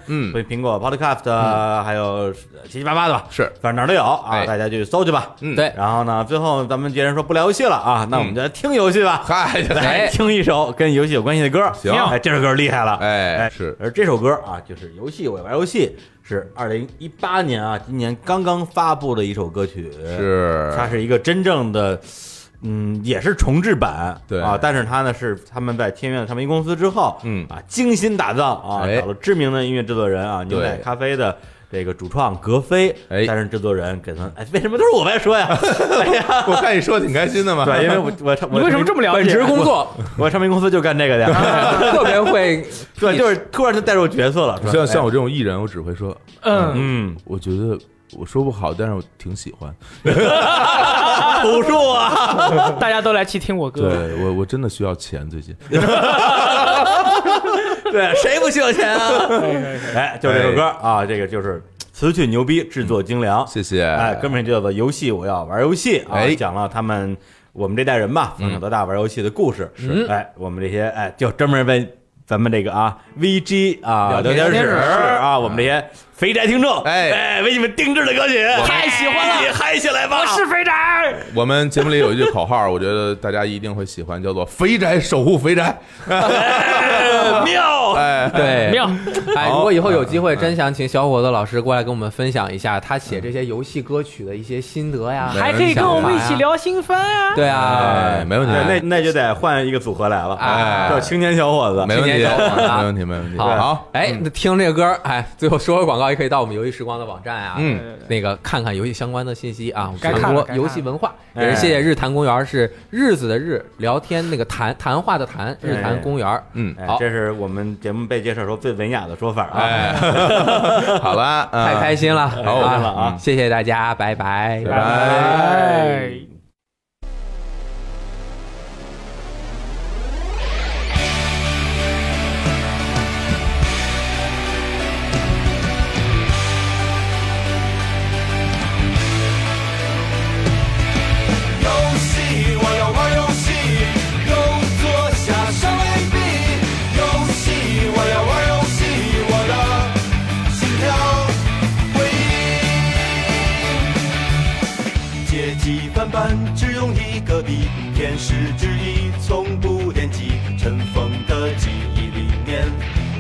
[SPEAKER 2] 嗯
[SPEAKER 1] 所以苹果 Podcast，、还有七七八八的吧，
[SPEAKER 2] 是
[SPEAKER 1] 反正哪儿都有啊，
[SPEAKER 2] 哎
[SPEAKER 1] 大家就去搜去吧。
[SPEAKER 2] 嗯
[SPEAKER 4] 啊对
[SPEAKER 1] 然后呢，最后咱们既然说不聊游戏了啊，那我们就来听游戏吧。
[SPEAKER 2] 嗨，
[SPEAKER 1] *laughs* 来听一首跟游戏有关系的歌，
[SPEAKER 2] 哎行
[SPEAKER 1] 哎，这首歌厉害了，
[SPEAKER 2] 哎
[SPEAKER 1] 哎
[SPEAKER 2] 是
[SPEAKER 1] 而这首歌啊，就是游戏我也玩游戏，是二零一八年啊，今年刚刚发布的一首歌曲，它
[SPEAKER 2] 是
[SPEAKER 1] 是一个真正的，嗯，也是重制版，
[SPEAKER 2] 对
[SPEAKER 1] 啊，但是它呢是他们在天愿唱片公司之后，
[SPEAKER 2] 嗯
[SPEAKER 1] 啊，精心打造啊，
[SPEAKER 2] 哎
[SPEAKER 1] 找了知名的音乐制作人啊，牛奶
[SPEAKER 2] 对
[SPEAKER 1] 咖啡的这个主创格飞
[SPEAKER 2] 哎
[SPEAKER 1] 担任制作人，给他们哎，为什么都是我在说呀？哎呀，
[SPEAKER 2] 我看你说的挺开心的嘛。
[SPEAKER 1] *laughs* 对，因为
[SPEAKER 2] *laughs*
[SPEAKER 1] 我我
[SPEAKER 3] 你
[SPEAKER 1] 我
[SPEAKER 3] 为什么这么了解啊
[SPEAKER 1] 本职工作，啊
[SPEAKER 4] 作
[SPEAKER 1] 我唱片公司就干这个的呀。
[SPEAKER 4] *laughs* 特别会，
[SPEAKER 1] 对，就是突然就带入角色了。是吧
[SPEAKER 2] 像像我这种艺人，我只会说，
[SPEAKER 3] 嗯，
[SPEAKER 1] 嗯，
[SPEAKER 2] 我觉得我说不好，但是我挺喜欢。嗯
[SPEAKER 1] *laughs* 口述啊，
[SPEAKER 3] 大家都来去听我歌，
[SPEAKER 2] 对我，我真的需要钱最近。
[SPEAKER 1] 对，谁不需要钱 *laughs* 啊？哎，就这首歌啊，这个就是词曲牛逼，制作精良。
[SPEAKER 2] 谢谢。
[SPEAKER 1] 哎，哥们儿就叫做游戏，我要玩游戏啊，
[SPEAKER 2] 哎
[SPEAKER 1] 讲了他们我们这代人吧，从小到大玩游戏的故事。是，哎，我们这些哎，就专门为咱们这个啊，VG 啊，聊
[SPEAKER 4] 聊
[SPEAKER 1] 天
[SPEAKER 4] 天
[SPEAKER 1] 室
[SPEAKER 4] 室
[SPEAKER 1] 啊，我们这些肥宅听众，
[SPEAKER 2] 哎
[SPEAKER 1] 哎，为你们定制的歌曲，
[SPEAKER 3] 太喜欢了
[SPEAKER 1] 一起嗨起来吧！
[SPEAKER 3] 我是肥宅，
[SPEAKER 2] 我们节目里有一句口号，我觉得大家一定会喜欢，叫做“肥宅守护肥宅
[SPEAKER 1] 哎妙，”。
[SPEAKER 2] 哎，
[SPEAKER 4] 对，
[SPEAKER 3] 妙，
[SPEAKER 4] *laughs* 哎，
[SPEAKER 2] 好
[SPEAKER 4] 如果以后有机会，真想请小伙子老师过来跟我们分享一下他写这些游戏歌曲的一些心得呀，
[SPEAKER 2] 没
[SPEAKER 3] 还
[SPEAKER 2] 问
[SPEAKER 3] 可
[SPEAKER 2] 题
[SPEAKER 3] 以跟我们一起聊新番啊。
[SPEAKER 4] 对
[SPEAKER 2] 哎，
[SPEAKER 4] 啊，
[SPEAKER 2] 没问题，
[SPEAKER 1] 对，那那就得换一个组合来了，
[SPEAKER 4] 哎
[SPEAKER 1] 叫青年小伙子，
[SPEAKER 2] *laughs* 没问
[SPEAKER 4] 青
[SPEAKER 2] 题，
[SPEAKER 4] 年小伙子啊
[SPEAKER 2] 没问题，没问题。
[SPEAKER 4] 好
[SPEAKER 2] 好，，
[SPEAKER 4] 哎，那听这个歌儿，哎，最后说个广告，也可以到我们游戏时光的网站啊，
[SPEAKER 2] 嗯
[SPEAKER 3] 对
[SPEAKER 4] 那个看看游戏相关的信息啊，我们
[SPEAKER 3] 该看
[SPEAKER 4] 传
[SPEAKER 3] 了
[SPEAKER 4] 播
[SPEAKER 3] 该看
[SPEAKER 4] 游戏文化。
[SPEAKER 1] 了
[SPEAKER 4] 也是谢谢日坛公园，是日子的日，聊天那个谈谈话的谈，日坛公园。
[SPEAKER 2] 嗯，
[SPEAKER 1] 哎
[SPEAKER 4] 好，
[SPEAKER 1] 这是我们节目被介绍时候最文雅的说法啊。
[SPEAKER 2] 哎， *laughs* 好了，
[SPEAKER 4] 太开
[SPEAKER 2] 心，
[SPEAKER 4] 心了，
[SPEAKER 1] 好
[SPEAKER 4] 啊
[SPEAKER 1] 开心了啊
[SPEAKER 4] 谢谢大家，拜拜，
[SPEAKER 1] 哎
[SPEAKER 2] 拜
[SPEAKER 3] 哎
[SPEAKER 2] 拜。
[SPEAKER 5] 游戏，我要玩游戏，右左下上 A B。游戏，我要玩游戏，我的心跳回忆。阶级翻版只用一个笔，天使之翼从不惦记。尘封的记忆里面，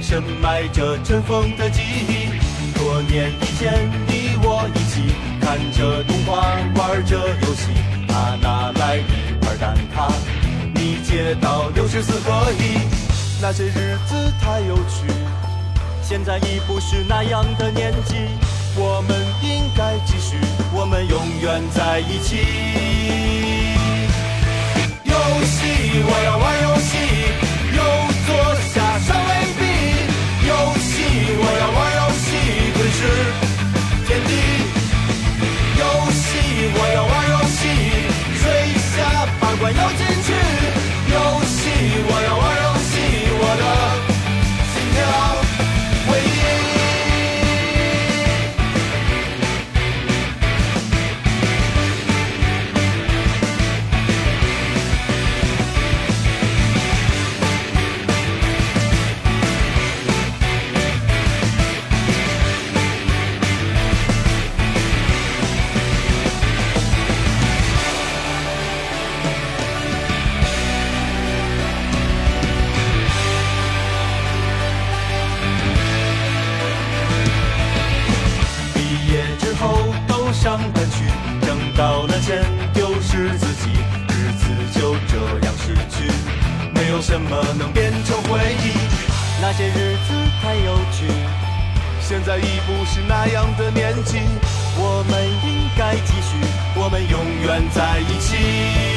[SPEAKER 5] 深埋着尘封的记忆。多年以前，你我一起看着动画，玩着游戏。他拿来一块蛋挞，你接到六十四合一。那些日子太有趣，现在已不是那样的年纪。我们应该继续，我们永远在一起。游戏，我要玩游戏，右左下上 A B。游戏，我要玩游戏，吞噬天地。游戏，我要玩游戏，水下八关要进去。游戏，我要玩游戏，我的心跳回忆。毕业之后都上班去，挣到了钱丢失自己，日子就这样逝去，没有什么能变成回忆。那些日子太有趣，现在已不是那样的年纪，我们应该继续，我们永远在一起。